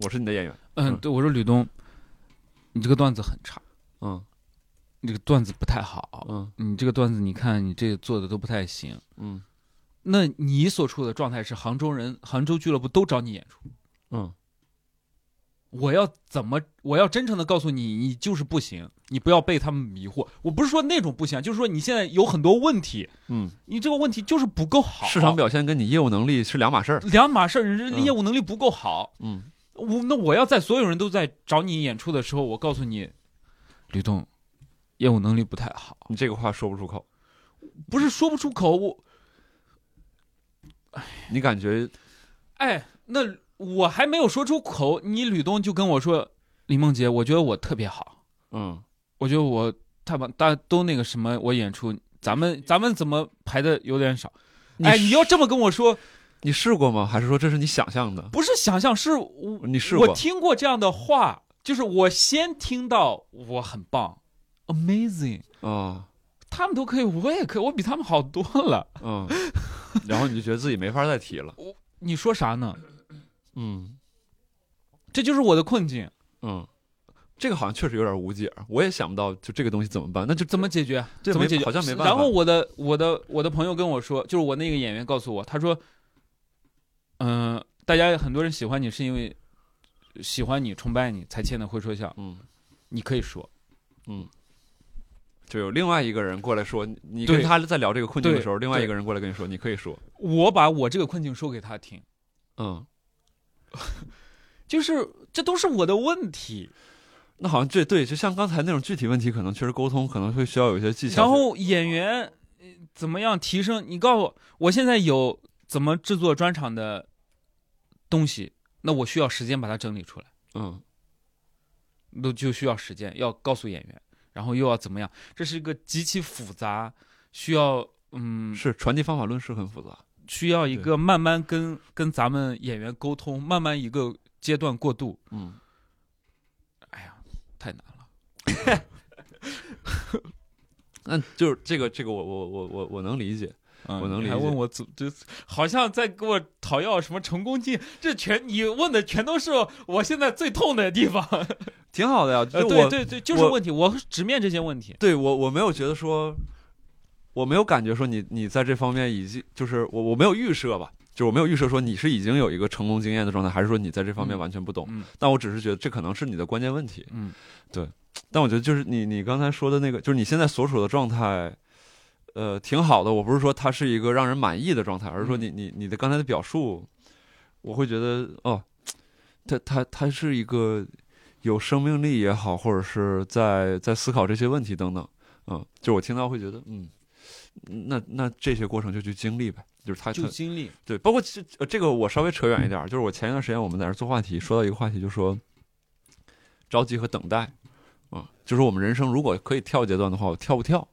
[SPEAKER 2] 我是你的演员，
[SPEAKER 1] 嗯，
[SPEAKER 2] 嗯
[SPEAKER 1] 对我说吕东，你这个段子很差，
[SPEAKER 2] 嗯
[SPEAKER 1] 你这个段子不太好，
[SPEAKER 2] 嗯
[SPEAKER 1] 你这个段子你看你这个做的都不太行。
[SPEAKER 2] 嗯
[SPEAKER 1] 那你所处的状态是杭州人、杭州俱乐部都找你演出，
[SPEAKER 2] 嗯
[SPEAKER 1] 我要怎么？我要真诚的告诉你，你就是不行，你不要被他们迷惑。我不是说那种不行，就是说你现在有很多问题，
[SPEAKER 2] 嗯，
[SPEAKER 1] 你这个问题就是不够好，
[SPEAKER 2] 市场表现跟你业务能力是两码事儿，
[SPEAKER 1] 两码事儿，人家
[SPEAKER 2] 嗯
[SPEAKER 1] 业务能力不够好。
[SPEAKER 2] 嗯
[SPEAKER 1] 我那我要在所有人都在找你演出的时候，我告诉你，吕东，业务能力不太好，
[SPEAKER 2] 你这个话说不出口，
[SPEAKER 1] 不是说不出口，我
[SPEAKER 2] 你感觉
[SPEAKER 1] 哎，那我还没有说出口，你吕东就跟我说，李梦洁，我觉得我特别好，
[SPEAKER 2] 嗯
[SPEAKER 1] 我觉得我他们大家都那个什么，我演出咱们咱们怎么排的有点少？哎，你要这么跟我说，
[SPEAKER 2] 你试过吗？还是说这是你想象的？
[SPEAKER 1] 不是想象，是我
[SPEAKER 2] 你试
[SPEAKER 1] 我
[SPEAKER 2] 过？
[SPEAKER 1] 听过这样的话，就是我先听到我很棒，amazing。
[SPEAKER 2] 嗯
[SPEAKER 1] 他们都可以，我也可以，我比他们好多了。
[SPEAKER 2] 嗯，然后你就觉得自己没法再提了，
[SPEAKER 1] 你说啥呢？
[SPEAKER 2] 嗯
[SPEAKER 1] 这就是我的困境，
[SPEAKER 2] 嗯。这个好像确实有点无解，我也想不到就这个东西怎么办，那就
[SPEAKER 1] 怎么解决？
[SPEAKER 2] 对
[SPEAKER 1] 怎么
[SPEAKER 2] 没
[SPEAKER 1] 解决？
[SPEAKER 2] 好像没办法。
[SPEAKER 1] 然后我的我的我的朋友跟我说，就是我那个演员告诉我，他说，嗯、大家很多人喜欢你是因为喜欢你、崇拜你才签的会说笑，
[SPEAKER 2] 嗯，
[SPEAKER 1] 你可以说，
[SPEAKER 2] 就有另外一个人过来说，你你
[SPEAKER 1] 对
[SPEAKER 2] 跟他在聊这个困境的时候，
[SPEAKER 1] 对
[SPEAKER 2] 另外一个人过来跟你说，你可以说，
[SPEAKER 1] 我把我这个困境说给他听，
[SPEAKER 2] 嗯，
[SPEAKER 1] 就是这都是我的问题。
[SPEAKER 2] 那好像这对，就像刚才那种具体问题，可能确实沟通可能会需要有一些技巧。
[SPEAKER 1] 然后演员呃怎么样提升？你告诉我，我现在有怎么制作专场的东西，那我需要时间把它整理出来，
[SPEAKER 2] 嗯
[SPEAKER 1] 那就需要时间，要告诉演员，然后又要怎么样？这是一个极其复杂，需要嗯，
[SPEAKER 2] 是传递方法论是很复杂，
[SPEAKER 1] 需要一
[SPEAKER 2] 对
[SPEAKER 1] 个慢慢跟跟咱们演员沟通，慢慢一个阶段过渡。
[SPEAKER 2] 嗯，
[SPEAKER 1] 哎呀，太难了。
[SPEAKER 2] 那就是这个这个我我我我我能理解，
[SPEAKER 1] 嗯
[SPEAKER 2] 我能
[SPEAKER 1] 你
[SPEAKER 2] 理
[SPEAKER 1] 还
[SPEAKER 2] 解
[SPEAKER 1] 问我怎这，好像在给我讨要什么成功经，这全你问的全都是我现在最痛的地方。
[SPEAKER 2] 挺好的呀。就
[SPEAKER 1] 呃，
[SPEAKER 2] 我、
[SPEAKER 1] 对对对，就是
[SPEAKER 2] 我
[SPEAKER 1] 问题，我直面这些问题。
[SPEAKER 2] 对我我没有觉得说我没有感觉说你你在这方面已经就是我我没有预设吧，就是我没有预设说你是已经有一个成功经验的状态，还是说你在这方面
[SPEAKER 1] 嗯
[SPEAKER 2] 完全不懂。
[SPEAKER 1] 嗯
[SPEAKER 2] 但我只是觉得这可能是你的关键问题。
[SPEAKER 1] 嗯
[SPEAKER 2] 但我觉得就是你你刚才说的那个，就是你现在所处的状态，呃，挺好的。我不是说它是一个让人满意的状态，而是说你你你的刚才的表述，我会觉得哦，它它它是一个有生命力也好，或者是在在思考这些问题等等，嗯，就我听到会觉得嗯，那那这些过程就去经历呗。就是它它
[SPEAKER 1] 就经历，
[SPEAKER 2] 对，包括这呃这个我稍微扯远一点儿，就是我前一段时间我们在这儿做话题，说到一个话题，就说着急和等待，啊，就是我们人生如果可以跳阶段的话，我跳不跳？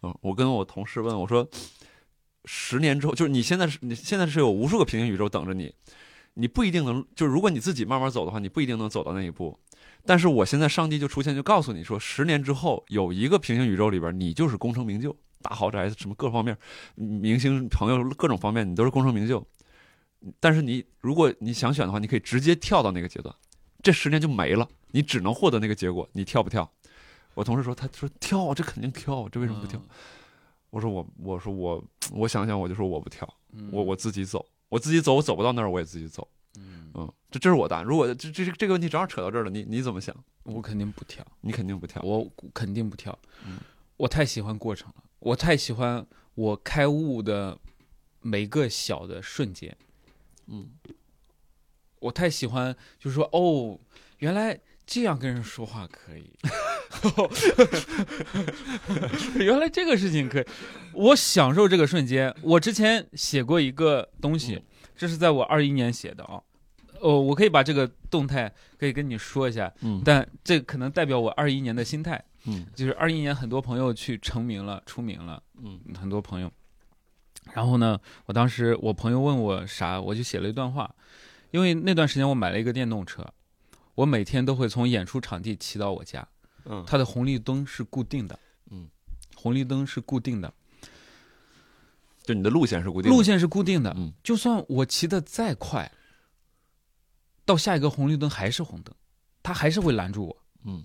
[SPEAKER 2] 啊，我跟我同事问我说，十年之后，就是你现在是你现在是有无数个平行宇宙等着你，你不一定能，就是如果你自己慢慢走的话，你不一定能走到那一步。但是我现在上帝就出现，就告诉你说，十年之后有一个平行宇宙里边儿，你就是功成名就，大豪宅什么各方面儿，明星朋友各种方面，你都是功成名就。但是你如果你想选的话，你可以直接跳到那个阶段，这十年就没了，你只能获得那个结果，你跳不跳？我同事说，他说跳啊，这肯定跳啊，这为什么不跳？
[SPEAKER 1] 嗯
[SPEAKER 2] 我说我我说我我想想，我就说我不跳，
[SPEAKER 1] 嗯？
[SPEAKER 2] 我我自己走，我自己走，我走不到那儿我也自己走。
[SPEAKER 1] 嗯，
[SPEAKER 2] 嗯，这这是我答案。如果这这这这个问题正好扯到这儿了，你你怎么想？
[SPEAKER 1] 我肯定不跳，
[SPEAKER 2] 你肯定不跳。
[SPEAKER 1] 我肯定不跳
[SPEAKER 2] 嗯。
[SPEAKER 1] 我太喜欢过程了，我太喜欢我开悟的每个小的瞬间。
[SPEAKER 2] 嗯
[SPEAKER 1] 我太喜欢，就是说哦，原来这样跟人说话可以， 原来这个事情可以，我享受这个瞬间。我之前写过一个东西，
[SPEAKER 2] 嗯
[SPEAKER 1] 这是在我二一年写的啊、哦，我可以把这个动态可以跟你说一下，
[SPEAKER 2] 嗯
[SPEAKER 1] 但这可能代表我二一年的心态，
[SPEAKER 2] 嗯
[SPEAKER 1] 就是二一年很多朋友去成名了、出名了，
[SPEAKER 2] 嗯
[SPEAKER 1] 很多朋友。然后呢，我当时我朋友问我啥，我就写了一段话，因为那段时间我买了一个电动车，我每天都会从演出场地骑到我家，
[SPEAKER 2] 嗯
[SPEAKER 1] 它的红绿灯是固定的，
[SPEAKER 2] 嗯，
[SPEAKER 1] 红绿灯是固定的，
[SPEAKER 2] 就你的路线是固定的。
[SPEAKER 1] 路线是固定的，
[SPEAKER 2] 嗯
[SPEAKER 1] 就算我骑得再快，到下一个红绿灯还是红灯，它还是会拦住我，
[SPEAKER 2] 嗯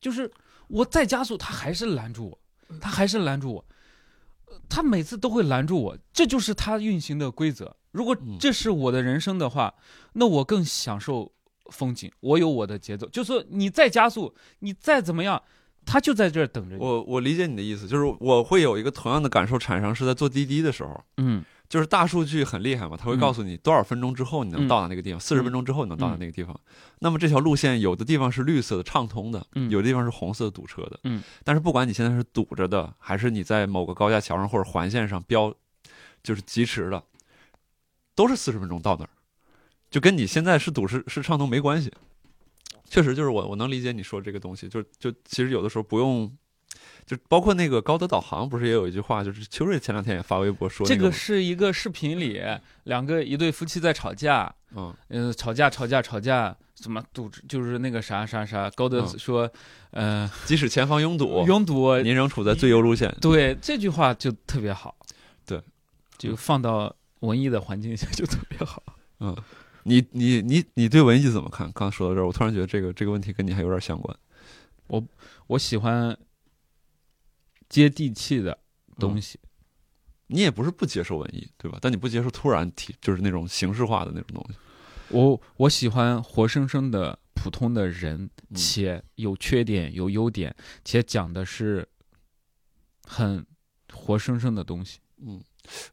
[SPEAKER 1] 就是我再加速，它还是拦住我，它还是拦住我，呃它每次都会拦住我，这就是它运行的规则。如果
[SPEAKER 2] 嗯
[SPEAKER 1] 这是我的人生的话，那我更享受风景，我有我的节奏。就说你再加速，你再怎么样，它就在这儿等着你。
[SPEAKER 2] 我我理解你的意思，就是我会有一个同样的感受产生，是在做滴滴的时候，
[SPEAKER 1] 嗯
[SPEAKER 2] 就是大数据很厉害嘛，它会
[SPEAKER 1] 嗯
[SPEAKER 2] 告诉你多少分钟之后你能
[SPEAKER 1] 嗯
[SPEAKER 2] 到达那个地方，四十、
[SPEAKER 1] 嗯
[SPEAKER 2] 分钟之后你能到达那个地方。那么这条路线有的地方是绿色的畅通的，
[SPEAKER 1] 嗯
[SPEAKER 2] 有的地方是红色的堵车的。
[SPEAKER 1] 嗯，
[SPEAKER 2] 但是不管你现在是堵着的，还是你在某个高架桥上或者环线上标，就是疾驰的，都是四十分钟到那儿，就跟你现在是堵是是畅通没关系。确实，就是我我能理解你说这个东西，就就其实有的时候不用。就包括那个高德导航，不是也有一句话，就是秋瑞前两天也发微博说、那
[SPEAKER 1] 这个是一个视频里，两个一对夫妻在吵架，
[SPEAKER 2] 嗯，
[SPEAKER 1] 呃，吵架吵架吵架，什么堵，就是那个啥啥啥，高德
[SPEAKER 2] 嗯
[SPEAKER 1] 说，呃，
[SPEAKER 2] 即使前方拥堵，
[SPEAKER 1] 拥堵，
[SPEAKER 2] 您仍处在最优路线。
[SPEAKER 1] 对这句话就特别好，
[SPEAKER 2] 对，
[SPEAKER 1] 就放到文艺的环境下就特别好。
[SPEAKER 2] 嗯，你你你你对文艺怎么看？刚刚说到这儿，我突然觉得这个这个问题跟你还有点相关。
[SPEAKER 1] 我喜欢接地气的
[SPEAKER 2] 嗯
[SPEAKER 1] 东西，
[SPEAKER 2] 你也不是不接受文艺，对吧？但你不接受突然提，就是那种形式化的那种东西。
[SPEAKER 1] 我我喜欢活生生的普通的人，
[SPEAKER 2] 嗯
[SPEAKER 1] 且有缺点有优点，且讲的是很活生生的东西，
[SPEAKER 2] 嗯，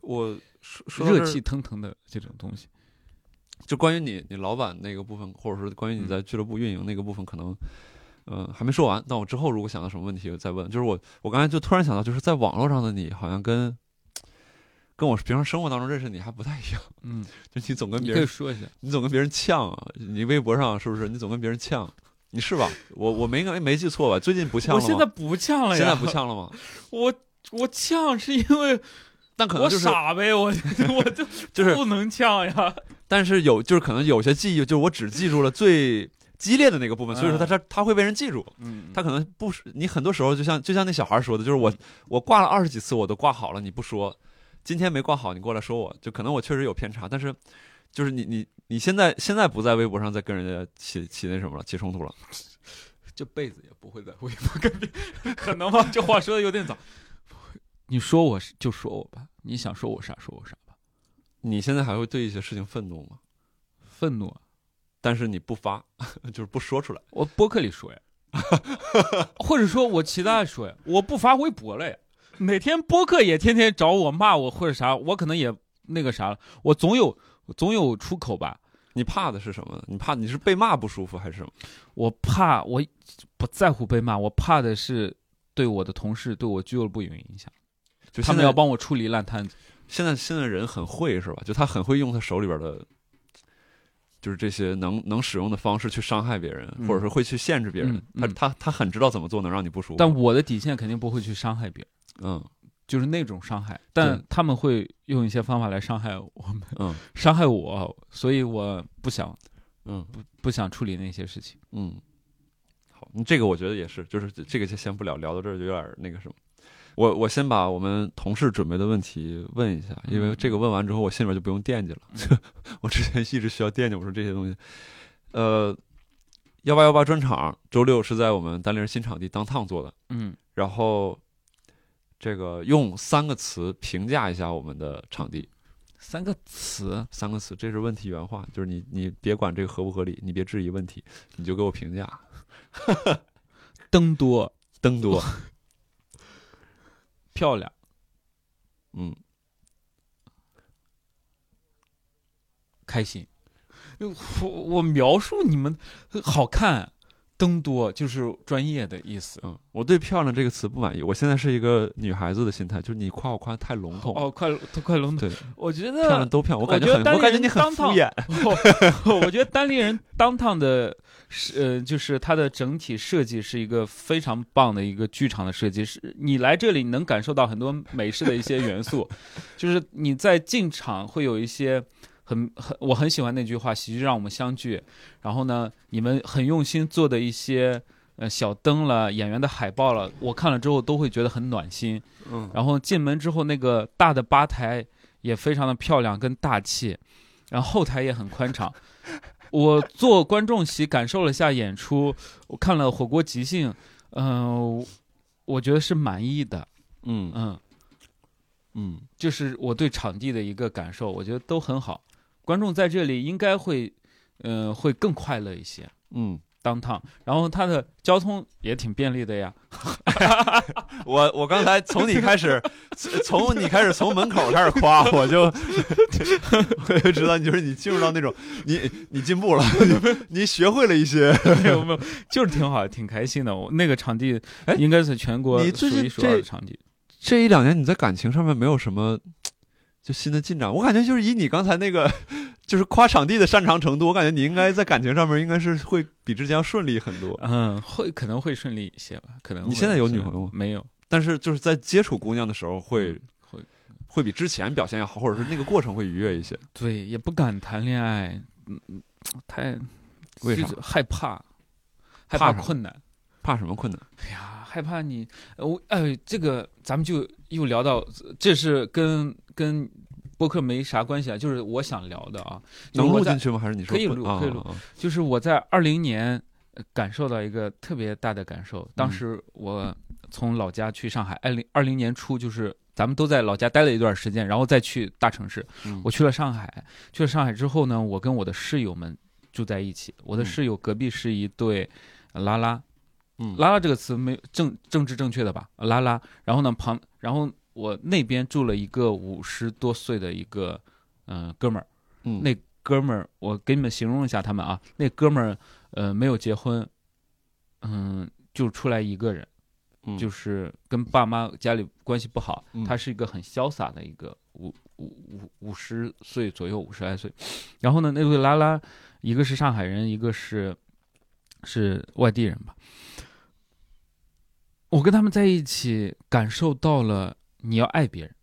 [SPEAKER 2] 我说说到这
[SPEAKER 1] 热
[SPEAKER 2] 儿
[SPEAKER 1] 气腾腾的这种东西。
[SPEAKER 2] 就关于你你老板那个部分，或者说关于你
[SPEAKER 1] 嗯
[SPEAKER 2] 在俱乐部运营那个部分，可能，呃，还没说完。但我之后如果想到什么问题，我再问。就是我我刚才就突然想到，就是在网络上的你，好像跟跟我平常生活当中认识你还不太一样。
[SPEAKER 1] 嗯，
[SPEAKER 2] 就你总跟
[SPEAKER 1] 你
[SPEAKER 2] 别
[SPEAKER 1] 可
[SPEAKER 2] 人
[SPEAKER 1] 以说一下。
[SPEAKER 2] 你总跟别人呛啊，你微博上是不是？你总跟别人呛，你是吧？我我没没没记错吧？最近不呛
[SPEAKER 1] 我
[SPEAKER 2] 了吗？
[SPEAKER 1] 现在不呛了呀，
[SPEAKER 2] 现在不，呛了吗？
[SPEAKER 1] 我我呛是因为
[SPEAKER 2] 但可能
[SPEAKER 1] 我
[SPEAKER 2] 就是
[SPEAKER 1] 傻呗， 我我就
[SPEAKER 2] 就是，
[SPEAKER 1] 不能呛呀。
[SPEAKER 2] 但是有就是可能有些记忆，就是我只记住了最激烈的那个部分，所以说他
[SPEAKER 1] 嗯
[SPEAKER 2] 他他会被人记住。
[SPEAKER 1] 嗯
[SPEAKER 2] 他可能不是你很多时候就像就像那小孩说的，就是我我挂了二十几次我都挂好了，你不说，今天没挂好你过来说我，就可能我确实有偏差，但是就是你你你现在现在不在微博上再跟人家起起那什么了，起冲突了，
[SPEAKER 1] 这辈子也不会在微博跟别人，可能吗？这话说的有点早。你说我是就说我吧，你想说我啥说我啥吧。
[SPEAKER 2] 你现在还会对一些事情愤怒吗？
[SPEAKER 1] 愤怒啊，
[SPEAKER 2] 但是你不发， 就是不说出来。
[SPEAKER 1] 我播客里说呀， 或者说我其他的说呀，我不发微博了呀。哪天播客也天天找我骂我或者啥，我可能也那个啥了，我总有总有出口吧。
[SPEAKER 2] 你怕的是什么呢？你怕你是被骂不舒服还是什么？
[SPEAKER 1] 我怕我不在乎被骂，我怕的是对我的同事、对我俱乐部有影响，
[SPEAKER 2] 就
[SPEAKER 1] 他
[SPEAKER 2] 现
[SPEAKER 1] 们
[SPEAKER 2] 在
[SPEAKER 1] 要帮我处理烂摊子。
[SPEAKER 2] 现在现在人很会是吧？就他很会用他手里边的，就是这些能能使用的方式去伤害别人，
[SPEAKER 1] 嗯
[SPEAKER 2] 或者是会去限制别人。
[SPEAKER 1] 嗯嗯
[SPEAKER 2] 他他他很知道怎么做能让你不舒服。
[SPEAKER 1] 但我的底线肯定不会去伤害别人，
[SPEAKER 2] 嗯
[SPEAKER 1] 就是那种伤害。但
[SPEAKER 2] 对
[SPEAKER 1] 他们会用一些方法来伤害我们，
[SPEAKER 2] 嗯
[SPEAKER 1] 伤害我，所以我不想
[SPEAKER 2] 嗯
[SPEAKER 1] 不想处理那些事情。
[SPEAKER 2] 嗯，好，嗯这个我觉得也是，就是这这个先先不聊，聊到这儿就有点那个什么。我我先把我们同事准备的问题问一下，因为
[SPEAKER 1] 嗯
[SPEAKER 2] 这个问完之后，我心里边就不用惦记了。 我之前一直需要惦记，我说这些东西，呃，幺八幺八专场周六是在我们丹林新场地当趟做的，
[SPEAKER 1] 嗯
[SPEAKER 2] 然后这个用三个词评价一下我们的场地，
[SPEAKER 1] 三个词，
[SPEAKER 2] 三个词，这是问题原话，就是你你别管这个合不合理，你别质疑问题，你就给我评价。
[SPEAKER 1] 灯多
[SPEAKER 2] 灯多，
[SPEAKER 1] 漂亮，
[SPEAKER 2] 嗯，
[SPEAKER 1] 开心。我我描述你们呃好看，灯多就是专业的意思。
[SPEAKER 2] 嗯，我对“漂亮”这个词不满意，我现在是一个女孩子的心态，就是你夸我夸得太笼统了，
[SPEAKER 1] 哦，快快龙，
[SPEAKER 2] 对，
[SPEAKER 1] 我觉
[SPEAKER 2] 漂亮
[SPEAKER 1] 得，
[SPEAKER 2] 都漂亮，
[SPEAKER 1] 我
[SPEAKER 2] 感
[SPEAKER 1] 觉
[SPEAKER 2] 觉
[SPEAKER 1] 得
[SPEAKER 2] 很，
[SPEAKER 1] 单
[SPEAKER 2] 我感觉
[SPEAKER 1] 人
[SPEAKER 2] 你很
[SPEAKER 1] 当
[SPEAKER 2] 敷
[SPEAKER 1] 套
[SPEAKER 2] 衍，
[SPEAKER 1] 我我觉得单立人当趟的，是呃，就是它的整体设计是一个非常棒的一个剧场的设计。是你来这里能感受到很多美式的一些元素， 就是你在进场会有一些很很我很喜欢那句话“喜剧让我们相聚”。然后呢，你们很用心做的一些呃小灯了、演员的海报了，我看了之后都会觉得很暖心。
[SPEAKER 2] 嗯
[SPEAKER 1] 然后进门之后，那个大的吧台也非常的漂亮跟大气，然后后台也很宽敞。 我坐观众席感受了一下演出，我看了《火锅即兴》，嗯、我觉得是满意的，
[SPEAKER 2] 嗯
[SPEAKER 1] 嗯，
[SPEAKER 2] 嗯，
[SPEAKER 1] 就是我对场地的一个感受，我觉得都很好。观众在这里应该会，嗯、会更快乐一些。
[SPEAKER 2] 嗯，
[SPEAKER 1] 当趟，然后它的交通也挺便利的呀。
[SPEAKER 2] 我我刚才从你开 始，从你开始从门口开始夸，我 就我就知道，就是你进入到那种你你进步了， 你学会了一些。
[SPEAKER 1] 没有没有，就是挺好，挺开心的。我那个场地
[SPEAKER 2] 哎
[SPEAKER 1] 应该是全国
[SPEAKER 2] 你
[SPEAKER 1] 数
[SPEAKER 2] 最
[SPEAKER 1] 一
[SPEAKER 2] 近
[SPEAKER 1] 数二
[SPEAKER 2] 这
[SPEAKER 1] 的场地。
[SPEAKER 2] 这一两年你在感情上面没有什么就新的进展，我感觉就是以你刚才那个 就是夸场地的擅长程度，我感觉你应该在感情上面应该是会比之前要顺利很多。
[SPEAKER 1] 嗯，会可能会顺利一些吧，可能
[SPEAKER 2] 你
[SPEAKER 1] 会
[SPEAKER 2] 现在有女
[SPEAKER 1] 是
[SPEAKER 2] 朋友吗
[SPEAKER 1] 没有？
[SPEAKER 2] 但是就是在接触姑娘的时候会
[SPEAKER 1] 嗯会
[SPEAKER 2] 会比之前表现要好，或者是那个过程会愉悦一些。
[SPEAKER 1] 对，也不敢谈恋爱，嗯，嗯太
[SPEAKER 2] 为
[SPEAKER 1] 就
[SPEAKER 2] 啥
[SPEAKER 1] 是害怕，害
[SPEAKER 2] 怕
[SPEAKER 1] 怕
[SPEAKER 2] 什么
[SPEAKER 1] 困难。
[SPEAKER 2] 怕什么困难？
[SPEAKER 1] 哎呀，害怕你，呃我哎，这个咱们就又聊到，这是跟跟播客没啥关系啊，就是我想聊的啊，就
[SPEAKER 2] 能
[SPEAKER 1] 我
[SPEAKER 2] 录
[SPEAKER 1] 在
[SPEAKER 2] 进去吗？还是你说
[SPEAKER 1] 可以
[SPEAKER 2] 不
[SPEAKER 1] 录
[SPEAKER 2] 啊
[SPEAKER 1] 可以录
[SPEAKER 2] 啊啊
[SPEAKER 1] 就是我在二零年呃感受到一个特别大的感受，
[SPEAKER 2] 嗯
[SPEAKER 1] 当时我从老家去上海，二零二零年初就是。咱们都在老家待了一段时间，然后再去大城市。
[SPEAKER 2] 嗯
[SPEAKER 1] 我去了上海，去了上海之后呢，我跟我的室友们住在一起。我的
[SPEAKER 2] 嗯
[SPEAKER 1] 室友隔壁是一对呃拉拉，
[SPEAKER 2] 嗯
[SPEAKER 1] 拉拉这个词没政政治正确的吧？拉拉。然后呢，旁然后我那边住了一个五十多岁的一个嗯、呃哥们儿，
[SPEAKER 2] 嗯
[SPEAKER 1] 那哥们儿，我给你们形容一下他们啊，那哥们儿呃没有结婚，嗯，就出来一个人，
[SPEAKER 2] 嗯
[SPEAKER 1] 就是跟爸妈家里关系不好，
[SPEAKER 2] 嗯
[SPEAKER 1] 他是一个很潇洒的一个五五五五十岁左右，五十来岁。然后呢，那位拉拉，一个是上海人，一个是是外地人吧。我跟他们在一起，感受到了你要爱别人，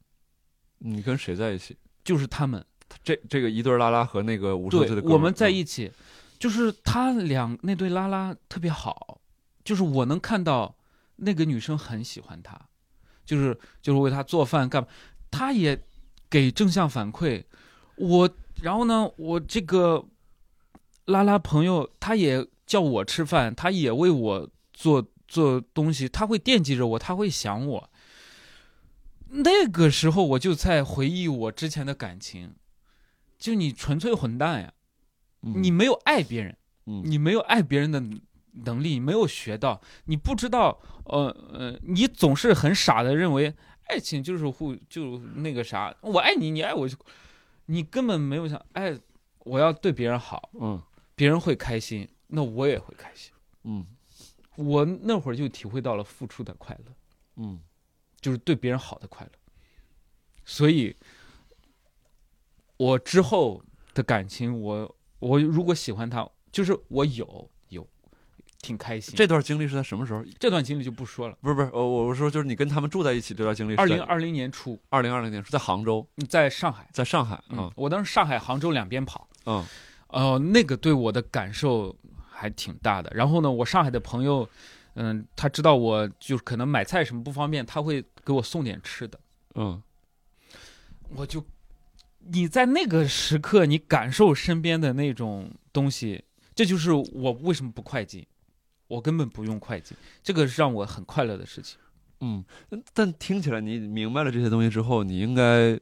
[SPEAKER 2] 你跟谁在一起？
[SPEAKER 1] 就是他们。
[SPEAKER 2] 这这个一对拉拉和那个嗯五十岁
[SPEAKER 1] 对
[SPEAKER 2] 的，哥们儿
[SPEAKER 1] 我们在一起，就是他两那对拉拉特别好，就是我能看到那个女生很喜欢他，就是就是为他做饭干嘛，他也给正向反馈。我然后呢，我这个拉拉朋友他也叫我吃饭，他也为我做做东西，他会惦记着我，他会想我。那个时候我就在回忆我之前的感情，就你纯粹混蛋呀，你没有爱别人，
[SPEAKER 2] 嗯
[SPEAKER 1] 你没有爱别人的能力，你没有学到，你不知道，呃呃，你总是很傻的认为爱情就是互就那个啥，我爱你，你爱我就，你根本没有想，哎，我要对别人好，
[SPEAKER 2] 嗯
[SPEAKER 1] 别人会开心，那我也会开心。
[SPEAKER 2] 嗯
[SPEAKER 1] 我那会儿就体会到了付出的快乐，
[SPEAKER 2] 嗯
[SPEAKER 1] 就是对别人好的快乐。所以，我之后的感情，我我如果喜欢他，就是我有有，挺开心。
[SPEAKER 2] 这段经历是在什么时候？
[SPEAKER 1] 这段经历就不说了。
[SPEAKER 2] 不是不是，我我我说就是你跟他们住在一起这段经历。
[SPEAKER 1] 二零二零年初，
[SPEAKER 2] 二零二零年是在杭州，
[SPEAKER 1] 在上海，
[SPEAKER 2] 在上海
[SPEAKER 1] 嗯
[SPEAKER 2] 啊，
[SPEAKER 1] 我当时上海、杭州两边跑，
[SPEAKER 2] 嗯
[SPEAKER 1] 呃，那个对我的感受还挺大的。然后呢，我上海的朋友，嗯，他知道我就是可能买菜什么不方便，他会给我送点吃的。
[SPEAKER 2] 嗯
[SPEAKER 1] 我就你在那个时刻，你感受身边的那种东西，这就是我为什么不会计，我根本不用会计，这个是让我很快乐的事情。
[SPEAKER 2] 嗯。但但听起来你明白了这些东西之后，你应该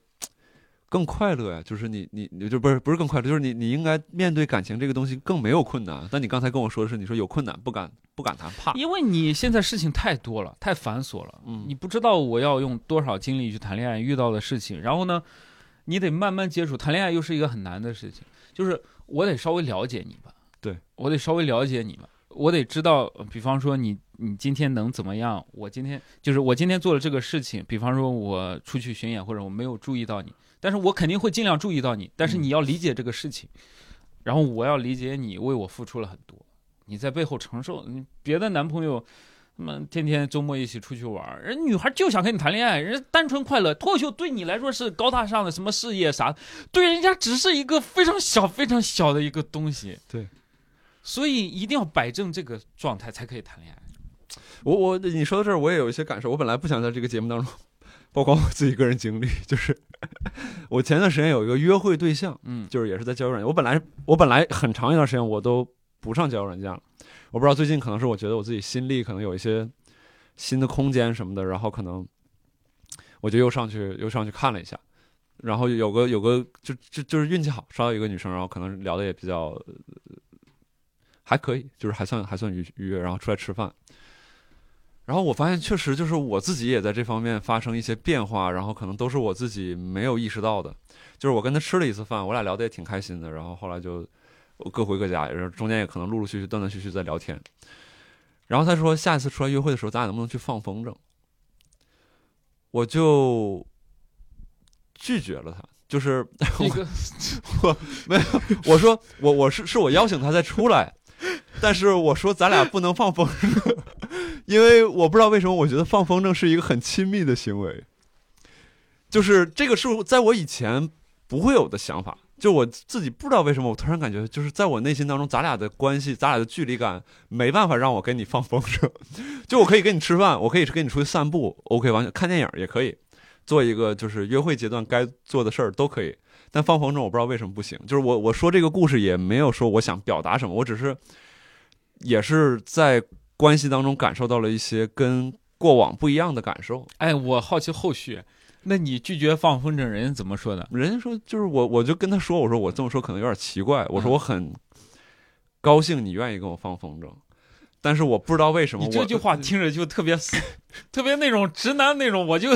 [SPEAKER 2] 更快乐呀。就是你你你就不是不是更快乐，就是你你应该面对感情这个东西更没有困难。但你刚才跟我说的是，你说有困难不敢不敢谈，怕。
[SPEAKER 1] 因为你现在事情太多了，太繁琐了，
[SPEAKER 2] 嗯
[SPEAKER 1] 你不知道我要用多少精力去谈恋爱遇到的事情，然后呢，你得慢慢接触，谈恋爱又是一个很难的事情，就是我得稍微了解你吧，
[SPEAKER 2] 对
[SPEAKER 1] 我得稍微了解你吧，我得知道，呃比方说你你今天能怎么样，我今天就是我今天做了这个事情，比方说我出去巡演或者我没有注意到你，但是我肯定会尽量注意到你，但是
[SPEAKER 2] 嗯
[SPEAKER 1] 你要理解这个事情，然后我要理解你为我付出了很多。你在背后承受，你别的男朋友，他妈天天周末一起出去玩儿，人女孩就想跟你谈恋爱，人家单纯快乐。脱口秀对你来说是高大上的什么事业啥，对人家只是一个非常小非常小的一个东西。
[SPEAKER 2] 对，
[SPEAKER 1] 所以一定要摆正这个状态才可以谈恋爱。
[SPEAKER 2] 我我你说到这儿，我也有一些感受。我本来不想在这个节目当中， 包括我自己个人经历，就是 我前段时间有一个约会对象，
[SPEAKER 1] 嗯
[SPEAKER 2] 就是也是在交友软件。我本来我本来很长一段时间我都不上交友软件了，我不知道最近可能是我觉得我自己心力可能有一些新的空间什么的，然后可能我就又上去又上去看了一下，然后有个有个就就就是运气好刷到一个女生，然后可能聊的也比较、呃还可以，就是还算还算愉愉悦，然后出来吃饭。然后我发现，确实就是我自己也在这方面发生一些变化，然后可能都是我自己没有意识到的。就是我跟他吃了一次饭，我俩聊得也挺开心的，然后后来就各回各家，也是中间也可能陆陆续续、断断续续在聊天。然后他说下一次出来约会的时候，咱俩能不能去放风筝？我就拒绝了他，就是
[SPEAKER 1] 这个
[SPEAKER 2] 我说我我是是我邀请他再出来，但是我说咱俩不能放风筝， 因为我不知道为什么我觉得放风筝是一个很亲密的行为，就是这个是在我以前不会有的想法，就我自己不知道为什么我突然感觉就是在我内心当中咱俩的关系，咱俩的距离感没办法让我跟你放风筝， 就我可以跟你吃饭，我可以跟你出去散步，OK，完全看电影也可以。做一个就是约会阶段该做的事儿都可以，但放风筝我不知道为什么不行，就是我我说这个故事也没有说我想表达什么，我只是也是在关系当中感受到了一些跟过往不一样的感受。
[SPEAKER 1] 哎，我好奇后续，那你拒绝放风筝，人家怎么说的？
[SPEAKER 2] 人家说就是我，我就跟他说，我说我这么说可能有点奇怪，我说
[SPEAKER 1] 嗯
[SPEAKER 2] 我很高兴你愿意跟我放风筝，但是我不知道为什么
[SPEAKER 1] 你
[SPEAKER 2] 我
[SPEAKER 1] 这句话听着就特别 特别那种直男那种，我就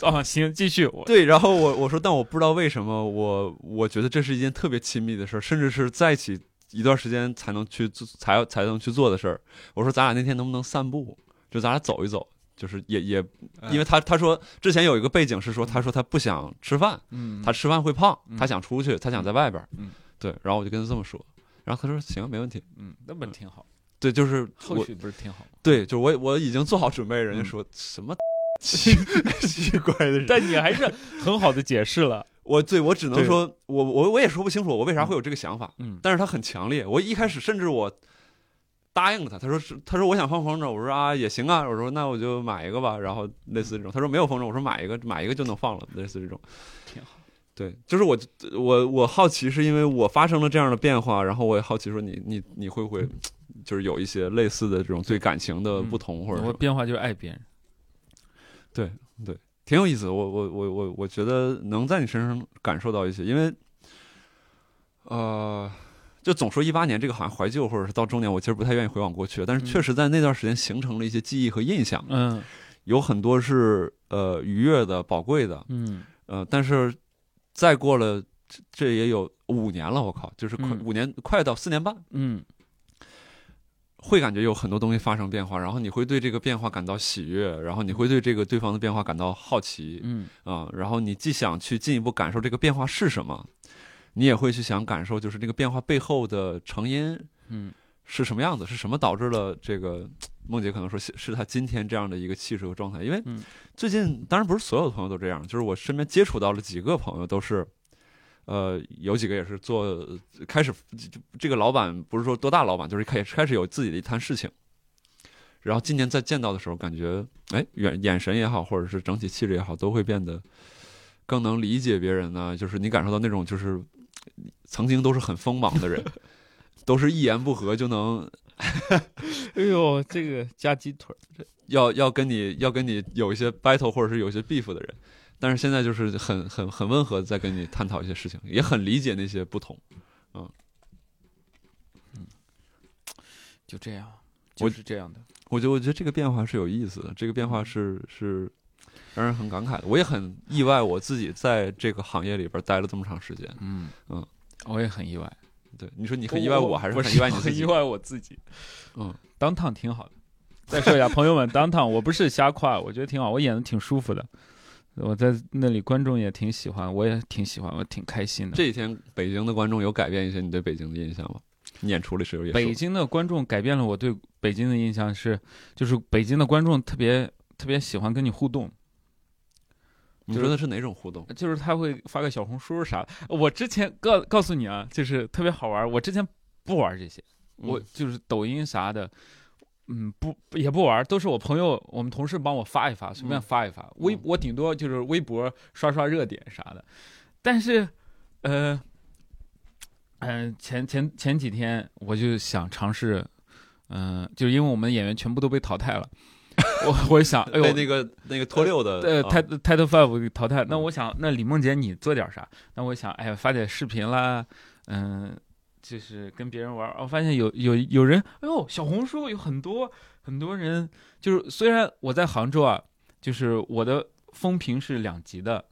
[SPEAKER 1] 啊行，继续我
[SPEAKER 2] 对，然后我我说，但我不知道为什么我我觉得这是一件特别亲密的事儿，甚至是在一起一段时间才能去做，才才能去做的事儿。我说咱俩那天能不能散步，就咱俩走一走，就是也也，
[SPEAKER 1] 嗯
[SPEAKER 2] 因为他他说之前有一个背景是说，他说他不想吃饭，
[SPEAKER 1] 嗯
[SPEAKER 2] 他吃饭会胖，他
[SPEAKER 1] 嗯
[SPEAKER 2] 想出去，他想在外边儿，
[SPEAKER 1] 嗯
[SPEAKER 2] 对，然后我就跟他这么说，然后他说行，没问题，
[SPEAKER 1] 嗯，那不是挺好？
[SPEAKER 2] 对，就是我
[SPEAKER 1] 后续不是挺好吗？
[SPEAKER 2] 对，就是我我已经做好准备，人家
[SPEAKER 1] 嗯
[SPEAKER 2] 说、什么 奇奇怪的人，
[SPEAKER 1] 但你还是很好的解释了。
[SPEAKER 2] 我对我只能
[SPEAKER 1] 对
[SPEAKER 2] 说，我我我也说不清楚我为啥会有这个想法，
[SPEAKER 1] 嗯，
[SPEAKER 2] 但是他很强烈。我一开始甚至我答应了他，他说是他说我想放风筝，我说啊也行啊，我说那我就买一个吧，然后类似这种，
[SPEAKER 1] 嗯
[SPEAKER 2] 他说没有风筝，我说买一个买一个就能放了，类似这种，
[SPEAKER 1] 挺好。
[SPEAKER 2] 对，就是我我我好奇是因为我发生了这样的变化，然后我也好奇说你你你会不会就是有一些类似的这种对感情的
[SPEAKER 1] 嗯
[SPEAKER 2] 不同，或者
[SPEAKER 1] 我
[SPEAKER 2] 说
[SPEAKER 1] 变化就是爱别人，
[SPEAKER 2] 挺有意思的。我我我我我觉得能在你身上感受到一些，因为，呃，就总说一八年这个好像怀旧，或者是到中年，我其实不太愿意回望过去，但是
[SPEAKER 1] 嗯
[SPEAKER 2] 确实在那段时间形成了一些记忆和印象，
[SPEAKER 1] 嗯
[SPEAKER 2] 有很多是呃愉悦的、宝贵的，
[SPEAKER 1] 嗯
[SPEAKER 2] 呃，但是再过了这这也有五年了，我靠，就是快、
[SPEAKER 1] 嗯
[SPEAKER 2] 五年，快到四年半，
[SPEAKER 1] 嗯
[SPEAKER 2] 会感觉有很多东西发生变化，然后你会对这个变化感到喜悦，然后你会对这个对方的变化感到好奇
[SPEAKER 1] 嗯
[SPEAKER 2] 啊、然后你既想去进一步感受这个变化是什么，你也会去想感受就是这个变化背后的成因
[SPEAKER 1] 嗯
[SPEAKER 2] 是什么样子，是什么导致了这个梦姐可能说是是她今天这样的一个气势和状态。因为
[SPEAKER 1] 嗯
[SPEAKER 2] 最近当然不是所有的朋友都这样，就是我身边接触到了几个朋友都是。呃，有几个也是做开始，这这个老板不是说多大老板，就是开开始有自己的一摊事情。然后今年再见到的时候，感觉哎，眼眼神也好，或者是整体气质也好，都会变得更能理解别人呢、就是你感受到那种就是曾经都是很锋芒的人，都是一言不合就能
[SPEAKER 1] 哎呦，这个夹鸡腿儿，
[SPEAKER 2] 要要跟你要跟你有一些 battle 或者是有一些 beef 的人，但是现在就是很很很温和，在跟你探讨一些事情，也很理解那些不同。
[SPEAKER 1] 就这样，
[SPEAKER 2] 我
[SPEAKER 1] 就是这样的。
[SPEAKER 2] 我觉得我觉得这个变化是有意思的，这个变化是是让人很感慨的。我也很意外，我自己在这个行业里边待了这么长时间。
[SPEAKER 1] 嗯
[SPEAKER 2] 嗯，
[SPEAKER 1] 我也很意外，
[SPEAKER 2] 对，你说你很意外，我还是很
[SPEAKER 1] 很
[SPEAKER 2] 意外你自
[SPEAKER 1] 很
[SPEAKER 2] 己
[SPEAKER 1] 意。外我自己。
[SPEAKER 2] 嗯，
[SPEAKER 1] 当趟挺 好的。再说一下，朋友们，当趟我不是瞎夸，我觉得挺好，我演的挺舒服的。我在那里，观众也挺喜欢，我也挺喜欢，我挺开心的。
[SPEAKER 2] 这几天北京的观众有改变一些你对北京的印象吗？你演出的时候也
[SPEAKER 1] 北
[SPEAKER 2] 说
[SPEAKER 1] 京的观众改变了我对北京的印象是，就是北京的观众特别特别喜欢跟你互动，
[SPEAKER 2] 你说的是哪种互动？
[SPEAKER 1] 就是他会发个小红书啥的。我之前告告诉你啊，就是特别好玩。我之前不玩这些，我
[SPEAKER 2] 嗯
[SPEAKER 1] 就是抖音啥的，嗯，不也不玩，都是我朋友、我们同事帮我发一发，随便
[SPEAKER 2] 嗯
[SPEAKER 1] 发一发。微
[SPEAKER 2] 嗯
[SPEAKER 1] 我顶多就是微博刷刷热点啥的，但是，呃，嗯、前前前几天我就想尝试，嗯、就是因为我们演员全部都被淘汰了，我我就想，哎呦，
[SPEAKER 2] 被那个那个脱六的
[SPEAKER 1] 呃
[SPEAKER 2] 啊
[SPEAKER 1] ，Title Title Five 给淘汰，那
[SPEAKER 2] 嗯
[SPEAKER 1] 我想，那李梦洁你做点啥？那我想，哎呀，发点视频啦，嗯，就是跟别人玩儿。我哦发现有有有人，哎呦，小红书有很多很多人，就是虽然我在杭州啊，就是我的风评是两极的，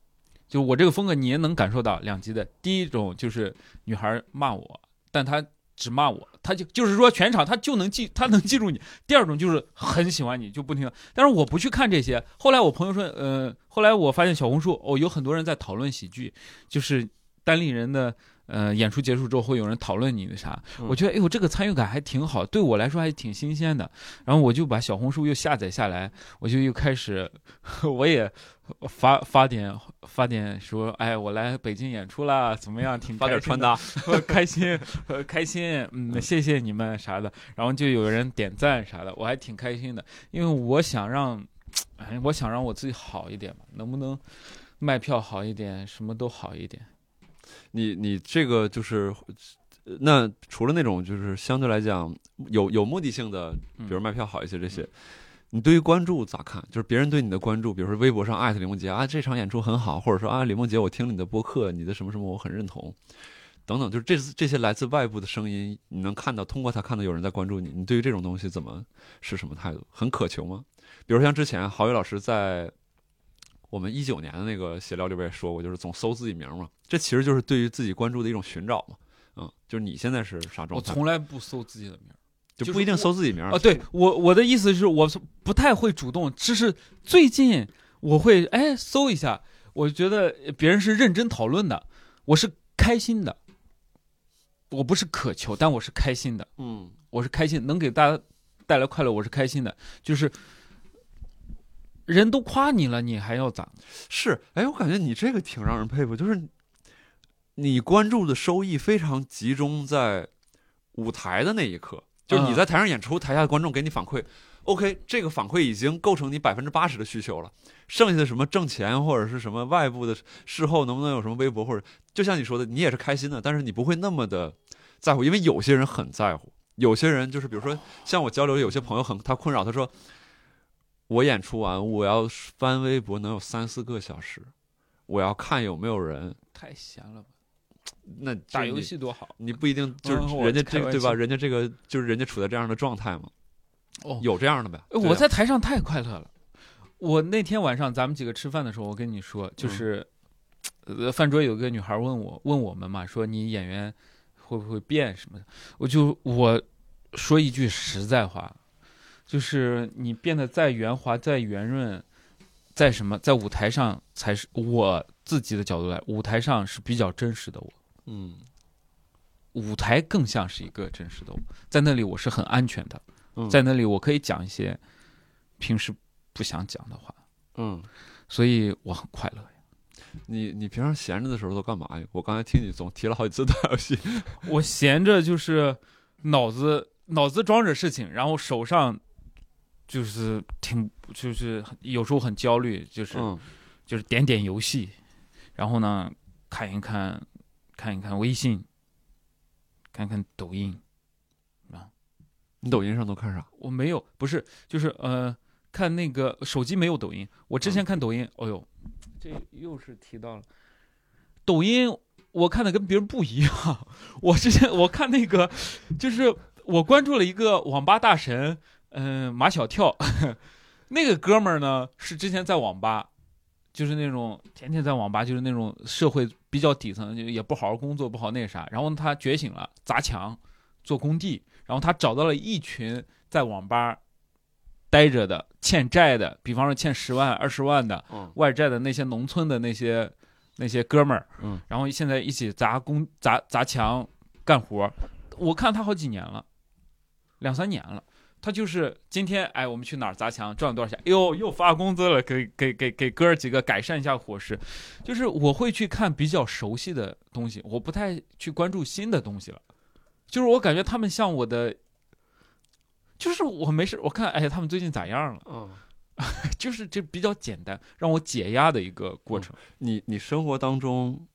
[SPEAKER 1] 就我这个风格你也能感受到两极的。第一种就是女孩骂我，但她只骂我，她就就是说全场她就能记，她能记住你。第二种就是很喜欢你，就不停的。但是我不去看这些。后来我朋友说，呃，后来我发现小红书哦，有很多人在讨论喜剧，就是单立人的。呃，演出结束之后会有人讨论你的啥？
[SPEAKER 2] 嗯
[SPEAKER 1] 我觉得，哎呦，这个参与感还挺好，对我来说还挺新鲜的。然后我就把小红书又下载下来，我就又开始， 我也发发点发点说，哎，我来北京演出啦，怎么样？挺
[SPEAKER 2] 发点
[SPEAKER 1] 开心
[SPEAKER 2] 穿
[SPEAKER 1] 的
[SPEAKER 2] 搭，
[SPEAKER 1] 我开心，我开心，嗯，
[SPEAKER 2] 嗯
[SPEAKER 1] 谢谢你们啥的，然后就有人点赞啥的，我还挺开心的，因为我想让，哎，我想让我自己好一点嘛，能不能卖票好一点，什么都好一点。
[SPEAKER 2] 你你这个就是，呃那除了那种就是相对来讲有有目的性的，
[SPEAKER 1] 嗯
[SPEAKER 2] 比如卖票好一些这些，你对于关注咋看？就是别人对你的关注，比如说微博上艾特李梦洁啊，这场演出很好，或者说啊李梦洁，我听了你的播客，你的什么什么我很认同，等等，就是这这些来自外部的声音，你能看到，通过它看到有人在关注你，你对于这种东西怎么是什么态度？很渴求吗？比如像之前郝宇老师在我们一九年的那个闲聊里边也说过，就是总搜自己名嘛，这其实就是对于自己关注的一种寻找嘛。嗯，就是你现在是啥
[SPEAKER 1] 我
[SPEAKER 2] 状态？
[SPEAKER 1] 从来不搜自己的名儿
[SPEAKER 2] 就
[SPEAKER 1] 就
[SPEAKER 2] 不
[SPEAKER 1] 是
[SPEAKER 2] 一定
[SPEAKER 1] 我
[SPEAKER 2] 搜自己名儿
[SPEAKER 1] 啊，对我我的意思是我不太会主动，只是最近我会哎搜一下，我觉得别人是认真讨论的，我是开心的，我不是渴求，但我是开心的。
[SPEAKER 2] 嗯
[SPEAKER 1] 我是开心，能给大家带来快乐，我是开心的。就是人都夸你了，你还要咋？
[SPEAKER 2] 是，哎，我感觉你这个挺让人佩服，就是你关注的收益非常集中在舞台的那一刻，就是你
[SPEAKER 1] 嗯
[SPEAKER 2] 在台上演出，台下的观众给你反馈。OK，这个反馈已经构成你百分之八十的需求了，剩下的什么挣钱或者是什么外部的事后能不能有什么微博或者，就像你说的，你也是开心的，但是你不会那么的在乎，因为有些人很在乎，有些人就是，比如说像我交流，有些朋友很他困扰，他说我演出完我要翻微博能有三四个小时，我要看有没有人
[SPEAKER 1] 太闲了吧，
[SPEAKER 2] 那就
[SPEAKER 1] 打
[SPEAKER 2] 是
[SPEAKER 1] 游
[SPEAKER 2] 你
[SPEAKER 1] 戏多好
[SPEAKER 2] 你不一定就是
[SPEAKER 1] 嗯我
[SPEAKER 2] 人家
[SPEAKER 1] 开
[SPEAKER 2] 这个
[SPEAKER 1] 玩
[SPEAKER 2] 对吧？
[SPEAKER 1] 笑
[SPEAKER 2] 人家这个就是人家处在这样的状态嘛，
[SPEAKER 1] 哦。
[SPEAKER 2] 有这样的呗。
[SPEAKER 1] 呃
[SPEAKER 2] 对
[SPEAKER 1] 我
[SPEAKER 2] 啊
[SPEAKER 1] 在台上太快乐了。我那天晚上咱们几个吃饭的时候，我跟你说，
[SPEAKER 2] 嗯
[SPEAKER 1] 就是，呃，饭桌有个女孩问我问我们嘛，说你演员会不会变什么的，我就我说一句实在话，就是你变得再圆滑、再圆润，在什么，在舞台上才是我自己的角度来，舞台上是比较真实的我，
[SPEAKER 2] 嗯
[SPEAKER 1] 舞台更像是一个真实的我，在那里我是很安全的。
[SPEAKER 2] 嗯
[SPEAKER 1] 在那里我可以讲一些平时不想讲的话，
[SPEAKER 2] 嗯，
[SPEAKER 1] 所以我很快乐呀。
[SPEAKER 2] 你你平常闲着的时候都干嘛呀？我刚才听你总提了好几次打游戏，
[SPEAKER 1] 我闲着就是脑子脑子装着事情，然后手上就是挺就是很有时候很焦虑，就是、
[SPEAKER 2] 嗯
[SPEAKER 1] 就是点点游戏，然后呢看一看看一看微信，看看抖音，
[SPEAKER 2] 你抖音上都看啥？
[SPEAKER 1] 我没有，不是，就是呃，看那个手机没有抖音。我之前看抖音，哦呦，这又是提到了抖音，我看的跟别人不一样。 我之前我看那个，就是我关注了一个网吧大神，嗯、马小跳， 那个哥们儿呢是之前在网吧。就是那种天天在网吧，就是那种社会比较底层，就也不好好工作，不好那啥。然后他觉醒了，砸墙，做工地。然后他找到了一群在网吧待着的、欠债的，比方说欠十万、二十万的
[SPEAKER 2] 嗯
[SPEAKER 1] 外债的那些农村的那些那些哥们儿，
[SPEAKER 2] 嗯，
[SPEAKER 1] 然后现在一起砸工砸砸墙干活儿。我看他好几年了，两三年了。他就是今天，哎，我们去哪儿砸墙，赚了多少钱？哎呦，又发工资了，给给给给哥儿几个改善一下伙食。就是我会去看比较熟悉的东西，我不太去关注新的东西了。就是我感觉他们像我的，就是我没事，我看哎他们最近咋样了，
[SPEAKER 2] 嗯，
[SPEAKER 1] 就是这比较简单，让我解压的一个过程。
[SPEAKER 2] 你你生活当中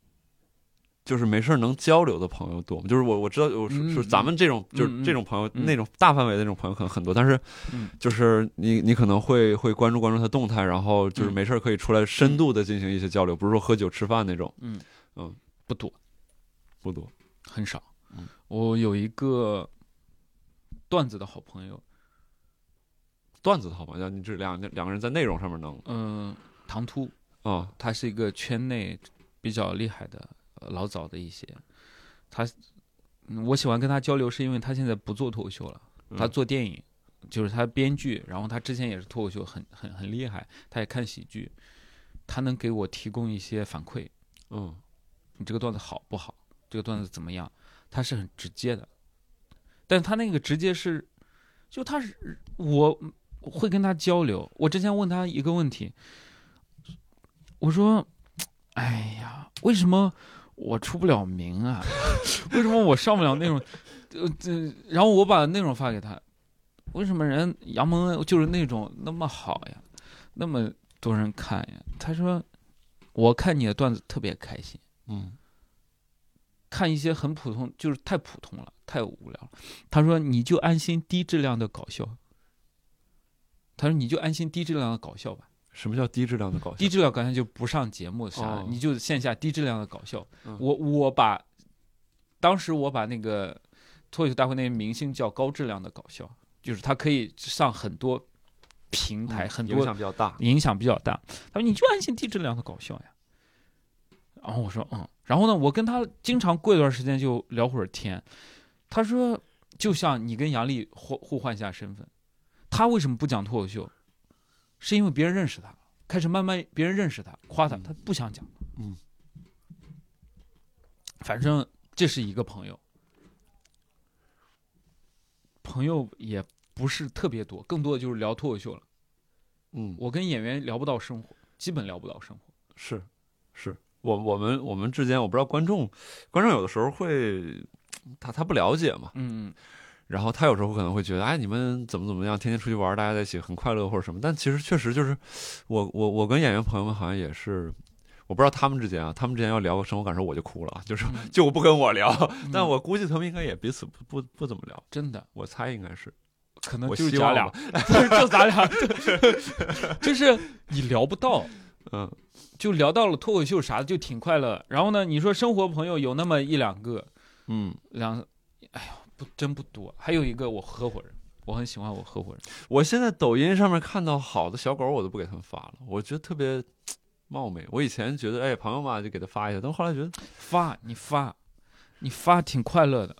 [SPEAKER 2] 就是没事儿能交流的朋友多吗？就是我我知道，我说
[SPEAKER 1] 嗯
[SPEAKER 2] 说咱们这种
[SPEAKER 1] 嗯
[SPEAKER 2] 就是
[SPEAKER 1] 嗯
[SPEAKER 2] 这种朋友，
[SPEAKER 1] 嗯
[SPEAKER 2] 那种大范围的那种朋友可能很多，但是
[SPEAKER 1] 嗯
[SPEAKER 2] 就是你你可能会会关注关注他动态，然后就是
[SPEAKER 1] 嗯
[SPEAKER 2] 没事儿可以出来深度的进行一些交流，不是说喝酒吃饭那种，
[SPEAKER 1] 嗯
[SPEAKER 2] 嗯，
[SPEAKER 1] 不多，
[SPEAKER 2] 不多。
[SPEAKER 1] 很少
[SPEAKER 2] 嗯。
[SPEAKER 1] 我有一个段子的好朋友，
[SPEAKER 2] 段子好吧，像你这两两个人在内容上面能
[SPEAKER 1] 嗯、唐突，
[SPEAKER 2] 啊，
[SPEAKER 1] 他是一个圈内比较厉害的呃老早的一些，他嗯我喜欢跟他交流，是因为他现在不做脱口秀了，
[SPEAKER 2] 嗯
[SPEAKER 1] 他做电影，就是他编剧，然后他之前也是脱口秀很很很厉害，他也看喜剧，他能给我提供一些反馈，
[SPEAKER 2] 嗯
[SPEAKER 1] 你这个段子好不好，这个段子怎么样，他是很直接的，但他那个直接是，就他是我会跟他交流，我之前问他一个问题，我说，哎呀，为什么我出不了名啊？ 为什么我上不了那种，呃，这然后我把内容发给他，为什么人杨蒙恩就是那种那么好呀，那么多人看呀？他说，我看你的段子特别开心。
[SPEAKER 2] 嗯
[SPEAKER 1] 看一些很普通，就是太普通了，太无聊了。他说你就安心低质量的搞笑。他说你就安心低质量的搞笑吧，
[SPEAKER 2] 什么叫低质量的搞笑
[SPEAKER 1] 低？质量搞笑就不上节目啥的，
[SPEAKER 2] 哦
[SPEAKER 1] 你就线下低质量的搞笑。
[SPEAKER 2] 嗯
[SPEAKER 1] 我我把当时我把那个脱口秀大会那些明星叫高质量的搞笑，就是他可以上很多平台，
[SPEAKER 2] 嗯
[SPEAKER 1] 很
[SPEAKER 2] 影
[SPEAKER 1] 多
[SPEAKER 2] 响比较大，
[SPEAKER 1] 影响比较大。他说你就安心低质量的搞笑呀。然后我说嗯，然后呢，我跟他经常过一段时间就聊会儿天。他说就像你跟杨笠互互换一下身份，他为什么不讲脱口秀？是因为别人认识他，开始慢慢别人认识他，夸他，
[SPEAKER 2] 嗯
[SPEAKER 1] 他不想讲。
[SPEAKER 2] 嗯，
[SPEAKER 1] 反正这是一个朋友，朋友也不是特别多，更多的就是聊脱口秀了。
[SPEAKER 2] 嗯，
[SPEAKER 1] 我跟演员聊不到生活，基本聊不到生活。
[SPEAKER 2] 是，是我我们我们之间，我不知道观众观众有的时候会他他不了解嘛，
[SPEAKER 1] 嗯
[SPEAKER 2] 然后他有时候可能会觉得，哎，你们怎么怎么样，天天出去玩儿，大家在一起很快乐或者什么，但其实确实就是我我我跟演员朋友们好像也是。我不知道他们之间啊，他们之间要聊生活感受，我就哭了啊，就是 就不跟我聊。 但我估计他们应该也彼此不不不怎么聊，
[SPEAKER 1] 嗯真的
[SPEAKER 2] 我猜应该是。
[SPEAKER 1] 可能
[SPEAKER 2] 我
[SPEAKER 1] 就是
[SPEAKER 2] 希
[SPEAKER 1] 咱
[SPEAKER 2] 望
[SPEAKER 1] 俩
[SPEAKER 2] 吧，，
[SPEAKER 1] 就咱俩，就是你聊不到，
[SPEAKER 2] 嗯，
[SPEAKER 1] 就聊到了脱口秀啥的，就挺快乐。然后呢，你说生活朋友有那么一两个，
[SPEAKER 2] 嗯，
[SPEAKER 1] 两，哎呀，不真不多。还有一个我合伙人，我很喜欢我合伙人，
[SPEAKER 2] 我现在抖音上面看到好的小狗，我都不给他们发了，我觉得特别冒昧。我以前觉得，哎，朋友嘛，就给他发一下，但后来觉得，
[SPEAKER 1] 发你发，你发挺快乐的。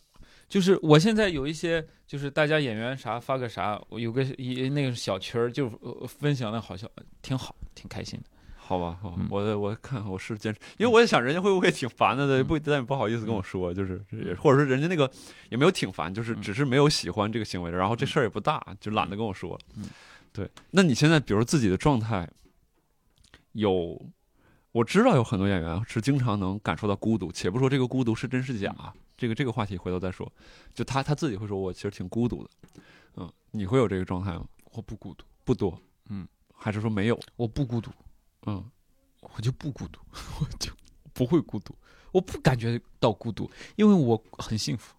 [SPEAKER 1] 就是我现在有一些，就是大家演员啥发个啥，我有个一那个小群儿，就、呃分享的好笑，挺好，挺开心的。
[SPEAKER 2] 好吧，好吧
[SPEAKER 1] 嗯
[SPEAKER 2] 我我看我是坚持，因为我也想人家会不会挺烦的，
[SPEAKER 1] 嗯
[SPEAKER 2] 不但也不好意思跟我说，就是或者说人家那个也没有挺烦，就是
[SPEAKER 1] 嗯
[SPEAKER 2] 只是没有喜欢这个行为，然后这事儿也不大，就懒得跟我说
[SPEAKER 1] 嗯。
[SPEAKER 2] 对，那你现在比如自己的状态有，我知道有很多演员啊是经常能感受到孤独，且不说这个孤独是真是假，
[SPEAKER 1] 嗯
[SPEAKER 2] 这个这个话题回头再说。就他他自己会说，我其实挺孤独的。嗯，你会有这个状态吗？
[SPEAKER 1] 我不孤独，
[SPEAKER 2] 不多，
[SPEAKER 1] 嗯，
[SPEAKER 2] 还是说没有？
[SPEAKER 1] 我不孤独，
[SPEAKER 2] 嗯。
[SPEAKER 1] 我就不孤独， 我就不会孤独，我不感觉到孤独，因为我很幸福。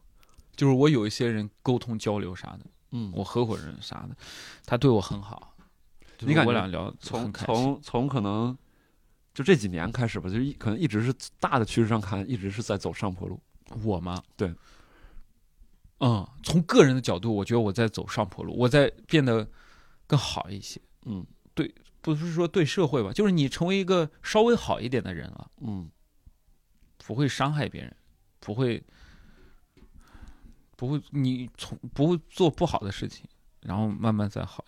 [SPEAKER 1] 就是我有一些人沟通交流啥的，
[SPEAKER 2] 嗯，
[SPEAKER 1] 我合伙人啥的，他对我很好。就是
[SPEAKER 2] 你感觉
[SPEAKER 1] 我俩聊得
[SPEAKER 2] 从
[SPEAKER 1] 很开心
[SPEAKER 2] 从从可能就这几年开始吧，就一可能一直是大的趋势上看，一直是在走上坡路。
[SPEAKER 1] 我吗？
[SPEAKER 2] 对，
[SPEAKER 1] 嗯，从个人的角度，我觉得我在走上坡路，我在变得更好一些。
[SPEAKER 2] 嗯
[SPEAKER 1] 不是说对社会吧，就是你成为一个稍微好一点的人了，
[SPEAKER 2] 嗯，
[SPEAKER 1] 不会伤害别人，不会不会你从不会做不好的事情，然后慢慢再好。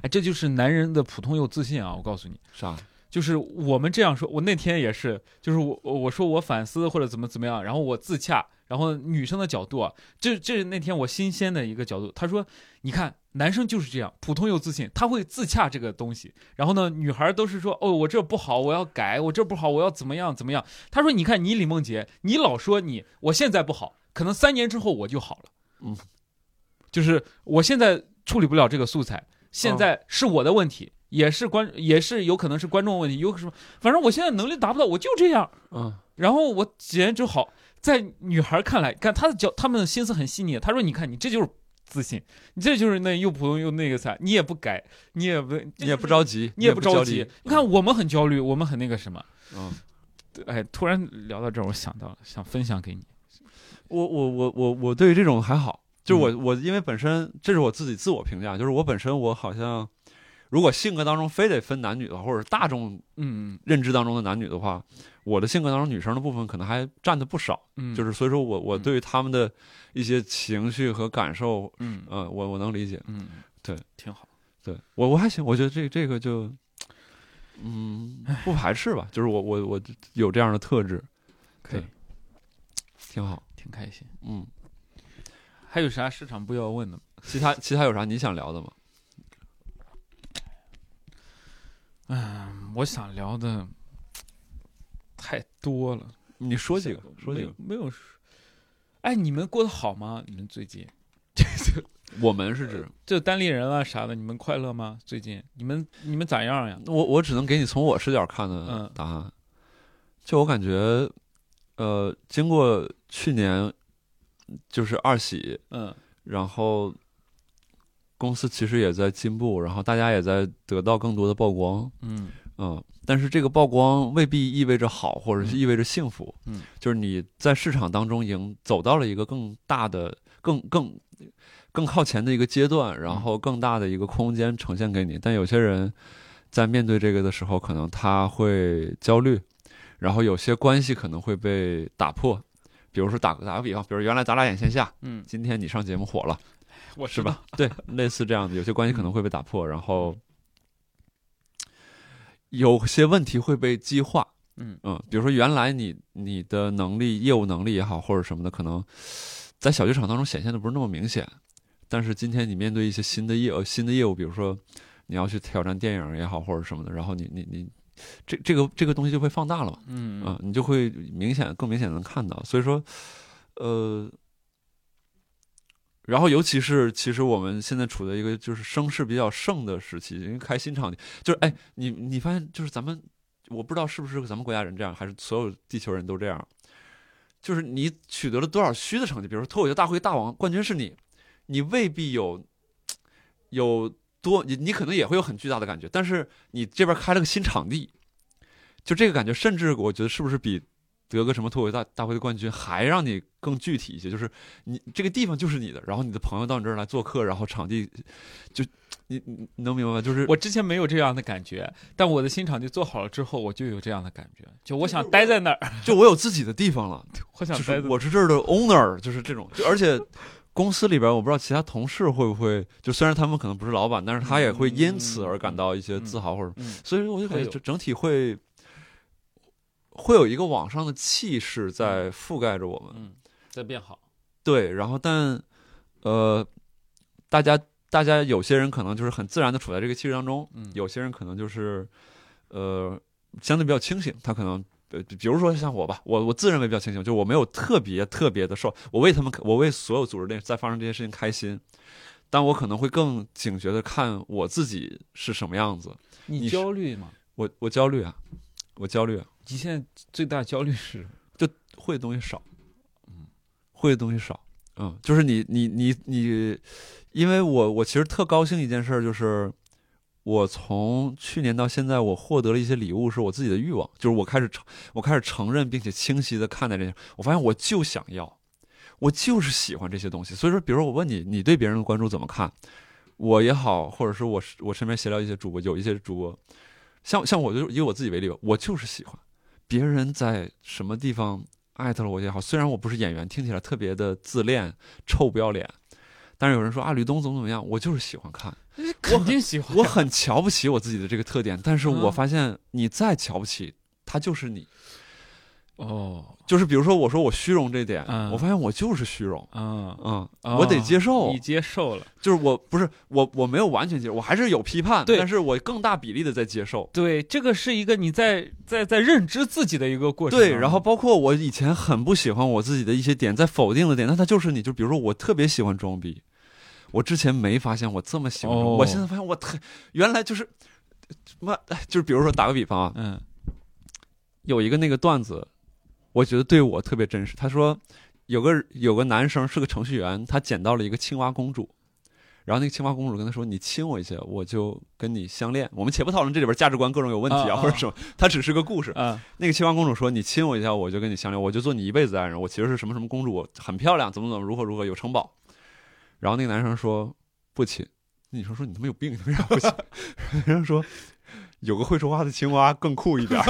[SPEAKER 1] 哎，这就是男人的普通又自信啊！我告诉你，
[SPEAKER 2] 啥？
[SPEAKER 1] 就是我们这样说，我那天也是，就是我我我说我反思或者怎么怎么样，然后我自洽，然后女生的角度啊，这这是那天我新鲜的一个角度，她说，你看男生就是这样，普通又自信，他会自洽这个东西，然后呢，女孩都是说，哦，我这不好，我要改，我这不好，我要怎么样怎么样，她说，你看你李梦洁，你老说你我现在不好，可能三年之后我就好了，
[SPEAKER 2] 嗯，
[SPEAKER 1] 就是我现在处理不了这个素材，现在是我的问题，也是观，也是有可能是观众的问题，有什么，反正我现在能力达不到，我就这样。
[SPEAKER 2] 嗯
[SPEAKER 1] 然后我几年之后，在女孩看来，看她的脚，她们的心思很细腻。她说：“你看，你这就是自信，你这就是那又普通又那个啥，你也不改，你也不，
[SPEAKER 2] 你也不着急，
[SPEAKER 1] 你也不着
[SPEAKER 2] 焦
[SPEAKER 1] 急嗯
[SPEAKER 2] 虑。
[SPEAKER 1] 你看，，我们很焦虑，我们很那个什么。
[SPEAKER 2] 嗯，
[SPEAKER 1] 哎，突然聊到这儿，我想到了，想分享给你。
[SPEAKER 2] 我我我我我对于这种还好，就是
[SPEAKER 1] 嗯
[SPEAKER 2] 我我因为本身这是我自己自我评价，就是我本身我好像。如果性格当中非得分男女的话，或者大众
[SPEAKER 1] 嗯
[SPEAKER 2] 认知当中的男女的话，我的性格当中女生的部分可能还占的不少，
[SPEAKER 1] 嗯，
[SPEAKER 2] 就是是所以说我我
[SPEAKER 1] 嗯
[SPEAKER 2] 对于他们的一些情绪和感受，
[SPEAKER 1] 嗯
[SPEAKER 2] 呃，我我能理解。
[SPEAKER 1] 嗯，
[SPEAKER 2] 对，
[SPEAKER 1] 挺好。
[SPEAKER 2] 对我我还行，我觉得这这个就，嗯，不排斥吧，就是我我我有这样的特质，
[SPEAKER 1] 可以
[SPEAKER 2] 对，挺好。
[SPEAKER 1] 挺开心。
[SPEAKER 2] 嗯，
[SPEAKER 1] 还有啥市场不要问的吗？
[SPEAKER 2] 其他其他有啥你想聊的吗？
[SPEAKER 1] 嗯，我想聊的太多了。
[SPEAKER 2] 你说几个，说
[SPEAKER 1] 没
[SPEAKER 2] 几
[SPEAKER 1] 有
[SPEAKER 2] 个。
[SPEAKER 1] 没有说。哎，你们过得好吗？你们最近
[SPEAKER 2] 我们是指
[SPEAKER 1] 这单立人啊啥的，你们快乐吗？最近你们你们咋样呀？
[SPEAKER 2] 我我只能给你从我视角看的
[SPEAKER 1] 嗯
[SPEAKER 2] 答案，就我感觉，呃，经过去年就是二喜，
[SPEAKER 1] 嗯
[SPEAKER 2] 然后公司其实也在进步，然后大家也在得到更多的曝光，
[SPEAKER 1] 嗯
[SPEAKER 2] 嗯，但是这个曝光未必意味着好，或者是意味着幸福。
[SPEAKER 1] 嗯，
[SPEAKER 2] 就是你在市场当中赢，走到了一个更大的、更更更靠前的一个阶段，然后更大的一个空间呈现给你。但有些人在面对这个的时候，可能他会焦虑，然后有些关系可能会被打破。比如说打个打个比方，比如原来咱俩演线下，
[SPEAKER 1] 嗯，
[SPEAKER 2] 今天你上节目火了，
[SPEAKER 1] 我
[SPEAKER 2] 是吧？ 对，类似这样的，有些关系可能会被打破，然后有些问题会被激化。
[SPEAKER 1] 嗯
[SPEAKER 2] 嗯，比如说原来你你的能力、业务能力也好，或者什么的，可能在小剧场当中显现的不是那么明显，但是今天你面对一些新的业呃新的业务，比如说你要去挑战电影也好，或者什么的，然后你你你这这个这个东西就会放大了嘛。
[SPEAKER 1] 嗯
[SPEAKER 2] 啊，你就会明显更明显地能看到。所以说，呃，然后尤其是其实我们现在处在一个就是声势比较盛的时期，因为开新场地，就是哎，你你发现就是咱们我不知道是不是咱们国家人这样，还是所有地球人都这样，就是你取得了多少虚的成绩，比如说脱口秀大会大王冠军是你，你未必有有多，你你可能也会有很巨大的感觉，但是你这边开了个新场地，就这个感觉，甚至我觉得是不是比得个什么脱口秀大大会的冠军还让你更具体一些？就是你这个地方就是你的，然后你的朋友到你这儿来做客，然后场地就你你你能明白吗？就 是
[SPEAKER 1] 我之前没有这样的感觉，但我的新场地做好了之后，我就有这样的感觉，就我想待在那儿，
[SPEAKER 2] 就我有自己的地方了，
[SPEAKER 1] 我想
[SPEAKER 2] 就是
[SPEAKER 1] 待在
[SPEAKER 2] 我是这儿的 owner，就是这种，就而且。公司里边，我不知道其他同事会不会，就虽然他们可能不是老板，但是他也会因此而感到一些自豪或者
[SPEAKER 1] 嗯，
[SPEAKER 2] 所以说我就感
[SPEAKER 1] 会
[SPEAKER 2] 觉
[SPEAKER 1] 有
[SPEAKER 2] 整整体会会有一个往上的气势在覆盖着我们。
[SPEAKER 1] 嗯，在变好，
[SPEAKER 2] 对，然后但呃，大家大家有些人可能就是很自然的处在这个气势当中，
[SPEAKER 1] 嗯，
[SPEAKER 2] 有些人可能就是呃相对比较清醒，他可能。呃，比比如说像我吧，我我自认为比较清醒，就我没有特别特别的受，我为他们，我为所有组织内在发生这些事情开心，但我可能会更警觉的看我自己是什么样子，
[SPEAKER 1] 你
[SPEAKER 2] 你是
[SPEAKER 1] 焦虑吗？
[SPEAKER 2] 我我焦虑啊，我焦虑啊，
[SPEAKER 1] 你现在最大焦虑是什么？
[SPEAKER 2] 会的东西少，
[SPEAKER 1] 嗯，
[SPEAKER 2] 会的东西少，嗯，就是你你你你，因为我我其实特高兴一件事儿，就是我从去年到现在，我获得了一些礼物，是我自己的欲望，就是我开始承我开始承认并且清晰的看待这些，我发现我就想要，我就是喜欢这些东西，所以说，比如说我问你，你对别人的关注怎么看？我也好，或者是我我身边闲聊一些主播，有一些主播，像像我就以我自己为例吧，我就是喜欢别人在什么地方艾特了我也好，虽然我不是演员，听起来特别的自恋、臭不要脸，但是有人说啊，吕东怎么怎么样，我就是喜欢看，
[SPEAKER 1] 肯定喜欢呀，
[SPEAKER 2] 我很瞧不起我自己的这个特点，但是我
[SPEAKER 1] 嗯
[SPEAKER 2] 发现你再瞧不起，他就是你，
[SPEAKER 1] 哦，
[SPEAKER 2] 就是比如说我说我虚荣这点，
[SPEAKER 1] 嗯
[SPEAKER 2] 我发现我就是虚荣，
[SPEAKER 1] 嗯，
[SPEAKER 2] 嗯，
[SPEAKER 1] 哦
[SPEAKER 2] 我得接受
[SPEAKER 1] 你，接受了，
[SPEAKER 2] 就是我不是我我没有完全接受，我还是有批判，
[SPEAKER 1] 对
[SPEAKER 2] 但是我更大比例的在接受。
[SPEAKER 1] 对，这个是一个你在在在认知自己的一个过程当啊
[SPEAKER 2] 对，
[SPEAKER 1] 中，
[SPEAKER 2] 然后包括我以前很不喜欢我自己的一些点，在否定的点，那它就是你，就比如说我特别喜欢装逼，我之前没发现我这么喜欢装逼，
[SPEAKER 1] 哦
[SPEAKER 2] 我现在发现我特原来就是，妈， 哎就是比如说打个比方啊，
[SPEAKER 1] 嗯
[SPEAKER 2] 有一个那个段子，我觉得对我特别真实。他说有个有个男生是个程序员，他捡到了一个青蛙公主，然后那个青蛙公主跟他说：“你亲我一下，我就跟你相恋。”我们且不讨论这里边价值观各种有问题
[SPEAKER 1] 啊啊
[SPEAKER 2] 或者什么，它只是个故事。
[SPEAKER 1] 啊
[SPEAKER 2] 那个青蛙公主说：“你亲我一下，我就跟你相恋，我就做你一辈子的爱人。我其实是什么什么公主，我很漂亮，怎么怎么如何如何，有城堡。”然后那个男生说：“不亲。”那女生说：“你他妈有病，你为啥不亲？” 男生说：“有个会说话的青蛙更酷一点。”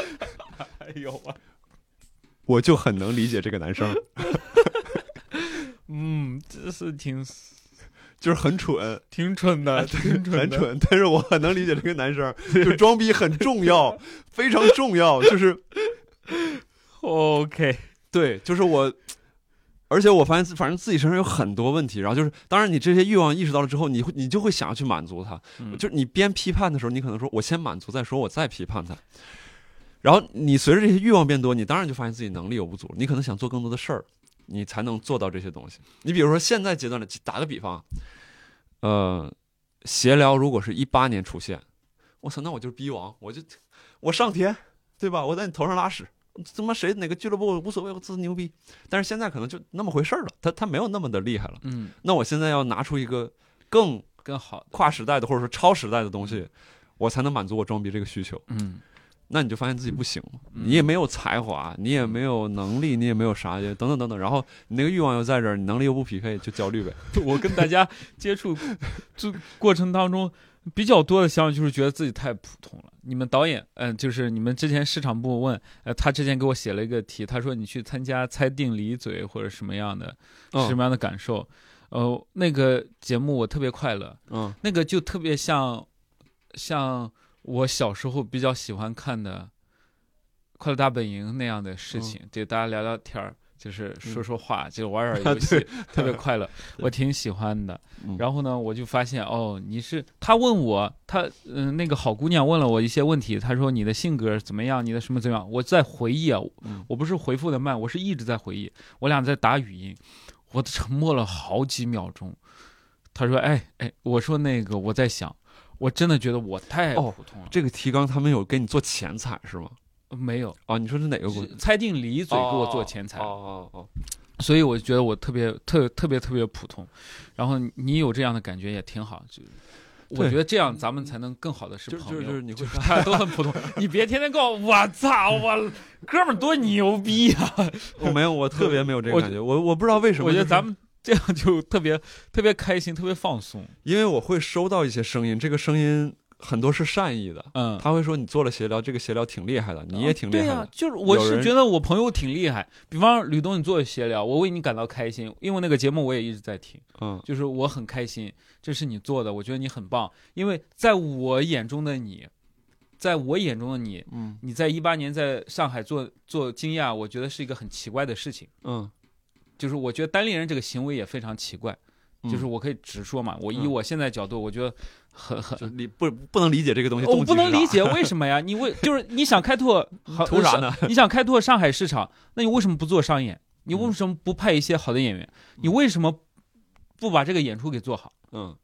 [SPEAKER 1] 哎呦啊，
[SPEAKER 2] 我就很能理解这个男生，
[SPEAKER 1] 嗯，这是挺
[SPEAKER 2] 就是很蠢，
[SPEAKER 1] 挺蠢的，挺 蠢
[SPEAKER 2] 很
[SPEAKER 1] 的，
[SPEAKER 2] 蠢，但是我很能理解这个 男生，就装逼很重要，非常重要，就是
[SPEAKER 1] OK，
[SPEAKER 2] 对，就是我，而且我发现自，反正自己身上有很多问题，然后就是，当然你这些欲望意识到了之后，你会你就会想要去满足他，
[SPEAKER 1] 嗯
[SPEAKER 2] 就是你边批判的时候，你可能说我先满足再说，我再批判他。然后你随着这些欲望变多，你当然就发现自己能力有不足，你可能想做更多的事儿，你才能做到这些东西。你比如说现在阶段的，打个比方，啊呃，闲聊如果是一八年出现，我操，那我就是逼王，我就我上天，对吧？我在你头上拉屎，他妈谁哪个俱乐部无所谓，我自牛逼。但是现在可能就那么回事儿了，他他没有那么的厉害了。
[SPEAKER 1] 嗯，
[SPEAKER 2] 那我现在要拿出一个更
[SPEAKER 1] 更好的，
[SPEAKER 2] 跨时代的或者说超时代的东西，我才能满足我装逼这个需求。
[SPEAKER 1] 嗯，
[SPEAKER 2] 那你就发现自己不行了，
[SPEAKER 1] 嗯
[SPEAKER 2] 你也没有才华，你也没有能力，你也没有啥，也等等等等。然后你那个欲望又在这儿，你能力又不匹配，就焦虑呗。
[SPEAKER 1] 我跟大家接触这过程当中比较多的想法就是觉得自己太普通了。你们导演，嗯、就是你们之前市场部问，呃，他之前给我写了一个题，他说你去参加猜定离嘴或者什么样的，
[SPEAKER 2] 嗯
[SPEAKER 1] 什么样的感受？呃，那个节目我特别快乐，
[SPEAKER 2] 嗯
[SPEAKER 1] 那个就特别像，像我小时候比较喜欢看的《快乐大本营》那样的事情，就大家聊聊天儿，就是说说话，就玩玩游戏，特别快乐，我挺喜欢的。
[SPEAKER 2] 嗯
[SPEAKER 1] 然后呢，我就发现哦，你是他问我，他嗯、那个好姑娘问了我一些问题，她说你的性格怎么样，你的什么怎么样，我在回忆啊，
[SPEAKER 2] 嗯
[SPEAKER 1] 我不是回复的慢，我是一直在回忆，我俩在打语音，我沉默了好几秒钟。他说：“哎哎，我说那个我在想，我真的觉得我太
[SPEAKER 2] 哦
[SPEAKER 1] 普通了，
[SPEAKER 2] 这个提纲他们有给你做前彩是吗？
[SPEAKER 1] 没有
[SPEAKER 2] 啊，你说是哪个国？
[SPEAKER 1] 蔡定黎嘴给我做前彩，
[SPEAKER 2] 哦哦哦，
[SPEAKER 1] 所以我觉得我特别特特别特别普通。然后你有这样的感觉也挺好，就我
[SPEAKER 2] 对
[SPEAKER 1] 觉得这样咱们才能更好的是
[SPEAKER 2] 就
[SPEAKER 1] 朋
[SPEAKER 2] 就
[SPEAKER 1] 友。
[SPEAKER 2] 就是你会发
[SPEAKER 1] 大家都很普通，你别天天告诉我，我操，我哥们儿多牛逼啊！
[SPEAKER 2] 我哦没有，我特别没有这个
[SPEAKER 1] 我
[SPEAKER 2] 感觉，我我不知道为什么，
[SPEAKER 1] 我觉得
[SPEAKER 2] 就是
[SPEAKER 1] 咱们这样就特别特别开心，特别放松。
[SPEAKER 2] 因为我会收到一些声音，这个声音很多是善意的，
[SPEAKER 1] 嗯，
[SPEAKER 2] 他会说你做了协调，这个协调挺厉害的，你也挺厉害
[SPEAKER 1] 哦对啊
[SPEAKER 2] 的，
[SPEAKER 1] 呀、就是我
[SPEAKER 2] 有人
[SPEAKER 1] 是觉得我朋友挺厉害。比方吕东，你做闲聊，我为你感到开心，因为那个节目我也一直在听，
[SPEAKER 2] 嗯
[SPEAKER 1] 就是我很开心，这是你做的，我觉得你很棒。因为在我眼中的你，在我眼中的你，
[SPEAKER 2] 嗯
[SPEAKER 1] 你在一八年在上海做做惊讶，我觉得是一个很奇怪的事情。
[SPEAKER 2] 嗯，
[SPEAKER 1] 就是我觉得单立人这个行为也非常奇怪，
[SPEAKER 2] 嗯
[SPEAKER 1] 就是我可以直说嘛，我以
[SPEAKER 2] 嗯
[SPEAKER 1] 我现在角度，我觉得很很
[SPEAKER 2] 就理不不能理解这个东西，
[SPEAKER 1] 我
[SPEAKER 2] 动机
[SPEAKER 1] 不
[SPEAKER 2] 是啥
[SPEAKER 1] 能理解为什么呀？你为就是你想开拓 好
[SPEAKER 2] 图啥呢？
[SPEAKER 1] 你想开拓上海市场，那你为什么不做商演？你为
[SPEAKER 2] 嗯
[SPEAKER 1] 什么不派一些好的演员？你
[SPEAKER 2] 嗯
[SPEAKER 1] 为什么不把这个演出给做好？
[SPEAKER 2] 嗯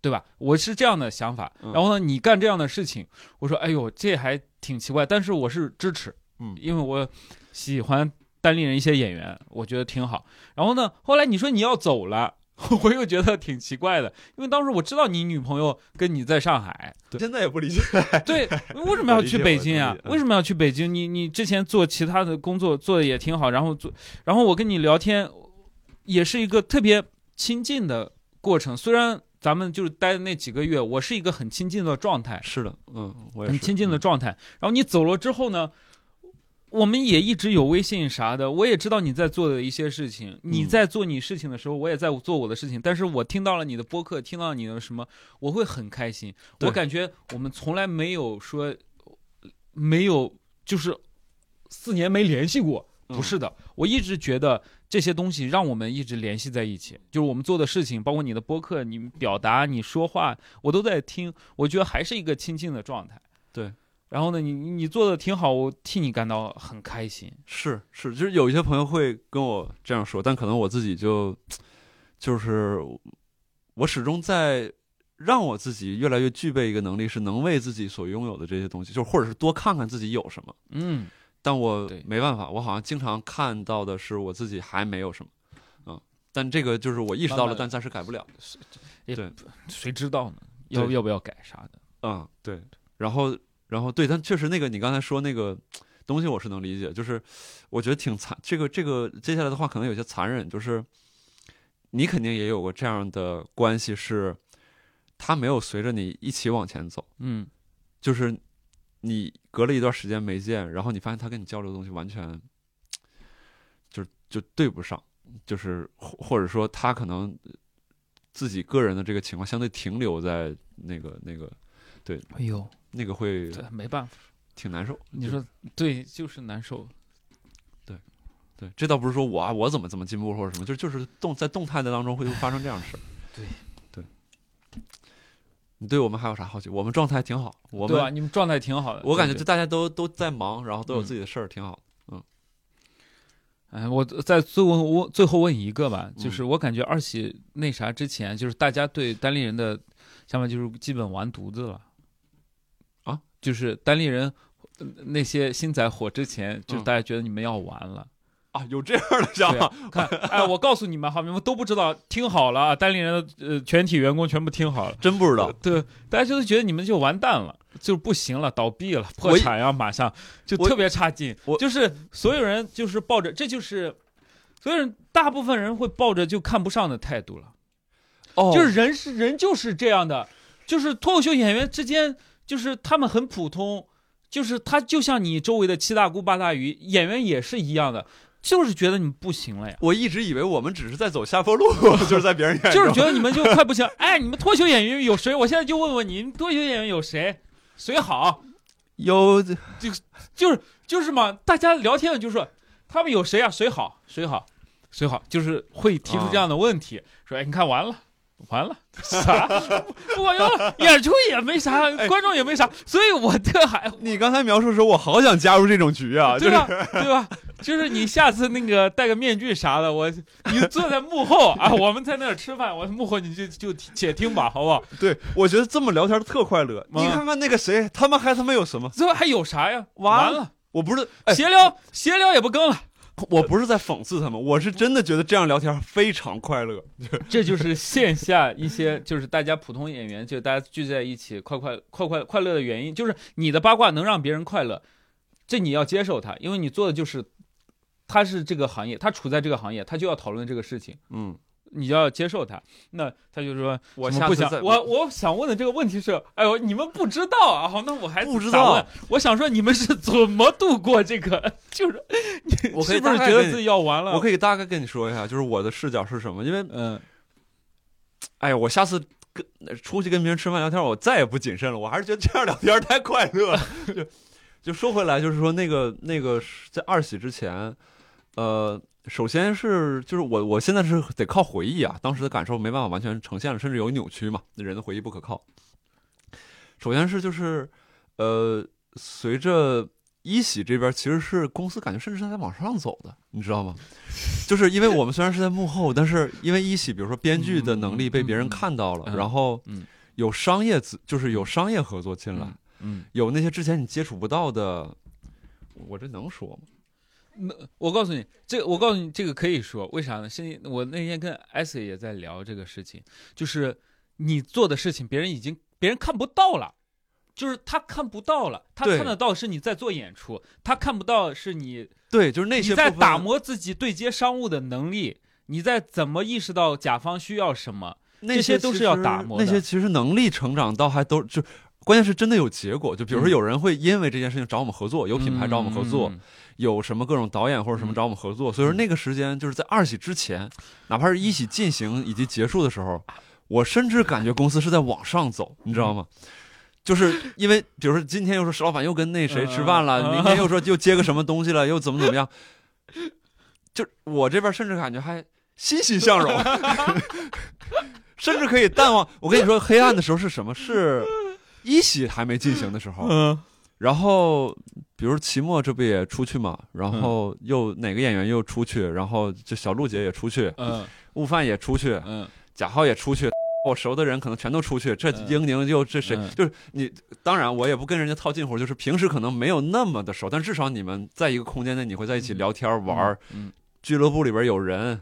[SPEAKER 1] 对吧？我是这样的想法。
[SPEAKER 2] 嗯
[SPEAKER 1] 然后呢，你干这样的事情，我说，哎呦，这还挺奇怪，但是我是支持，
[SPEAKER 2] 嗯
[SPEAKER 1] 因为我喜欢单立人一些演员，我觉得挺好。然后呢，后来你说你要走了。 我又觉得挺奇怪的，因为当时我知道你女朋友跟你在上海，
[SPEAKER 2] 现在也不理解，
[SPEAKER 1] 对，为什么要去北京
[SPEAKER 2] 我
[SPEAKER 1] 啊
[SPEAKER 2] 理解？我理解
[SPEAKER 1] 为什么要去北京？你你之前做其他的工作做的也挺好，然后做，然后我跟你聊天，也是一个特别亲近的过程。虽然咱们就是待的那几个月，我是一个很亲近的状态，
[SPEAKER 2] 是的，嗯，我也
[SPEAKER 1] 很
[SPEAKER 2] 是
[SPEAKER 1] 亲近的，状态。然后你走了之后呢，我们也一直有微信啥的，我也知道你在做的一些事情。
[SPEAKER 2] 嗯
[SPEAKER 1] 你在做你事情的时候，我也在做我的事情。但是我听到了你的播客，听到你的什么，我会很开心。
[SPEAKER 2] 对
[SPEAKER 1] 我感觉我们从来没有说没有，就是四年没联系过。
[SPEAKER 2] 嗯
[SPEAKER 1] 不是的，我一直觉得这些东西让我们一直联系在一起，就是我们做的事情，包括你的播客、你表达、你说话，我都在听。我觉得还是一个亲近的状态。
[SPEAKER 2] 对。
[SPEAKER 1] 然后呢，你你你做的挺好，我替你感到很开心。
[SPEAKER 2] 是是，就是有一些朋友会跟我这样说，但可能我自己就就是我始终在让我自己越来越具备一个能力，是能为自己所拥有的这些东西，就是或者是多看看自己有什么。
[SPEAKER 1] 嗯，
[SPEAKER 2] 但我
[SPEAKER 1] 对
[SPEAKER 2] 没办法，我好像经常看到的是我自己还没有什么，嗯，但这个就是我意识
[SPEAKER 1] 慢
[SPEAKER 2] 到了，
[SPEAKER 1] 慢地
[SPEAKER 2] 但暂时改不了，
[SPEAKER 1] 也
[SPEAKER 2] 对
[SPEAKER 1] 谁知道呢？要
[SPEAKER 2] 对
[SPEAKER 1] 要不要改啥的？
[SPEAKER 2] 嗯，对，然后然后对，但确实那个你刚才说那个东西我是能理解，就是我觉得挺残，这个这个接下来的话可能有些残忍，就是你肯定也有过这样的关系，是他没有随着你一起往前走，
[SPEAKER 1] 嗯，
[SPEAKER 2] 就是你隔了一段时间没见，然后你发现他跟你交流的东西完全就是就对不上，就是或或者说他可能自己个人的这个情况相对停留在那个那个
[SPEAKER 1] 哎呦，
[SPEAKER 2] 那个会
[SPEAKER 1] 这没办法，
[SPEAKER 2] 挺难受。
[SPEAKER 1] 你
[SPEAKER 2] 就
[SPEAKER 1] 说对，就是难受。。
[SPEAKER 2] 对，这倒不是说我啊我怎么怎么进步或者什么，就就是动在动态的当中会发生这样的事儿
[SPEAKER 1] 对
[SPEAKER 2] 对，你对我们还有啥好奇？我们状态挺好，我
[SPEAKER 1] 对吧？啊
[SPEAKER 2] 们
[SPEAKER 1] 你们状态挺好的，
[SPEAKER 2] 我感觉
[SPEAKER 1] 对
[SPEAKER 2] 就
[SPEAKER 1] 不对嗯
[SPEAKER 2] 大家都都在忙，然后都有自己的事儿，挺好。
[SPEAKER 1] 哎，我再最问我最后问一个吧，
[SPEAKER 2] 嗯
[SPEAKER 1] 就是我感觉二喜那啥之前，就是大家对单立人的想法就是基本完犊子了
[SPEAKER 2] 啊，
[SPEAKER 1] 就是单立人呃那些新仔火之前，就是
[SPEAKER 2] 嗯
[SPEAKER 1] 大家觉得你们要完 了。
[SPEAKER 2] 啊，有这样的想
[SPEAKER 1] 对
[SPEAKER 2] 法
[SPEAKER 1] 啊，看，哎，我告诉你们哈，你们都不知道，听好了啊，单立人的呃全体员工全部听好了，
[SPEAKER 2] 真不知道。
[SPEAKER 1] 对，大家就觉得你们就完蛋了，就是不行了，倒闭了，
[SPEAKER 2] 我
[SPEAKER 1] 破产呀、马上就
[SPEAKER 2] 我
[SPEAKER 1] 特别差劲
[SPEAKER 2] 我，
[SPEAKER 1] 就是所有人就是抱着，这就是所有人大部分人会抱着就看不上的态度了，
[SPEAKER 2] 哦
[SPEAKER 1] 就是人是人就是这样的，就是脱口秀演员之间就是他们很普通，就是他就像你周围的七大姑八大姨，演员也是一样的，就是觉得你们不行了呀。
[SPEAKER 2] 我一直以为我们只是在走下坡路， 就是在别人眼
[SPEAKER 1] 就是
[SPEAKER 2] 中
[SPEAKER 1] 觉得你们就快不行。 哎，你们脱球演员有谁？我现在就问问你，你们脱球演员有谁？谁好？
[SPEAKER 2] 有
[SPEAKER 1] 就是就是嘛，大家聊天就说他们有谁啊？谁好？谁好？谁好？就是会提出这样的问题，说哎，你看完了，完了，啥 不管用了，演出也没啥，
[SPEAKER 2] 哎
[SPEAKER 1] 观众也没啥，所以我特还
[SPEAKER 2] 你刚才描述的时候，我好想加入这种局啊，
[SPEAKER 1] 对
[SPEAKER 2] 就是
[SPEAKER 1] 吧？对吧？就是你下次那个戴个面具啥的，我你坐在幕后啊，我们在那儿吃饭，我幕后你就就且听吧，好不好？
[SPEAKER 2] 对，我觉得这么聊天特快乐。
[SPEAKER 1] 嗯
[SPEAKER 2] 你看看那个谁，他们还他妈有什么？
[SPEAKER 1] 最后还有啥呀？
[SPEAKER 2] 完
[SPEAKER 1] 完了，
[SPEAKER 2] 我不是，哎，
[SPEAKER 1] 闲聊闲聊也不更了，
[SPEAKER 2] 我不是在讽刺他们，我是真的觉得这样聊天非常快乐。
[SPEAKER 1] 这就是线下一些就是大家普通演员就大家聚在一起快快快快快乐的原因，就是你的八卦能让别人快乐，这你要接受它，因为你做的就是他是这个行业，他处在这个行业，他就要讨论这个事情，
[SPEAKER 2] 嗯，
[SPEAKER 1] 你就要接受它。那他就说。
[SPEAKER 2] 我
[SPEAKER 1] 怎么
[SPEAKER 2] 下
[SPEAKER 1] 不
[SPEAKER 2] 次
[SPEAKER 1] 想
[SPEAKER 2] 再，
[SPEAKER 1] 我我想问的这个问题是，哎呦，你们不知道啊？好，那我还
[SPEAKER 2] 不知
[SPEAKER 1] 咋
[SPEAKER 2] 道
[SPEAKER 1] 问我想说你们是怎么度过这个？就是你
[SPEAKER 2] 我可以
[SPEAKER 1] 是不是
[SPEAKER 2] 大
[SPEAKER 1] 觉
[SPEAKER 2] 概
[SPEAKER 1] 得
[SPEAKER 2] 跟
[SPEAKER 1] 自己要完了？
[SPEAKER 2] 我可以大概跟你说一下，就是我的视角是什么，因为
[SPEAKER 1] 嗯，
[SPEAKER 2] 哎呀，我下次跟出去跟别人吃饭聊天，我再也不谨慎了。我还是觉得这样聊天太快乐了。 就就说回来，就是说那个那个是在二喜之前，呃，首先是就是我我现在是得靠回忆啊，当时的感受没办法完全呈现了，甚至有扭曲嘛，人的回忆不可靠。首先是就是呃，随着一喜这边其实是公司感觉甚至是在往上走的，你知道吗？就是因为我们虽然是在幕后，但是因为一喜，比如说编剧的能力被别人看到了，
[SPEAKER 1] 嗯嗯嗯
[SPEAKER 2] 然后
[SPEAKER 1] 嗯
[SPEAKER 2] 有商业资，就是有商业合作进来，
[SPEAKER 1] 嗯，
[SPEAKER 2] 有那些之前你接触不到的，我这能说吗？
[SPEAKER 1] 那我告诉你，这个我告诉你，这个可以说，为啥呢？是因我那天跟艾斯也在聊这个事情，就是你做的事情，别人已经别人看不到了。就是他看不到了，他
[SPEAKER 2] 对
[SPEAKER 1] 看得到是你在做演出，他看不到是你
[SPEAKER 2] 对，就是那
[SPEAKER 1] 你
[SPEAKER 2] 些
[SPEAKER 1] 在
[SPEAKER 2] 部分
[SPEAKER 1] 打磨自己对接商务的能力，你在怎么意识到甲方需要什么？
[SPEAKER 2] 那
[SPEAKER 1] 这些
[SPEAKER 2] 些
[SPEAKER 1] 都
[SPEAKER 2] 其
[SPEAKER 1] 是要
[SPEAKER 2] 实
[SPEAKER 1] 打磨
[SPEAKER 2] 那
[SPEAKER 1] 的
[SPEAKER 2] 些其实能力成长到还都就。关键是真的有结果，就比如说
[SPEAKER 1] 嗯
[SPEAKER 2] 有人会因为这件事情找我们合作，有
[SPEAKER 1] 有
[SPEAKER 2] 品牌找我们合作，有什么各种导演或者什么
[SPEAKER 1] 嗯
[SPEAKER 2] 找我们合作，所以说那个时间就是在二喜之前，哪怕是一喜进行以及结束的时候，
[SPEAKER 1] 啊
[SPEAKER 2] 我甚至感觉公司是在往上走，你知道吗？
[SPEAKER 1] 嗯
[SPEAKER 2] 就是因为比如说今天又说石老板又跟那谁吃
[SPEAKER 1] 嗯
[SPEAKER 2] 饭
[SPEAKER 1] 嗯
[SPEAKER 2] 了，
[SPEAKER 1] 嗯
[SPEAKER 2] 明天又说又接个什么东西了，又怎么怎么样，就我这边甚至感觉还欣喜 向荣，甚至可以淡忘。我跟你说，黑暗的时候是什么？是一喜还没进行的时候，
[SPEAKER 1] 嗯
[SPEAKER 2] 然后，比如期末这不也出去嘛，然
[SPEAKER 1] 嗯
[SPEAKER 2] 后又哪个演员又出去，然后就小璐姐也出去，
[SPEAKER 1] 嗯
[SPEAKER 2] 悟饭也出去，
[SPEAKER 1] 嗯
[SPEAKER 2] 贾浩也出去， 我熟的人可能全都出去，这
[SPEAKER 1] 嗯
[SPEAKER 2] 英宁又这谁，
[SPEAKER 1] 嗯
[SPEAKER 2] 就是你。当然，我也不跟人家套近乎，就是平时可能没有那么的熟，但至少你们在一个空间内，你会在一起聊天玩儿，
[SPEAKER 1] 嗯
[SPEAKER 2] 俱乐部里边有人。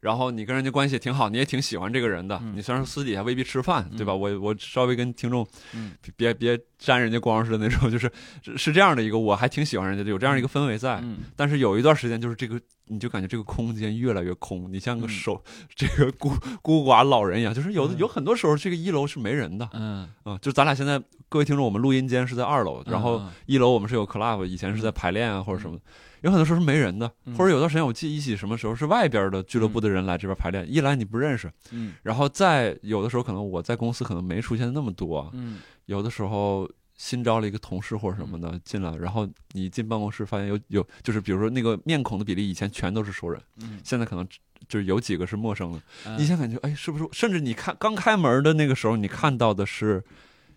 [SPEAKER 2] 然后你跟人家关系也挺好，你也挺喜欢这个人的。
[SPEAKER 1] 嗯
[SPEAKER 2] 你虽然私底下未必吃饭，对吧？
[SPEAKER 1] 嗯
[SPEAKER 2] 我我稍微跟听众
[SPEAKER 1] 嗯
[SPEAKER 2] 别别沾人家光似的那种，就是是是这样的一个，我还挺喜欢人家的，有这样一个氛围在。
[SPEAKER 1] 嗯，
[SPEAKER 2] 但是有一段时间，就是这个，你就感觉这个空间越来越空，你像个
[SPEAKER 1] 嗯
[SPEAKER 2] 手、这个孤孤寡老人一样，就是有的
[SPEAKER 1] 嗯
[SPEAKER 2] 有很多时候这个一楼是没人的啊、
[SPEAKER 1] 嗯，
[SPEAKER 2] 就咱俩现在各位听众，我们录音间是在二楼，然后
[SPEAKER 1] 嗯
[SPEAKER 2] 一楼我们是有 club，以前是在排练啊或者什么的，有很多时候是没人的，
[SPEAKER 1] 嗯
[SPEAKER 2] 或者有段时间我记一起什么时候是外边的俱乐部的人来这边排练，一来你不认识，
[SPEAKER 1] 嗯
[SPEAKER 2] 然后再有的时候可能我在公司可能没出现那么多啊，
[SPEAKER 1] 嗯
[SPEAKER 2] 有的时候新招了一个同事或者什么的进来，然后你进办公室发现有有，就是比如说那个面孔的比例，以前全都是熟人，
[SPEAKER 1] 嗯
[SPEAKER 2] 现在可能只就是有几个是陌生的。
[SPEAKER 1] 嗯，
[SPEAKER 2] 你先感觉，哎，是不是？甚至你看刚开门的那个时候，你看到的是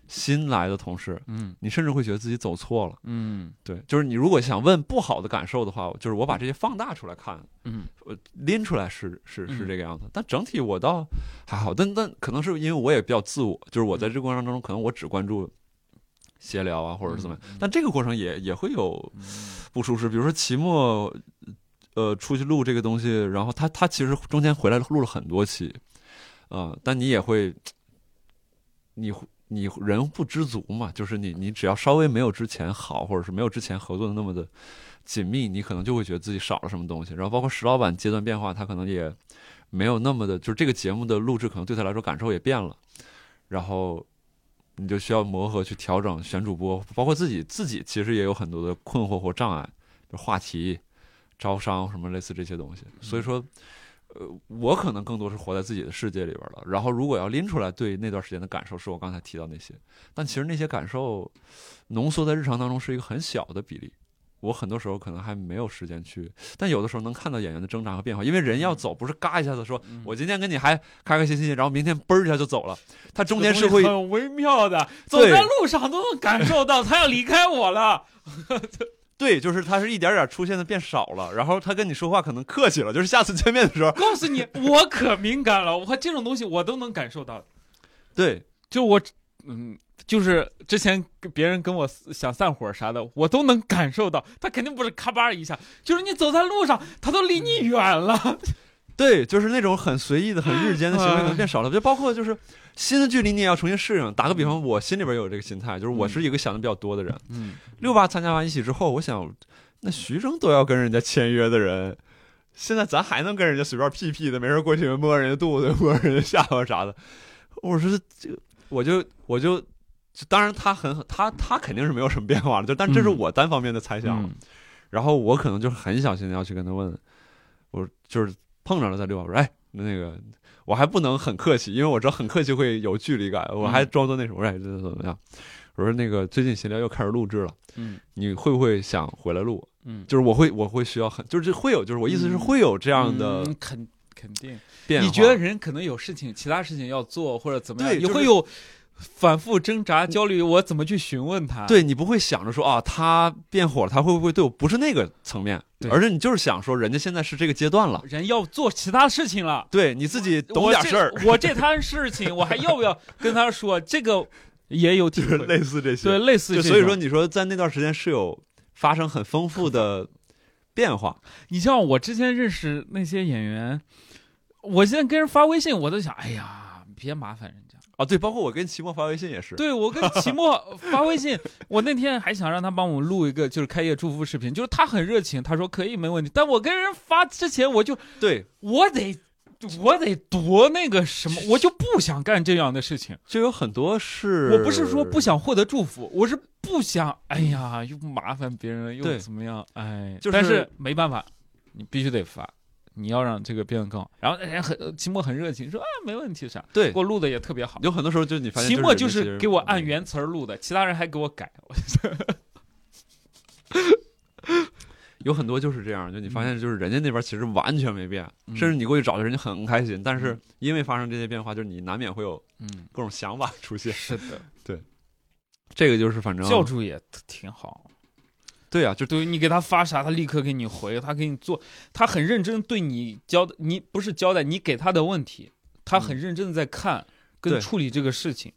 [SPEAKER 2] 新来的同事，
[SPEAKER 1] 嗯
[SPEAKER 2] 你甚至会觉得自己走错了。
[SPEAKER 1] 嗯
[SPEAKER 2] 对，就是你如果想问不好的感受的话，就是我把这些放大出来看，
[SPEAKER 1] 嗯
[SPEAKER 2] 呃，拎出来是是是
[SPEAKER 1] 嗯
[SPEAKER 2] 这个样子，但整体我倒还好，但但可能是因为我也比较自我，就是我在这个过程当中，可能我只关注闲聊啊，或者是
[SPEAKER 1] 嗯
[SPEAKER 2] 怎么样，但这个过程也也会有不舒适，比如说期末，呃，出去录这个东西，然后他他其实中间回来录了很多期，啊、但你也会，你会你人不知足嘛，就是你你只要稍微没有之前好，或者是没有之前合作的那么的紧密，你可能就会觉得自己少了什么东西。然后包括石老板阶段变化，他可能也没有那么的，就是这个节目的录制可能对他来说感受也变了，然后你就需要磨合去调整选主播，包括自己自己其实也有很多的困惑或障碍，就话题、招商什么类似这些东西。所以说，呃，我可能更多是活在自己的世界里边了。然后如果要拎出来对那段时间的感受，是我刚才提到那些，但其实那些感受浓缩在日常当中是一个很小的比例。我很多时候可能还没有时间去，但有的时候能看到演员的挣扎和变化，因为人要走不是嘎一下子说，
[SPEAKER 1] 嗯
[SPEAKER 2] 我今天跟你还开开心心，然后明天嘣儿一下就走了，他中间
[SPEAKER 1] 这
[SPEAKER 2] 是
[SPEAKER 1] 个东
[SPEAKER 2] 会
[SPEAKER 1] 西很微妙的，走
[SPEAKER 2] 对
[SPEAKER 1] 在路上都能感受到他要离开我 了。
[SPEAKER 2] 对，就是他是一点点出现的变少了，然后他跟你说话可能客气了，就是下次见面的时候，
[SPEAKER 1] 告诉你，我可敏感了，我这种东西我都能感受到。
[SPEAKER 2] 对，
[SPEAKER 1] 就我，嗯，就是之前跟别人跟我想散伙啥的，我都能感受到，他肯定不是咔吧一下，就是你走在路上，他都离你远了。
[SPEAKER 2] 对，就是那种很随意的、很日间的
[SPEAKER 1] 嗯
[SPEAKER 2] 行为可能变少了，就包括就是新的距离你也要重新适应。打个比方，我心里边有这个心态，就是我是一个想的比较多的人。
[SPEAKER 1] 嗯，
[SPEAKER 2] 六八参加完一起之后，我想，那徐峥都要跟人家签约的人，现在咱还能跟人家随便屁屁的，没事过去摸人家肚子、摸人家下巴啥的。我说这，我就我就，就当然他很他他肯定是没有什么变化的，就但这是
[SPEAKER 1] 嗯
[SPEAKER 2] 我单方面的猜想。然后我可能就很小心的要去跟他问，我就是碰着了在遛弯，我说哎，那个我还不能很客气，因为我知道很客气会有距离感，我还装作那什么，我说哎，这怎么样？我说那个最近闲聊又开始录制了，
[SPEAKER 1] 嗯
[SPEAKER 2] 你会不会想回来录？
[SPEAKER 1] 嗯，
[SPEAKER 2] 就是我会我会需要很，就是会有，就是我意思是会有这
[SPEAKER 1] 这
[SPEAKER 2] 样的
[SPEAKER 1] 嗯肯肯定，
[SPEAKER 2] 变
[SPEAKER 1] 嗯
[SPEAKER 2] 化。
[SPEAKER 1] 你觉得人可能有事情，其他事情要做或者怎么样，
[SPEAKER 2] 对
[SPEAKER 1] 也
[SPEAKER 2] 就是
[SPEAKER 1] 会有反复挣扎、焦虑，我怎么去询问他？，
[SPEAKER 2] 对你不会想着说啊，他变火了，他会不会对我？不是那个层面，
[SPEAKER 1] 对
[SPEAKER 2] 而是你就是想说，人家现在是这个阶段了，
[SPEAKER 1] 人要做其他事情了。
[SPEAKER 2] 对你自己懂
[SPEAKER 1] 我
[SPEAKER 2] 点
[SPEAKER 1] 这
[SPEAKER 2] 事儿，
[SPEAKER 1] 我这摊事情我还要不要跟他说？这个也有体
[SPEAKER 2] 就是
[SPEAKER 1] 会，
[SPEAKER 2] 类似这些。
[SPEAKER 1] 对，类似
[SPEAKER 2] 就
[SPEAKER 1] 这
[SPEAKER 2] 所以
[SPEAKER 1] 种
[SPEAKER 2] 说，你说在那段时间是有发生很丰 富的变化，
[SPEAKER 1] 你像我之前认识那些演员，我现在跟人发微信，我都想，哎呀，别麻烦人家。
[SPEAKER 2] 啊，对，包括我跟齐墨发微信也是，
[SPEAKER 1] 对我跟齐墨发微信，我那天还想让他帮我录一个就是开业祝福视频，就是他很热情，他说可以没问题，但我跟人发之前我就
[SPEAKER 2] 对，
[SPEAKER 1] 我得。我得多那个什么，我就不想干这样的事情。
[SPEAKER 2] 就有很多是，
[SPEAKER 1] 我不是说不，想获得祝福，我是不想，哎呀，又麻烦别人，又
[SPEAKER 2] 对
[SPEAKER 1] 怎么样？哎，
[SPEAKER 2] 就是
[SPEAKER 1] 但是没办法，你必须得发，你要让这个变得更好。然后人家很期末很热情，说啊没问题啥，
[SPEAKER 2] 对
[SPEAKER 1] 给，我录的也特别好。
[SPEAKER 2] 有很多时候就你发现
[SPEAKER 1] 期末
[SPEAKER 2] 就
[SPEAKER 1] 就是是给我
[SPEAKER 2] 嗯
[SPEAKER 1] 按，原词儿录的，其他人还给我改。我
[SPEAKER 2] 有很多就是这样，就你发现就是人家那边其实完全没变，
[SPEAKER 1] 嗯
[SPEAKER 2] 甚至你过去找的人家很开心，但是因为发生这些变化，就是你难免会有
[SPEAKER 1] 嗯，
[SPEAKER 2] 各种想法 出现，
[SPEAKER 1] 是 的，
[SPEAKER 2] 这个就是反正
[SPEAKER 1] 教主也挺好。
[SPEAKER 2] 对啊，就
[SPEAKER 1] 对你给他发啥，他立刻给你回，他给你做，他很认真对你交代，你不是交代，你给他的问题，他很认真的在看跟
[SPEAKER 2] 嗯对
[SPEAKER 1] 处理这个事情，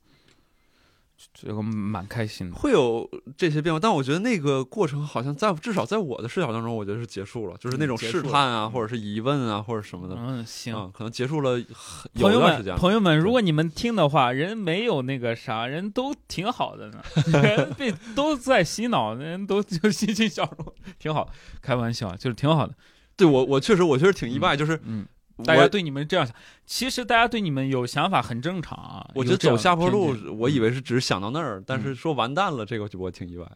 [SPEAKER 1] 这个蛮开心的。
[SPEAKER 2] 会有这些变化，但我觉得那个过程好像在至少在我的视角当中，我觉得是结束了，就是那种
[SPEAKER 1] 嗯结束
[SPEAKER 2] 试
[SPEAKER 1] 了
[SPEAKER 2] 探啊，
[SPEAKER 1] 嗯
[SPEAKER 2] 或者是疑问啊，或者什么的，
[SPEAKER 1] 嗯，行。
[SPEAKER 2] 嗯，可能结束了很有
[SPEAKER 1] 朋
[SPEAKER 2] 一
[SPEAKER 1] 友
[SPEAKER 2] 段时间
[SPEAKER 1] 们，
[SPEAKER 2] 了。
[SPEAKER 1] 朋友们，如果你们听的话，人没有那个啥，人都挺好的 呢，人被都在洗脑，人都就欣欣向荣，挺好。开玩笑，就是挺好的。
[SPEAKER 2] 对我，我确实，我确实挺意外，就是
[SPEAKER 1] 嗯，
[SPEAKER 2] 我
[SPEAKER 1] 大家对你们这样想，其实大家对你们有想法很正常啊。
[SPEAKER 2] 我觉
[SPEAKER 1] 有
[SPEAKER 2] 得
[SPEAKER 1] 这样
[SPEAKER 2] 走下坡
[SPEAKER 1] 偏见嗯
[SPEAKER 2] 路，我以为是只是想到那儿，但是说完蛋了，这个就我挺意外。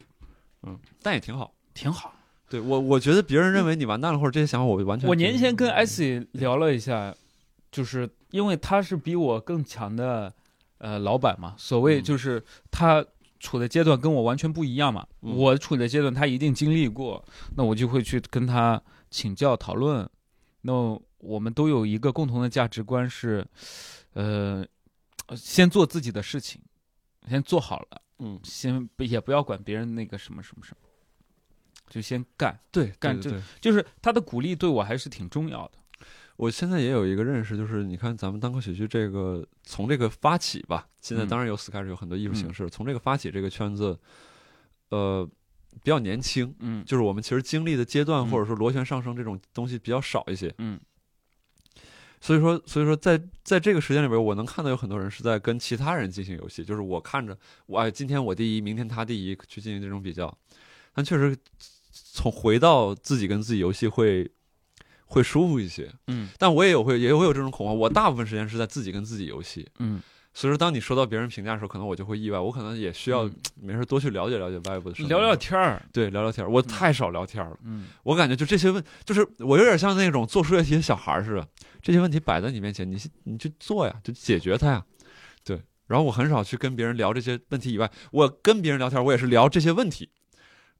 [SPEAKER 2] 嗯，但也挺好。
[SPEAKER 1] 挺好。
[SPEAKER 2] 对我，我觉得别人认为你完蛋了或者这些想法，我完全
[SPEAKER 1] 我年前跟
[SPEAKER 2] 嗯
[SPEAKER 1] S 聊了一下，就是因为他是比我更强的呃老板嘛，所谓
[SPEAKER 2] 嗯
[SPEAKER 1] 就是他处的阶段跟我完全不一样嘛，
[SPEAKER 2] 嗯
[SPEAKER 1] 我处的阶段他一定经历过，那我就会去跟他请教讨论。那我们都有一个共同的价值观是，呃，先做自己的事情，先做好了，
[SPEAKER 2] 嗯，
[SPEAKER 1] 先不也不要管别人那个什么什么什么，就先干。
[SPEAKER 2] 对
[SPEAKER 1] 干
[SPEAKER 2] 对
[SPEAKER 1] 这
[SPEAKER 2] 对，
[SPEAKER 1] 就是他的鼓励对我还是挺重要的。
[SPEAKER 2] 我现在也有一个认识，就是你看咱们单口喜剧这个从这个发起吧，现在
[SPEAKER 1] 嗯
[SPEAKER 2] 当然有 sketch 有很多艺术形式，从这个发起这个圈子，呃，比较年轻，
[SPEAKER 1] 嗯
[SPEAKER 2] 就是我们其实经历的阶段
[SPEAKER 1] 嗯
[SPEAKER 2] 或者说螺旋上升这种东西比较少一些，
[SPEAKER 1] 嗯
[SPEAKER 2] 所以说，所以说在在这个时间里边，我能看到有很多人是在跟其他人进行游戏，就是我看着我哎，今天我第一，明天他第一，去进行这种比较。但确实，从回到自己跟自己游戏会会舒服一些。
[SPEAKER 1] 嗯
[SPEAKER 2] 但我也有会也会有这种恐慌，我大部分时间是在自己跟自己游戏。
[SPEAKER 1] 嗯，
[SPEAKER 2] 所以说，当你收到别人评价的时候，可能我就会意外，我可能也需要、
[SPEAKER 1] 嗯
[SPEAKER 2] 没事多去了解了解外部的生活
[SPEAKER 1] 聊聊天儿，
[SPEAKER 2] 对聊聊天儿。我太少聊天儿了，
[SPEAKER 1] 嗯
[SPEAKER 2] 我感觉就这些问，就是我有点像那种做数学题的小孩儿似的，这些问题摆在你面前，你去你去做呀，就解决它呀，对。然后我很少去跟别人聊这些问题以外，我跟别人聊天，我也是聊这些问题，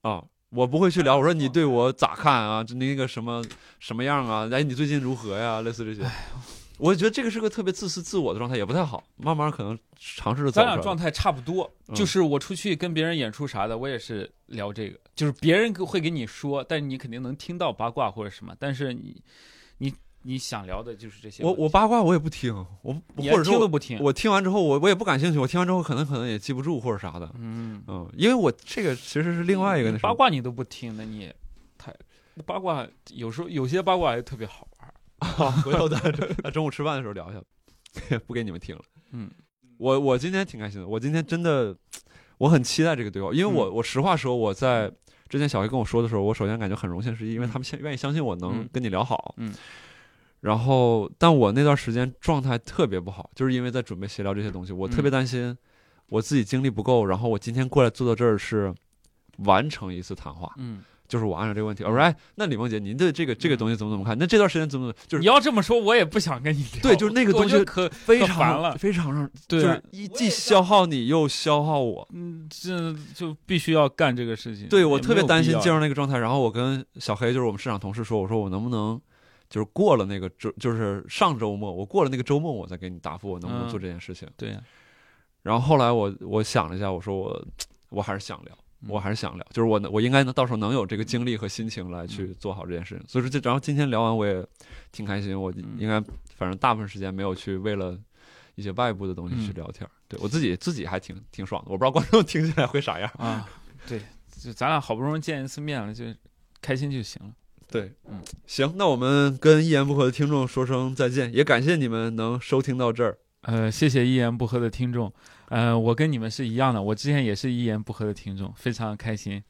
[SPEAKER 2] 啊，我不会去聊。我说你对我咋看啊？就那个什么什么样啊？哎，你最近如何呀？类似这些。
[SPEAKER 1] 哎
[SPEAKER 2] 我觉得这个是个特别自私自我的状态，也不太好。慢慢可能尝试着走
[SPEAKER 1] 咱
[SPEAKER 2] 出来
[SPEAKER 1] 俩状态差不多，
[SPEAKER 2] 嗯
[SPEAKER 1] 就是我出去跟别人演出啥的，我也是聊这个，就是别人会给你说，但是你肯定能听到八卦或者什么，但是你你你想聊的就是这些
[SPEAKER 2] 我
[SPEAKER 1] 问题，
[SPEAKER 2] 我八卦我也不听，我
[SPEAKER 1] 你
[SPEAKER 2] 或
[SPEAKER 1] 听
[SPEAKER 2] 者说
[SPEAKER 1] 都
[SPEAKER 2] 我
[SPEAKER 1] 不听，
[SPEAKER 2] 我听完之后我我也不感兴趣，我听完之后可能可能也记不住或者啥的。
[SPEAKER 1] 嗯，
[SPEAKER 2] 嗯，因为我这个其实是另外一个那什
[SPEAKER 1] 八
[SPEAKER 2] 么。
[SPEAKER 1] 卦你都不听，那你也太八卦有时候有些八卦还特别 好玩，
[SPEAKER 2] 回 头咱咱中午吃饭的时候聊一下， 不给你们听了。
[SPEAKER 1] 嗯，
[SPEAKER 2] 我我今天挺开心的，我今天真的我很期待这个对话，因为我、
[SPEAKER 1] 嗯
[SPEAKER 2] 我实话说我在之前小黑跟我说的时候，我首先感觉很荣幸，是因为他们现愿意相信我能
[SPEAKER 1] 嗯
[SPEAKER 2] 跟你聊好。
[SPEAKER 1] 嗯
[SPEAKER 2] 然后，但我那段时间状态特别不好，就是因为在准备闲聊这些东西，我特别
[SPEAKER 1] 嗯
[SPEAKER 2] 担心我自己精力不够。然后我今天过来坐到这儿是完成一次谈话，
[SPEAKER 1] 嗯，
[SPEAKER 2] 就是我按照这个问题，我说哎，那李梦姐，您对这个这个
[SPEAKER 1] 嗯
[SPEAKER 2] 东西怎么怎么看？那这段时间怎么怎么就是
[SPEAKER 1] 你要这么说，我也不想跟你聊，
[SPEAKER 2] 对就是那个
[SPEAKER 1] 我
[SPEAKER 2] 东西
[SPEAKER 1] 觉得可
[SPEAKER 2] 非
[SPEAKER 1] 可
[SPEAKER 2] 常
[SPEAKER 1] 烦了
[SPEAKER 2] 非常让
[SPEAKER 1] 对
[SPEAKER 2] 就
[SPEAKER 1] 啊、
[SPEAKER 2] 是一既消耗你又消耗我。
[SPEAKER 1] 嗯，这就必须要干这个事情，
[SPEAKER 2] 对
[SPEAKER 1] 也
[SPEAKER 2] 我
[SPEAKER 1] 没
[SPEAKER 2] 特别
[SPEAKER 1] 有
[SPEAKER 2] 担
[SPEAKER 1] 必
[SPEAKER 2] 心
[SPEAKER 1] 要
[SPEAKER 2] 进入那个状态，然后我跟小黑就是我们市场同事说，我说我能不能就是过了那个周，就是上周末我过了那个周末，我再给你答复我能不
[SPEAKER 1] 嗯
[SPEAKER 2] 能做这件事情。
[SPEAKER 1] 对呀、
[SPEAKER 2] 然后后来我我想了一下，我说我我还是想聊，
[SPEAKER 1] 嗯
[SPEAKER 2] 我还是想聊，就是我能我应该能到时候能有这个精力和心情来
[SPEAKER 1] 嗯
[SPEAKER 2] 去做好这件事情。所以说这然后今天聊完我也挺开心，我
[SPEAKER 1] 嗯
[SPEAKER 2] 应该反正大部分时间没有去为了一些外部的东西去
[SPEAKER 1] 嗯
[SPEAKER 2] 聊天儿，对我自己自己还挺挺爽的。我不知道观众听起来会啥样。
[SPEAKER 1] 啊，对，就咱俩好不容易见一次面了，就开心就行了。
[SPEAKER 2] 对，
[SPEAKER 1] 嗯，
[SPEAKER 2] 行，那我们跟一言不合的听众说声再见，也感谢你们能收听到这儿。
[SPEAKER 1] 呃，谢谢一言不合的听众，呃，我跟你们是一样的，我之前也是一言不合的听众，非常开心，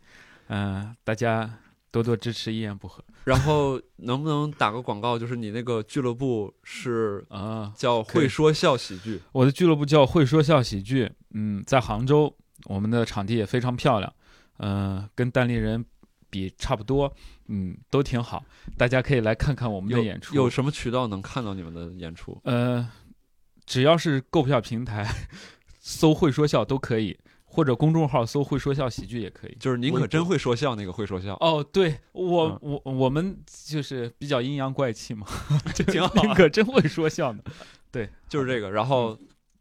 [SPEAKER 1] 嗯，大家多多支持一言不合
[SPEAKER 2] 然后 能不能打个广告？就是你那个俱乐部是
[SPEAKER 1] 啊、
[SPEAKER 2] 叫
[SPEAKER 1] 可以
[SPEAKER 2] 会说笑喜剧。
[SPEAKER 1] 我的俱乐部叫会说笑喜剧，嗯，在杭州，我们的场地也非常漂亮，呃，跟单立人比差不多，嗯，都挺好，大家可以来看看我们的
[SPEAKER 2] 有
[SPEAKER 1] 演出，
[SPEAKER 2] 有什么渠道能看到你们的演出？
[SPEAKER 1] 呃，只要是购票平台搜“会说笑”都可以，或者公众号搜“会说笑喜剧”也可以。
[SPEAKER 2] 就是您可真会说笑，那个会说笑，
[SPEAKER 1] 哦，对我、我我们就是比较阴阳怪 气嘛，这
[SPEAKER 2] 挺好
[SPEAKER 1] 可真会说笑呢。
[SPEAKER 2] 就是这个。然后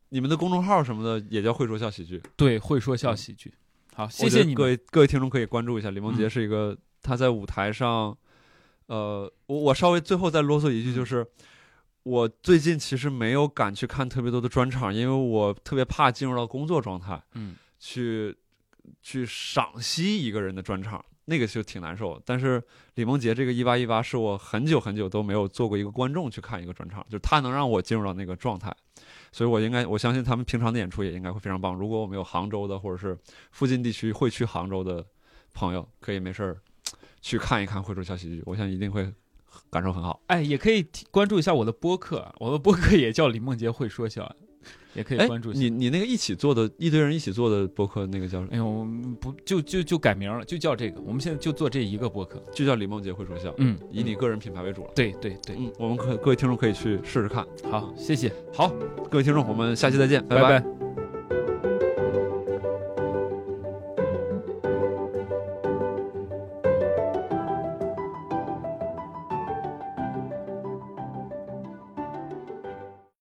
[SPEAKER 2] 你们的公众号什么的也叫会说笑喜剧，
[SPEAKER 1] 对，会说笑喜剧。好，谢谢
[SPEAKER 2] 我觉得
[SPEAKER 1] 你
[SPEAKER 2] 各
[SPEAKER 1] 们。
[SPEAKER 2] 位各位听众可以关注一下。李梦洁
[SPEAKER 1] 嗯
[SPEAKER 2] 是一个她在舞台上，呃，我我稍微最后再啰嗦一句，就是我最近其实没有敢去看特别多的专场，因为我特别怕进入到工作状态
[SPEAKER 1] 嗯
[SPEAKER 2] 去去赏析一个人的专场。那个就挺难受的，但是李梦洁这个一八一八是我很久很久都没有做过一个观众去看一个专场，就是她能让我进入到那个状态，所以我应该我相信他们平常的演出也应该会非常棒。如果我们有杭州的或者是附近地区会去杭州的朋友，可以没事儿去看一看会说笑喜剧，我想一定会感受很好。
[SPEAKER 1] 哎，也可以提关注一下我的播客，啊我的播客也叫李梦洁会说笑，也可以
[SPEAKER 2] 哎
[SPEAKER 1] 关注，一下。
[SPEAKER 2] 你你那个一起做的一堆人一起做的播客，那个叫
[SPEAKER 1] 哎呦，我们不就就就改名了，就叫这个。我们现在就做这一个播客。
[SPEAKER 2] 就叫李梦洁会说笑，
[SPEAKER 1] 嗯，
[SPEAKER 2] 以你个人品牌为主了。
[SPEAKER 1] 对对对，
[SPEAKER 2] 嗯，我们可各位听众可以去试试看。
[SPEAKER 1] 好，谢谢，
[SPEAKER 2] 好，各位听众，我们下期再见，拜
[SPEAKER 1] 拜